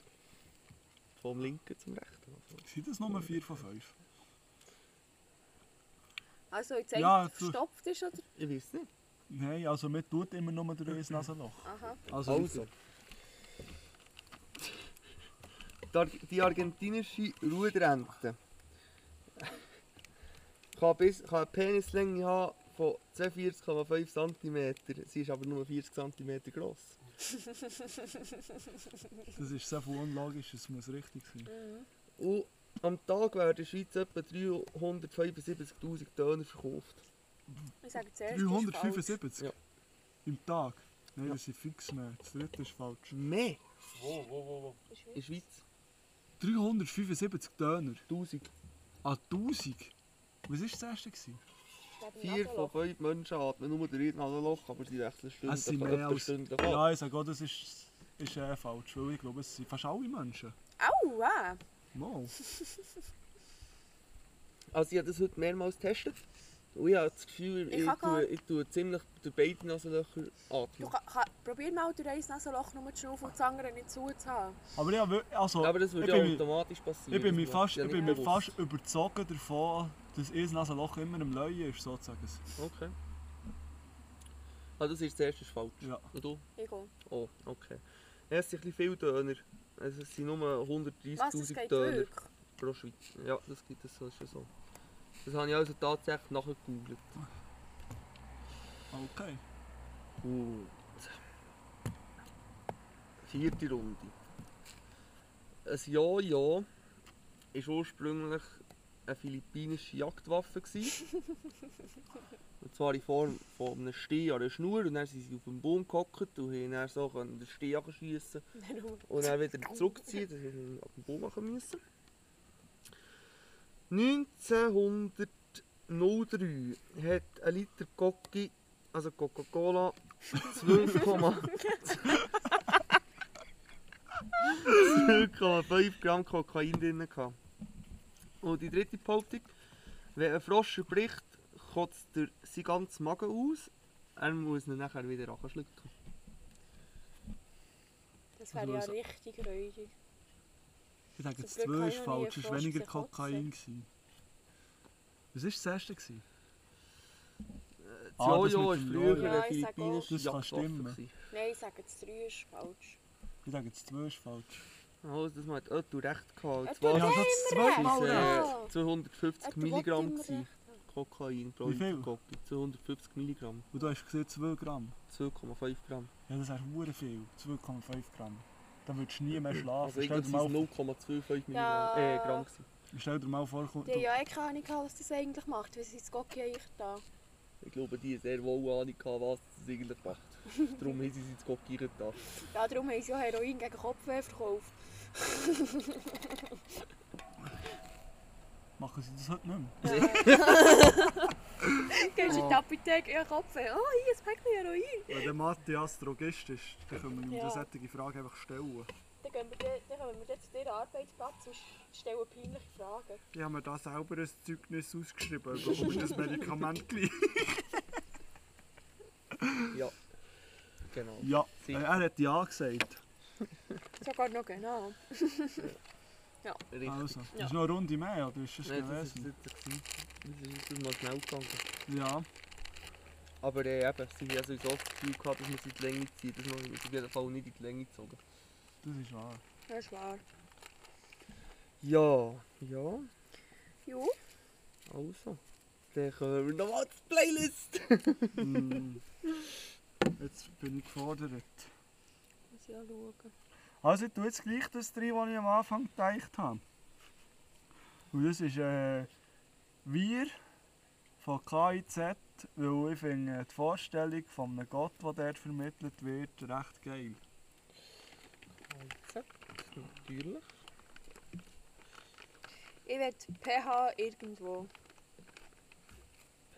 Speaker 5: Vom linken zum rechten.
Speaker 4: Sind das nur 4 von 5?
Speaker 6: Also, jetzt zeigt,
Speaker 4: Ja, du-
Speaker 6: gestopft ist oder?
Speaker 5: Ich weiß nicht.
Speaker 4: Nein, also man tut immer nur durch ein Nasenloch.
Speaker 6: Aha.
Speaker 4: Also,
Speaker 5: Also. Die Ar- Die argentinische Ruderente kann, bis, kann eine Penislänge haben von 42,5 cm. Sie ist aber nur 40 cm groß.
Speaker 4: das ist so viel unlogisch, es muss richtig sein.
Speaker 5: Und am Tag werden in der Schweiz etwa 375.000 Töner verkauft.
Speaker 6: Ich sage zuerst, das ist falsch.
Speaker 4: 375?
Speaker 5: Ja.
Speaker 4: Im Tag? Nein, das sind fix mehr. Das dritte ist falsch.
Speaker 5: Mehr
Speaker 7: Wo, wo, wo, wo?
Speaker 5: in der Schweiz.
Speaker 4: 375 Döner.
Speaker 5: 1000.
Speaker 4: An 1000? Was war das erste? Gewesen?
Speaker 6: Neben
Speaker 5: Vier
Speaker 6: dem
Speaker 5: von
Speaker 6: Nasenloch.
Speaker 5: fünf Menschen atmen nur durch ein Loch, aber sie wechseln Stunden,
Speaker 4: Ah, Es Also sind mehr als.
Speaker 5: Stunden
Speaker 4: Ja, ich sage auch, das ist, ist äh, falsch. Weil ich glaube, es sind fast alle Menschen.
Speaker 6: Aua!
Speaker 4: Mal.
Speaker 5: Also ich habe das heute mehrmals getestet. Und ich habe das Gefühl,
Speaker 6: Ich
Speaker 5: ich,
Speaker 6: kann gar-
Speaker 5: tue, ich tue ziemlich durch beide Nasenlöcher
Speaker 6: Du
Speaker 5: atmen.
Speaker 6: ka- ka- probier mal durch ein Nasenloch nur zu schnaufen und das andere nicht zuzuhaben.
Speaker 4: Aber ja, wir- also,
Speaker 5: Aber das
Speaker 4: ich,
Speaker 5: würde ja
Speaker 4: bin, mir-
Speaker 5: automatisch passieren.
Speaker 4: ich bin mir
Speaker 5: Das
Speaker 4: fast,
Speaker 5: macht
Speaker 4: ich
Speaker 5: ja
Speaker 4: bin
Speaker 5: nicht
Speaker 4: mir fast überzogen davon, dass ihr Nasenloch immer im Leuen ist, sozusagen.
Speaker 5: bewusst. Okay. Ah, das ist das erste ist falsch.
Speaker 4: Ja.
Speaker 5: Und du?
Speaker 6: Ich gehe.
Speaker 5: Oh, okay. Ja, Es sind ein bisschen viele Döner. Also es sind nur
Speaker 6: Was, es
Speaker 5: 130'000
Speaker 6: geht
Speaker 5: Döner
Speaker 6: wirklich?
Speaker 5: pro Schweiz. Ja, das gibt es schon so. Das habe ich also tatsächlich nachher gegoogelt.
Speaker 4: Okay.
Speaker 5: Gut. Vierte Runde. Ein Ja-Ja war ursprünglich eine philippinische Jagdwaffe. gewesen. und zwar in Form von einem Steh an einer Schnur. Und dann sind sie auf den Baum gehockt und haben dann so können den Steh anschiessen und dann wieder zurückziehen. Das haben sie auf den Baum machen müssen. 1903 hat ein Liter Cocky, also Coca-Cola, 12,5 12,5 Gramm Kokain drin. gehabt. Und die dritte Behauptung, wenn ein Frosch bricht, kotzt er seinen ganzen Magen aus. Er muss ihn nachher wieder anschlucken.
Speaker 6: Das wäre ja
Speaker 4: Also-
Speaker 6: richtig räudig.
Speaker 4: Ich sage, das
Speaker 6: Zum Glück
Speaker 4: 2 ist
Speaker 6: habe ich noch nie
Speaker 4: falsch, es war
Speaker 6: einen Frosch
Speaker 4: weniger
Speaker 6: gesehen kotzen.
Speaker 4: Kokain. Gewesen. Was war das erste? Gewesen?
Speaker 5: Das
Speaker 4: Ah, das
Speaker 5: Jojo war
Speaker 4: mit dem
Speaker 5: früher
Speaker 4: Jojo.
Speaker 5: eine
Speaker 6: Ja, ich sag auch.
Speaker 5: philippinische
Speaker 4: Das kann
Speaker 5: Jagdwaffe.
Speaker 4: stimmen.
Speaker 5: gewesen.
Speaker 6: Nein, ich sage, das 3 ist falsch.
Speaker 4: Ich sage, das 2 ist falsch.
Speaker 5: Also, das hat Otto recht gehabt. Und
Speaker 6: Otto
Speaker 5: zwar
Speaker 4: Ich habe
Speaker 5: ist
Speaker 4: schon das 2
Speaker 5: es,
Speaker 4: Mal recht.
Speaker 5: äh,
Speaker 6: recht.
Speaker 5: 250
Speaker 6: Otto wollte
Speaker 5: Milligramm
Speaker 6: immer
Speaker 5: gewesen. Kokain pro
Speaker 4: Wie viel?
Speaker 5: Liter Cocky. 250 Milligramm.
Speaker 4: Und du hast gesehen, 2 Gramm.
Speaker 5: 2,5 Gramm.
Speaker 4: Ja, das wäre hure viel. 2,5 Gramm. Dann würdest du nie mehr schlafen.
Speaker 5: Also ich
Speaker 4: stell,
Speaker 5: glaube,
Speaker 4: dir
Speaker 5: es
Speaker 4: mal,
Speaker 5: waren 0,25
Speaker 6: Ja.
Speaker 5: Milligramm äh, Gramm. gewesen.
Speaker 4: stell dir mal vor, komm-
Speaker 6: Die
Speaker 4: du,
Speaker 6: haben ja eh keine Ahnung, gehabt, was das eigentlich macht, weil sie das Gocki eigentlich da.
Speaker 5: Ich glaube, die haben sehr wohl Ahnung, gehabt, was das eigentlich macht. Darum haben sie es ins Cocky getan.
Speaker 6: Ja, darum haben sie ja Heroin gegen Kopfweh verkauft.
Speaker 4: machen sie das heute nicht mehr.
Speaker 6: Gehst
Speaker 4: Ah.
Speaker 6: du in die Apotheke, ja Kopfweh, oh hier ist Päckchen Heroin.
Speaker 4: Wenn der Matthias Drogist ist, dann können wir ihm
Speaker 6: Ja.
Speaker 4: ja. solche Frage einfach stellen.
Speaker 6: Dann gehen wir, dann- dann kommen wir dann zu dir Arbeitsplatz und stellen peinliche Fragen.
Speaker 4: Ich habe mir da selber ein Zeugnis ausgeschrieben, bekomme ich das Medikament gleich.
Speaker 5: Ja. Genau.
Speaker 4: Ja, äh, er hat ja gesagt.
Speaker 6: Sogar noch genau.
Speaker 5: Richtig.
Speaker 4: Also,
Speaker 6: Ja.
Speaker 4: ist noch eine Runde mehr, oder ist das
Speaker 5: Nein, das ist
Speaker 4: gewesen?
Speaker 5: jetzt nicht gewesen. Das ist jetzt mal schnell gegangen.
Speaker 4: Ja,
Speaker 5: Aber äh, eben, sie haben ja sowieso das Gefühl gehabt, dass man sie in die Länge zieht. Das haben sie auf jeden Fall nicht in die Länge gezogen.
Speaker 4: das ist wahr.
Speaker 6: Das ist wahr.
Speaker 5: Ja. Ja.
Speaker 6: Jo.
Speaker 5: Also. Dann kommen wir nochmal zur Playlist.
Speaker 4: Hm. Jetzt bin ich gefordert.
Speaker 6: Muss ich auch schauen.
Speaker 4: Also ich tue jetzt gleich das drin, was ich am Anfang gedacht habe. Und das ist äh, «Wir» von KIZ, weil ich finde äh, die Vorstellung von einem Gott, der dort vermittelt wird, recht geil.
Speaker 5: Also, Natürlich.
Speaker 6: Ich will pH irgendwo.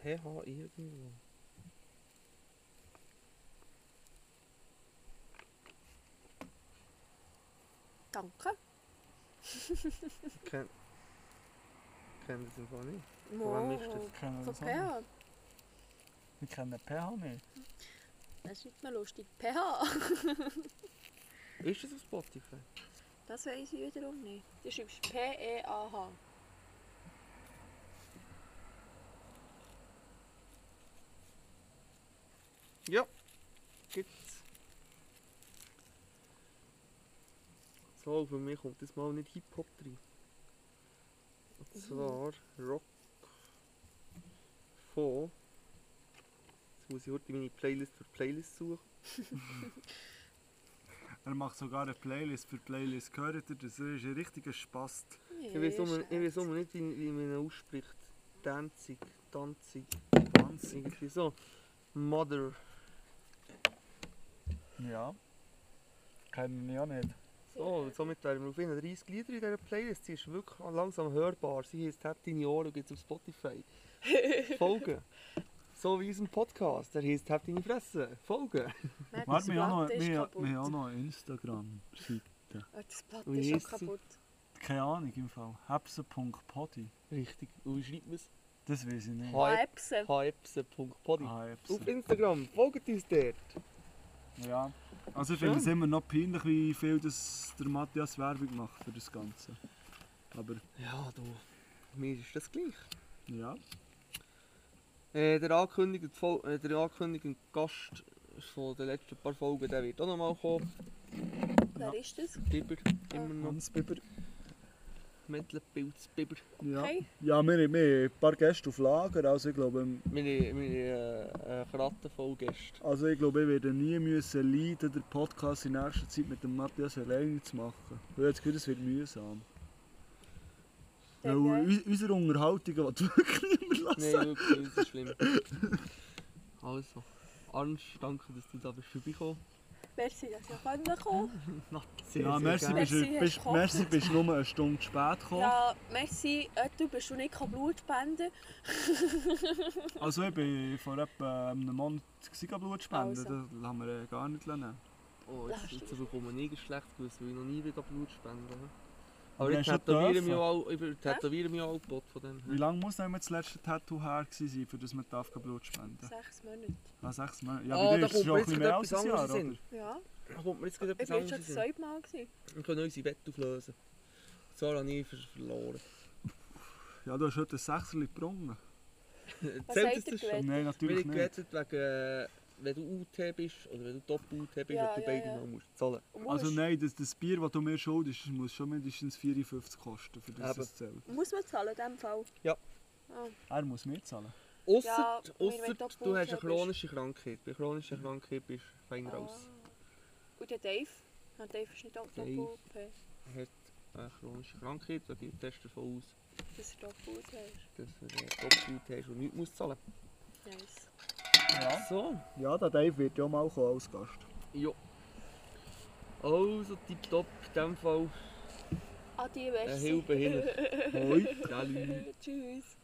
Speaker 5: pH irgendwo.
Speaker 6: Danke.
Speaker 5: Kennt. Kennt das einfach nicht.
Speaker 6: Mo.
Speaker 5: ist das?
Speaker 4: Kennen
Speaker 6: Von pH.
Speaker 4: Wir kennen pH nicht.
Speaker 6: Das ist nicht mehr lustig. pH.
Speaker 5: Ist das auf Spotify?
Speaker 6: Das weiss ich wiederum nicht. Du schreibst P-E-A-H.
Speaker 5: Ja. Gibt's. So, für mich kommt das mal nicht Hip-Hop rein. Und zwar Rock von. Jetzt muss ich heute meine Playlist für Playlist suchen.
Speaker 4: Er macht sogar eine Playlist für Playlist. Gehört ihr das? Das ist ein richtiger Spast.
Speaker 5: Ich weiß immer, ich weiß immer nicht, wie, wie man ihn ausspricht. Danzig, Danzig,
Speaker 4: Wahnsinn.
Speaker 5: irgendwie so. Mother.
Speaker 4: Ja. Kennen wir ja nicht.
Speaker 5: So, und somit wären wir auf 31 Lieder in dieser Playlist. Sie ist wirklich langsam hörbar. Sie heisst «Hab deine Ohren» und gibt es auf Spotify. Folgen. So wie unserem Podcast. Der heisst «Hab deine Fresse». Folgen.
Speaker 6: Nein,
Speaker 4: Warte, wir haben auch noch-
Speaker 6: Blatt ist
Speaker 4: wir-
Speaker 6: kaputt.
Speaker 4: wir haben auch noch eine Instagram-Seite.
Speaker 6: Ah, Das Blatt
Speaker 5: Wie
Speaker 6: ist
Speaker 5: heisst
Speaker 6: auch
Speaker 5: sie?
Speaker 6: kaputt.
Speaker 4: Keine Ahnung im Fall. Hebse.podi.
Speaker 5: Richtig. Und wie schreibt E man es?
Speaker 4: Das weiß ich nicht.
Speaker 5: Hi-
Speaker 6: Hebse.
Speaker 5: hypse.podi.
Speaker 4: Ah, Hebse.
Speaker 5: Auf Instagram. Folgt uns dort.
Speaker 4: Ja. Also ich finde es immer noch peinlich, wie viel das der Matthias Werbung macht für das Ganze. Aber
Speaker 5: Ja, du. Mir ist das gleich.
Speaker 4: ja.
Speaker 5: Äh, der, angekündigte Fol- äh, der angekündigte Gast von den letzten paar Folgen der wird auch nochmal kommen.
Speaker 6: Wer ist das?
Speaker 5: Biber, immer noch.
Speaker 4: Hans Biber.
Speaker 5: Mettlepilz, Biber.
Speaker 4: Ja.
Speaker 6: Okay.
Speaker 4: Ja, wir, wir haben ein paar Gäste auf Lager. Also ich glaube,
Speaker 5: Wir haben äh, äh, Kratten voll Gäste.
Speaker 4: also ich, glaube, ich werde nie müssen leiden, den Podcast in nächster Zeit mit dem Matthias alleine zu machen. Weil jetzt gehört, es wird mühsam. Weil
Speaker 6: Okay.
Speaker 4: u- unsere Unterhaltung will wirklich niemand lassen.
Speaker 5: Nein, wirklich, das ist schlimm. Also, Arnst, danke, dass du da bist vorbeigekommen.
Speaker 6: Merci, dass ihr kommen konnte.
Speaker 5: Na, sehr,
Speaker 4: Ja,
Speaker 5: sehr
Speaker 4: merci,
Speaker 5: gerne.
Speaker 4: bist du,
Speaker 6: Merci,
Speaker 4: bist,
Speaker 6: hast du
Speaker 4: merci, bist du nur eine Stunde spät gekommen.
Speaker 6: Ja, merci. Äh, Du bist schon nicht kein Blut spenden.
Speaker 4: Also ich bin vor etwa einem Monat gewesen, Blut spenden,
Speaker 6: Also.
Speaker 4: das haben wir äh, gar nicht lassen.
Speaker 5: Oh, jetzt, jetzt bekomme ich ein schlechtes Gewissen, weil ich noch nie wieder Blut spenden will.
Speaker 4: Aber
Speaker 5: Aber ich
Speaker 4: hast du
Speaker 5: tätowiere
Speaker 4: dürfen? Hm.
Speaker 5: mich auch, ich tätowiere mich auch Bot von dem.
Speaker 4: Wie lange muss denn das letzte Tattoo her gewesen sein, für das man darf kein Blut spenden darf?
Speaker 6: Sechs Monate.
Speaker 4: Ah, sechs Monate. Ja,
Speaker 5: Ah,
Speaker 4: bei dir
Speaker 5: da
Speaker 4: ist es
Speaker 5: kommt
Speaker 4: schon ein
Speaker 5: jetzt
Speaker 4: bisschen mehr
Speaker 5: etwas
Speaker 4: als ein
Speaker 5: anderes
Speaker 4: Jahr,
Speaker 5: in den
Speaker 4: oder?
Speaker 5: Sinn.
Speaker 6: Ja,
Speaker 5: Da kommt mir jetzt gerade
Speaker 6: ich
Speaker 5: etwas
Speaker 6: bin schon
Speaker 5: anderes in
Speaker 6: das
Speaker 5: den Sinn.
Speaker 6: zweite Mal. gewesen.
Speaker 5: Wir können unsere Wette auflösen. Zwar habe ich ver- verloren.
Speaker 4: Ja, du hast heute ein Sechserli gebrungen.
Speaker 6: Was
Speaker 5: Zählt
Speaker 6: habt
Speaker 5: es
Speaker 6: ihr
Speaker 5: das schon?
Speaker 6: gewettet?
Speaker 4: Nein,
Speaker 5: Wir
Speaker 4: natürlich
Speaker 5: haben
Speaker 4: nicht.
Speaker 5: gewettet wegen, äh, wenn du UT bist oder wenn du Top-UT bist,
Speaker 6: Ja,
Speaker 5: ob du
Speaker 6: ja,
Speaker 5: beide
Speaker 6: ja.
Speaker 5: noch musst zahlen.
Speaker 4: Also
Speaker 6: Muss-
Speaker 4: nein, das, das Bier, das du mir schuldest, das muss schon mindestens 54 kosten, für das
Speaker 5: Eben.
Speaker 4: es zählt.
Speaker 6: Muss man zahlen in diesem Fall?
Speaker 4: Er muss mir zahlen.
Speaker 5: Ausser,
Speaker 6: Ja, wir
Speaker 5: ausser
Speaker 6: wollen
Speaker 5: du
Speaker 6: Top-UT
Speaker 5: hast eine
Speaker 6: bist.
Speaker 5: chronische Krankheit. Bei chronischer Krankheit bist du fein
Speaker 6: Oh.
Speaker 5: raus.
Speaker 6: Ah. Und der Dave? Ja, Dave ist nicht auch
Speaker 5: Dave.
Speaker 6: doppelt.
Speaker 5: Er hat eine chronische Krankheit, da geht der Test davon aus,
Speaker 6: Dass er doppelt ist.
Speaker 5: dass er äh, Top-UT hast und nichts muss zahlen
Speaker 6: Nice.
Speaker 4: Ja.
Speaker 5: So,
Speaker 4: Ja, der Dave wird ja mal kommen als Gast.
Speaker 5: ja. Also, tipptopp, in dem Fall
Speaker 6: Adi,
Speaker 5: ein
Speaker 6: merci.
Speaker 5: Hilbe hin. eh, Hoi. Salut.
Speaker 6: Tschüss.